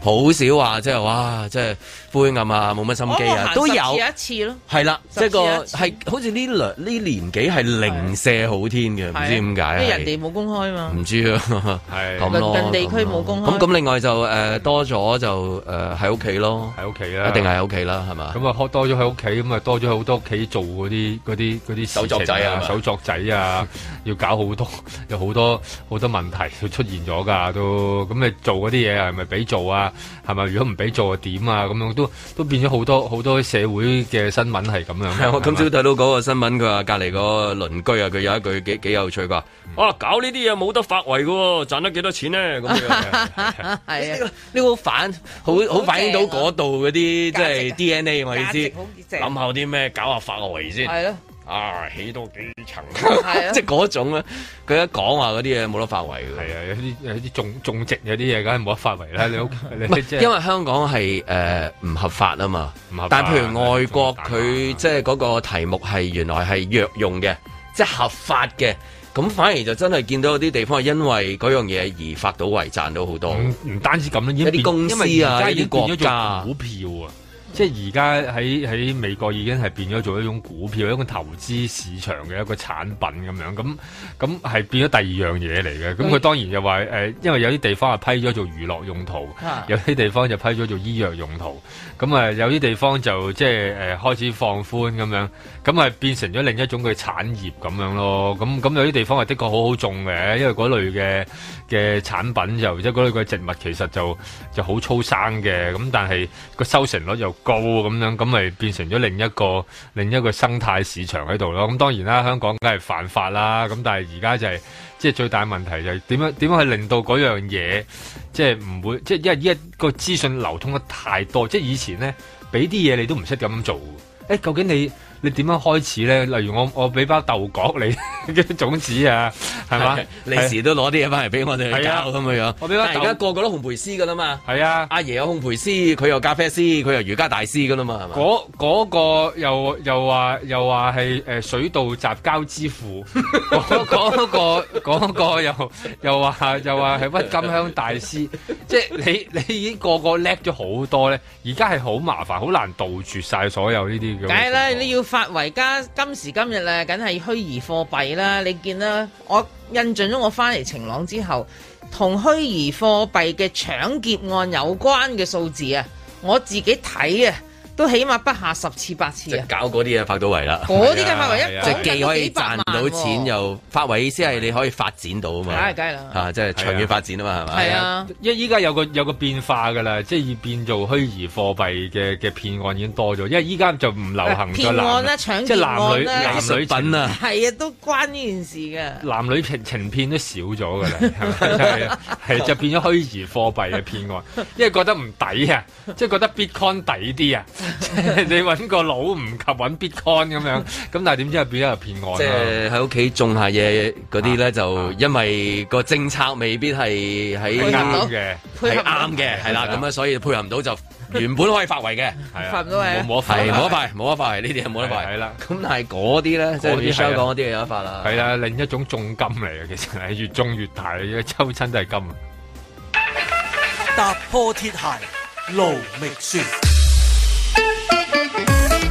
Speaker 2: 好少話即係哇，即係灰暗啊，冇乜心機
Speaker 4: 哦
Speaker 2: 啊，都有。
Speaker 4: 一次咯。
Speaker 2: 係啦，即係個
Speaker 4: 十
Speaker 2: 係好似呢兩呢年紀係零舍好天嘅，唔知點解
Speaker 4: 啊
Speaker 2: 啊
Speaker 4: 因為人
Speaker 2: 係。
Speaker 4: 哋冇公開嘛，
Speaker 2: 唔知啊，
Speaker 3: 係
Speaker 2: 咁咯。
Speaker 4: 鄰近地區冇公開
Speaker 2: 咁咁，另外就誒多咗就誒喺屋企咯，
Speaker 3: 喺屋企啦
Speaker 2: 一定係喺屋企啦，係嘛？
Speaker 3: 啊咁啊，開多咗喺屋企，咁啊多咗好多屋企做嗰啲嗰啲嗰啲
Speaker 2: 手作
Speaker 3: 事情
Speaker 2: 仔啊係嘛
Speaker 3: 手作仔啊， 要搞好多，有好多好多問題要出現咗㗎都。咁你做嗰啲嘢係咪俾做啊？係咪如果唔俾做啊點啊？咁樣都都變咗好多好多社會嘅新聞係咁樣
Speaker 2: 係啊
Speaker 3: 㗎。
Speaker 2: 我今朝
Speaker 3: 係
Speaker 2: 睇
Speaker 3: 嘛
Speaker 2: 到嗰個新聞，佢話隔離個鄰居啊，佢有一句幾幾有趣㗎。啊，搞呢啲嘢冇得發圍嘅喎，賺得幾多錢咧？咁樣
Speaker 4: 係啊，
Speaker 2: 呢個好反好好反映到
Speaker 3: 啊
Speaker 2: 嗰度嗰啲即係 DNA 我意
Speaker 4: 價
Speaker 2: 思
Speaker 4: 值好正，
Speaker 2: 諗下啲咩搞下發圍先。
Speaker 4: 係咯。
Speaker 2: 啊，起多幾層
Speaker 4: 係，啊
Speaker 2: 即係嗰種咧，佢一講話嗰啲嘢冇得發圍嘅。
Speaker 3: 係啊，有啲有啲種種植有啲嘢，梗係冇得發圍啦。你屋
Speaker 2: 唔
Speaker 3: 你即
Speaker 2: 係
Speaker 3: 係
Speaker 2: 因為香港係誒唔合法啊嘛，
Speaker 3: 唔合法
Speaker 2: 但係譬如外國佢即係嗰個題目係原來係藥用嘅，即係合法嘅，咁反而就真係見到有啲地方係因為嗰樣嘢而發到圍賺到好多。
Speaker 3: 唔唔單止咁啦，已經
Speaker 2: 一啲
Speaker 3: 變
Speaker 2: 公司啊
Speaker 3: 因為而家已經
Speaker 2: 一啲國家啊
Speaker 3: 變咗做股票啊。即係而家喺喺美國已經係變咗做一種股票，一個投資市場嘅一個產品咁樣，咁咁係變咗第二樣嘢嚟嘅。咁
Speaker 1: 嗯
Speaker 3: 佢當然就話誒、呃因為有啲地方係批咗做娛樂用途，
Speaker 1: 啊
Speaker 3: 有啲地方就批咗做醫藥用途，咁啊有啲地方就即係誒、呃、開始放寬咁樣，咁啊變成咗另一種嘅產業咁樣咯。咁咁有啲地方係的確好好種嘅，因為嗰類嘅嘅產品就即係嗰類嘅植物其實就就好粗生嘅，咁但係個收成率又高咁樣，咁咪變成咗另一個另一個生態市場喺度咯。咁當然啦，香港梗係犯法啦，咁但係而家就係、即係最大問題就係點樣點樣去令到嗰樣嘢即係唔會即係因為依一個資訊流通得太多，即係以前咧俾啲嘢你都唔識咁做喎。誒，究竟你你點樣開始咧？例如我我俾包豆角你 嘅種子啊，係嘛
Speaker 2: 係？你時都攞啲嘢翻嚟俾我哋去
Speaker 3: 係啊
Speaker 2: 搞咁嘅樣。
Speaker 3: 我俾包
Speaker 2: 但係
Speaker 3: 豆
Speaker 2: 而家個個都烘焙師噶啦嘛。
Speaker 3: 係啊，
Speaker 2: 阿爺有烘焙師，佢有咖啡師，佢有瑜伽大師噶啦嘛，係
Speaker 4: 啊
Speaker 2: 嘛？
Speaker 3: 嗰嗰個又又話又話係誒水稻雜交之 父，嗰嗰個嗰個又又話又話係屈金香大師，即係你你已經個個叻咗好多咧，而家係好麻煩，好難杜絕晒所有呢啲嘅。
Speaker 4: 梗係啦，你要發圍加今時今日咧，梗係虛擬貨幣啦。你見啦，我印象中我翻嚟晴朗之後，同虛擬貨幣嘅搶劫案有關嘅數字啊，我自己睇啊，都起碼不下十次八次啊。
Speaker 2: 搞嗰啲嘢發到圍啦，
Speaker 4: 嗰啲嘅發圍一
Speaker 2: 即
Speaker 4: 講緊
Speaker 2: 係既可以
Speaker 4: 幾百
Speaker 2: 賺
Speaker 4: 萬
Speaker 2: 到
Speaker 4: 喎
Speaker 2: 錢，又發圍先係你可以發展到啊嘛，
Speaker 4: 梗係梗係啦
Speaker 2: 啊，即係長遠發展啊嘛，係咪？
Speaker 4: 係啊，
Speaker 3: 因為依家有個有個變化㗎啦，即係變做虛擬貨幣嘅嘅騙案已經多咗，因為依家就唔流行咗
Speaker 4: 騙案啦
Speaker 3: 男，
Speaker 4: 搶
Speaker 3: 即係
Speaker 4: 劫
Speaker 3: 男女
Speaker 4: 案啦
Speaker 3: 男女情
Speaker 4: 係啊，都關呢件事嘅。
Speaker 2: 啊
Speaker 3: 男女情情騙都少咗㗎啦，係咪係係就變咗虛擬貨幣嘅騙案，因為覺得唔抵啊，即係覺得 Bitcoin 抵啲啊，即係你揾個佬唔及揾 Bitcoin 咁樣，咁但係點知係變咗係騙案啦
Speaker 2: 即係喺屋企種下嘢嗰啲咧，就因為個政策未必係喺
Speaker 3: 配合到嘅
Speaker 2: 係
Speaker 3: 配合唔到
Speaker 2: 啱嘅，係啦，咁樣所以配合唔到就原本可以發圍嘅，係
Speaker 4: 發唔到圍啊冇得發
Speaker 2: 係冇得發圍，冇得發圍，呢啲係冇得發圍，係啦。咁但係嗰啲咧，即係
Speaker 3: 嗰啲係啊
Speaker 2: 你香港嗰啲嘢有得發啦。
Speaker 3: 係啦，另一種重金嚟嘅，其實係越中越大，抽親都係金。
Speaker 1: 踏破鐵鞋路未雪。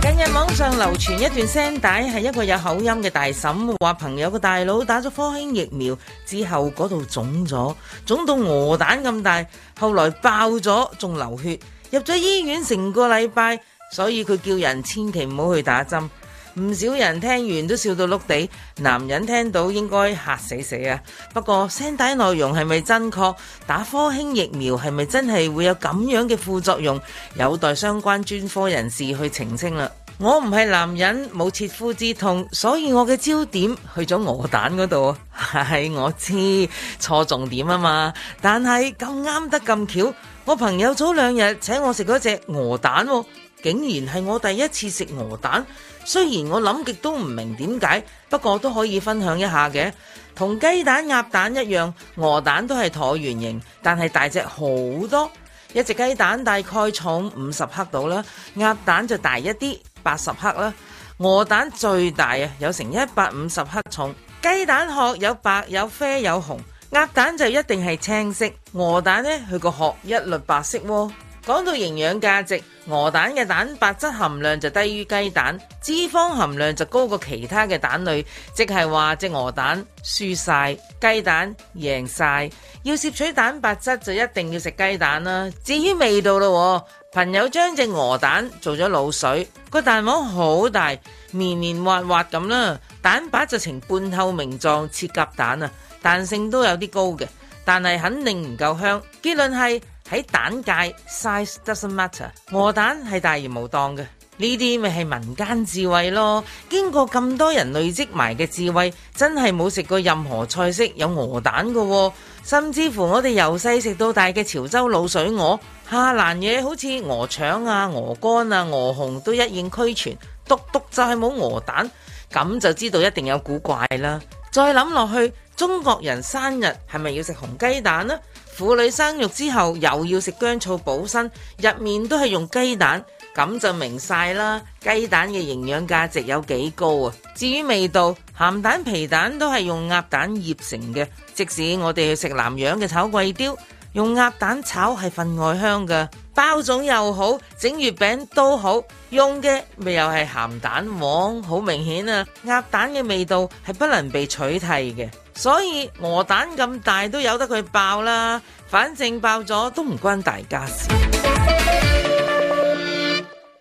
Speaker 4: 近日網上流傳一段聲帶，係一個有口音嘅大嬸話朋友個大佬打咗科興疫苗之後，嗰度腫咗，腫到鵝蛋咁大，後來爆咗，仲流血，入咗醫院成個禮拜，所以佢叫人千祈唔好去打針。唔少人聽完都笑到碌地，男人聽到應該嚇死死啊！不過聲帶內容係咪真確？打科興疫苗係咪真係會有咁樣嘅副作用？有待相關專科人士去澄清啦。我唔係男人，冇切膚之痛，所以我嘅焦點去咗鵝蛋嗰度。係我知錯重點啊嘛，但係咁啱得咁巧，我朋友早兩日請我食嗰隻鵝蛋喎。竟然係我第一次食鵝蛋，雖然我諗極都唔明點解，不過都可以分享一下嘅。同雞蛋、鴨蛋一樣，鵝蛋都係橢圓形，但係大隻好多。一隻雞蛋大概重五十克到啦，鴨蛋就大一啲，八十克啦。鵝蛋最大啊，有成一百五十克重。雞蛋殼有白有啡有紅，鴨蛋就一定係青色。鵝蛋呢，佢個殼一律白色喎。講到營養價值，鵝蛋嘅蛋白質含量就低於雞蛋，脂肪含量就高過其他嘅蛋類，即係話隻鵝蛋輸晒，雞蛋贏晒。要攝取蛋白質就一定要食雞蛋啦。至於味道咯，朋友將隻鵝蛋做咗滷水，個蛋黃好大，綿綿滑滑咁啦，蛋白就呈半透明狀切夾蛋啊，彈性都有啲高嘅。但係肯定唔夠香。結論係喺蛋界 size doesn't matter，鵝蛋係大而無當嘅。呢啲咪係民間智慧咯，經過咁多人累積埋嘅智慧，真係冇食過任何菜式有鵝蛋嘅喎，甚至乎我哋由細食到大嘅潮州滷水鵝、下欄嘢，好似鵝腸啊、鵝肝啊、鵝紅都一應俱全，獨獨就係冇鵝蛋。咁就知道一定有古怪啦。再諗落去，中國人生日係咪要食紅雞蛋呢？婦女生育之後又要食薑醋補身，入面都係用雞蛋，咁就明晒啦。雞蛋嘅營養價值有幾高啊？至於味道，鹹蛋皮蛋都係用鴨蛋醃成嘅，即使我哋去食南洋嘅炒貴刁。用鴨蛋炒係份外香㗎，包粽又好，整月餅都好，用嘅咪又係鹹蛋黃，好明顯啊！鴨蛋嘅味道係不能被取替嘅，所以鵝蛋咁大都由得佢爆啦，反正爆咗都唔關大家事。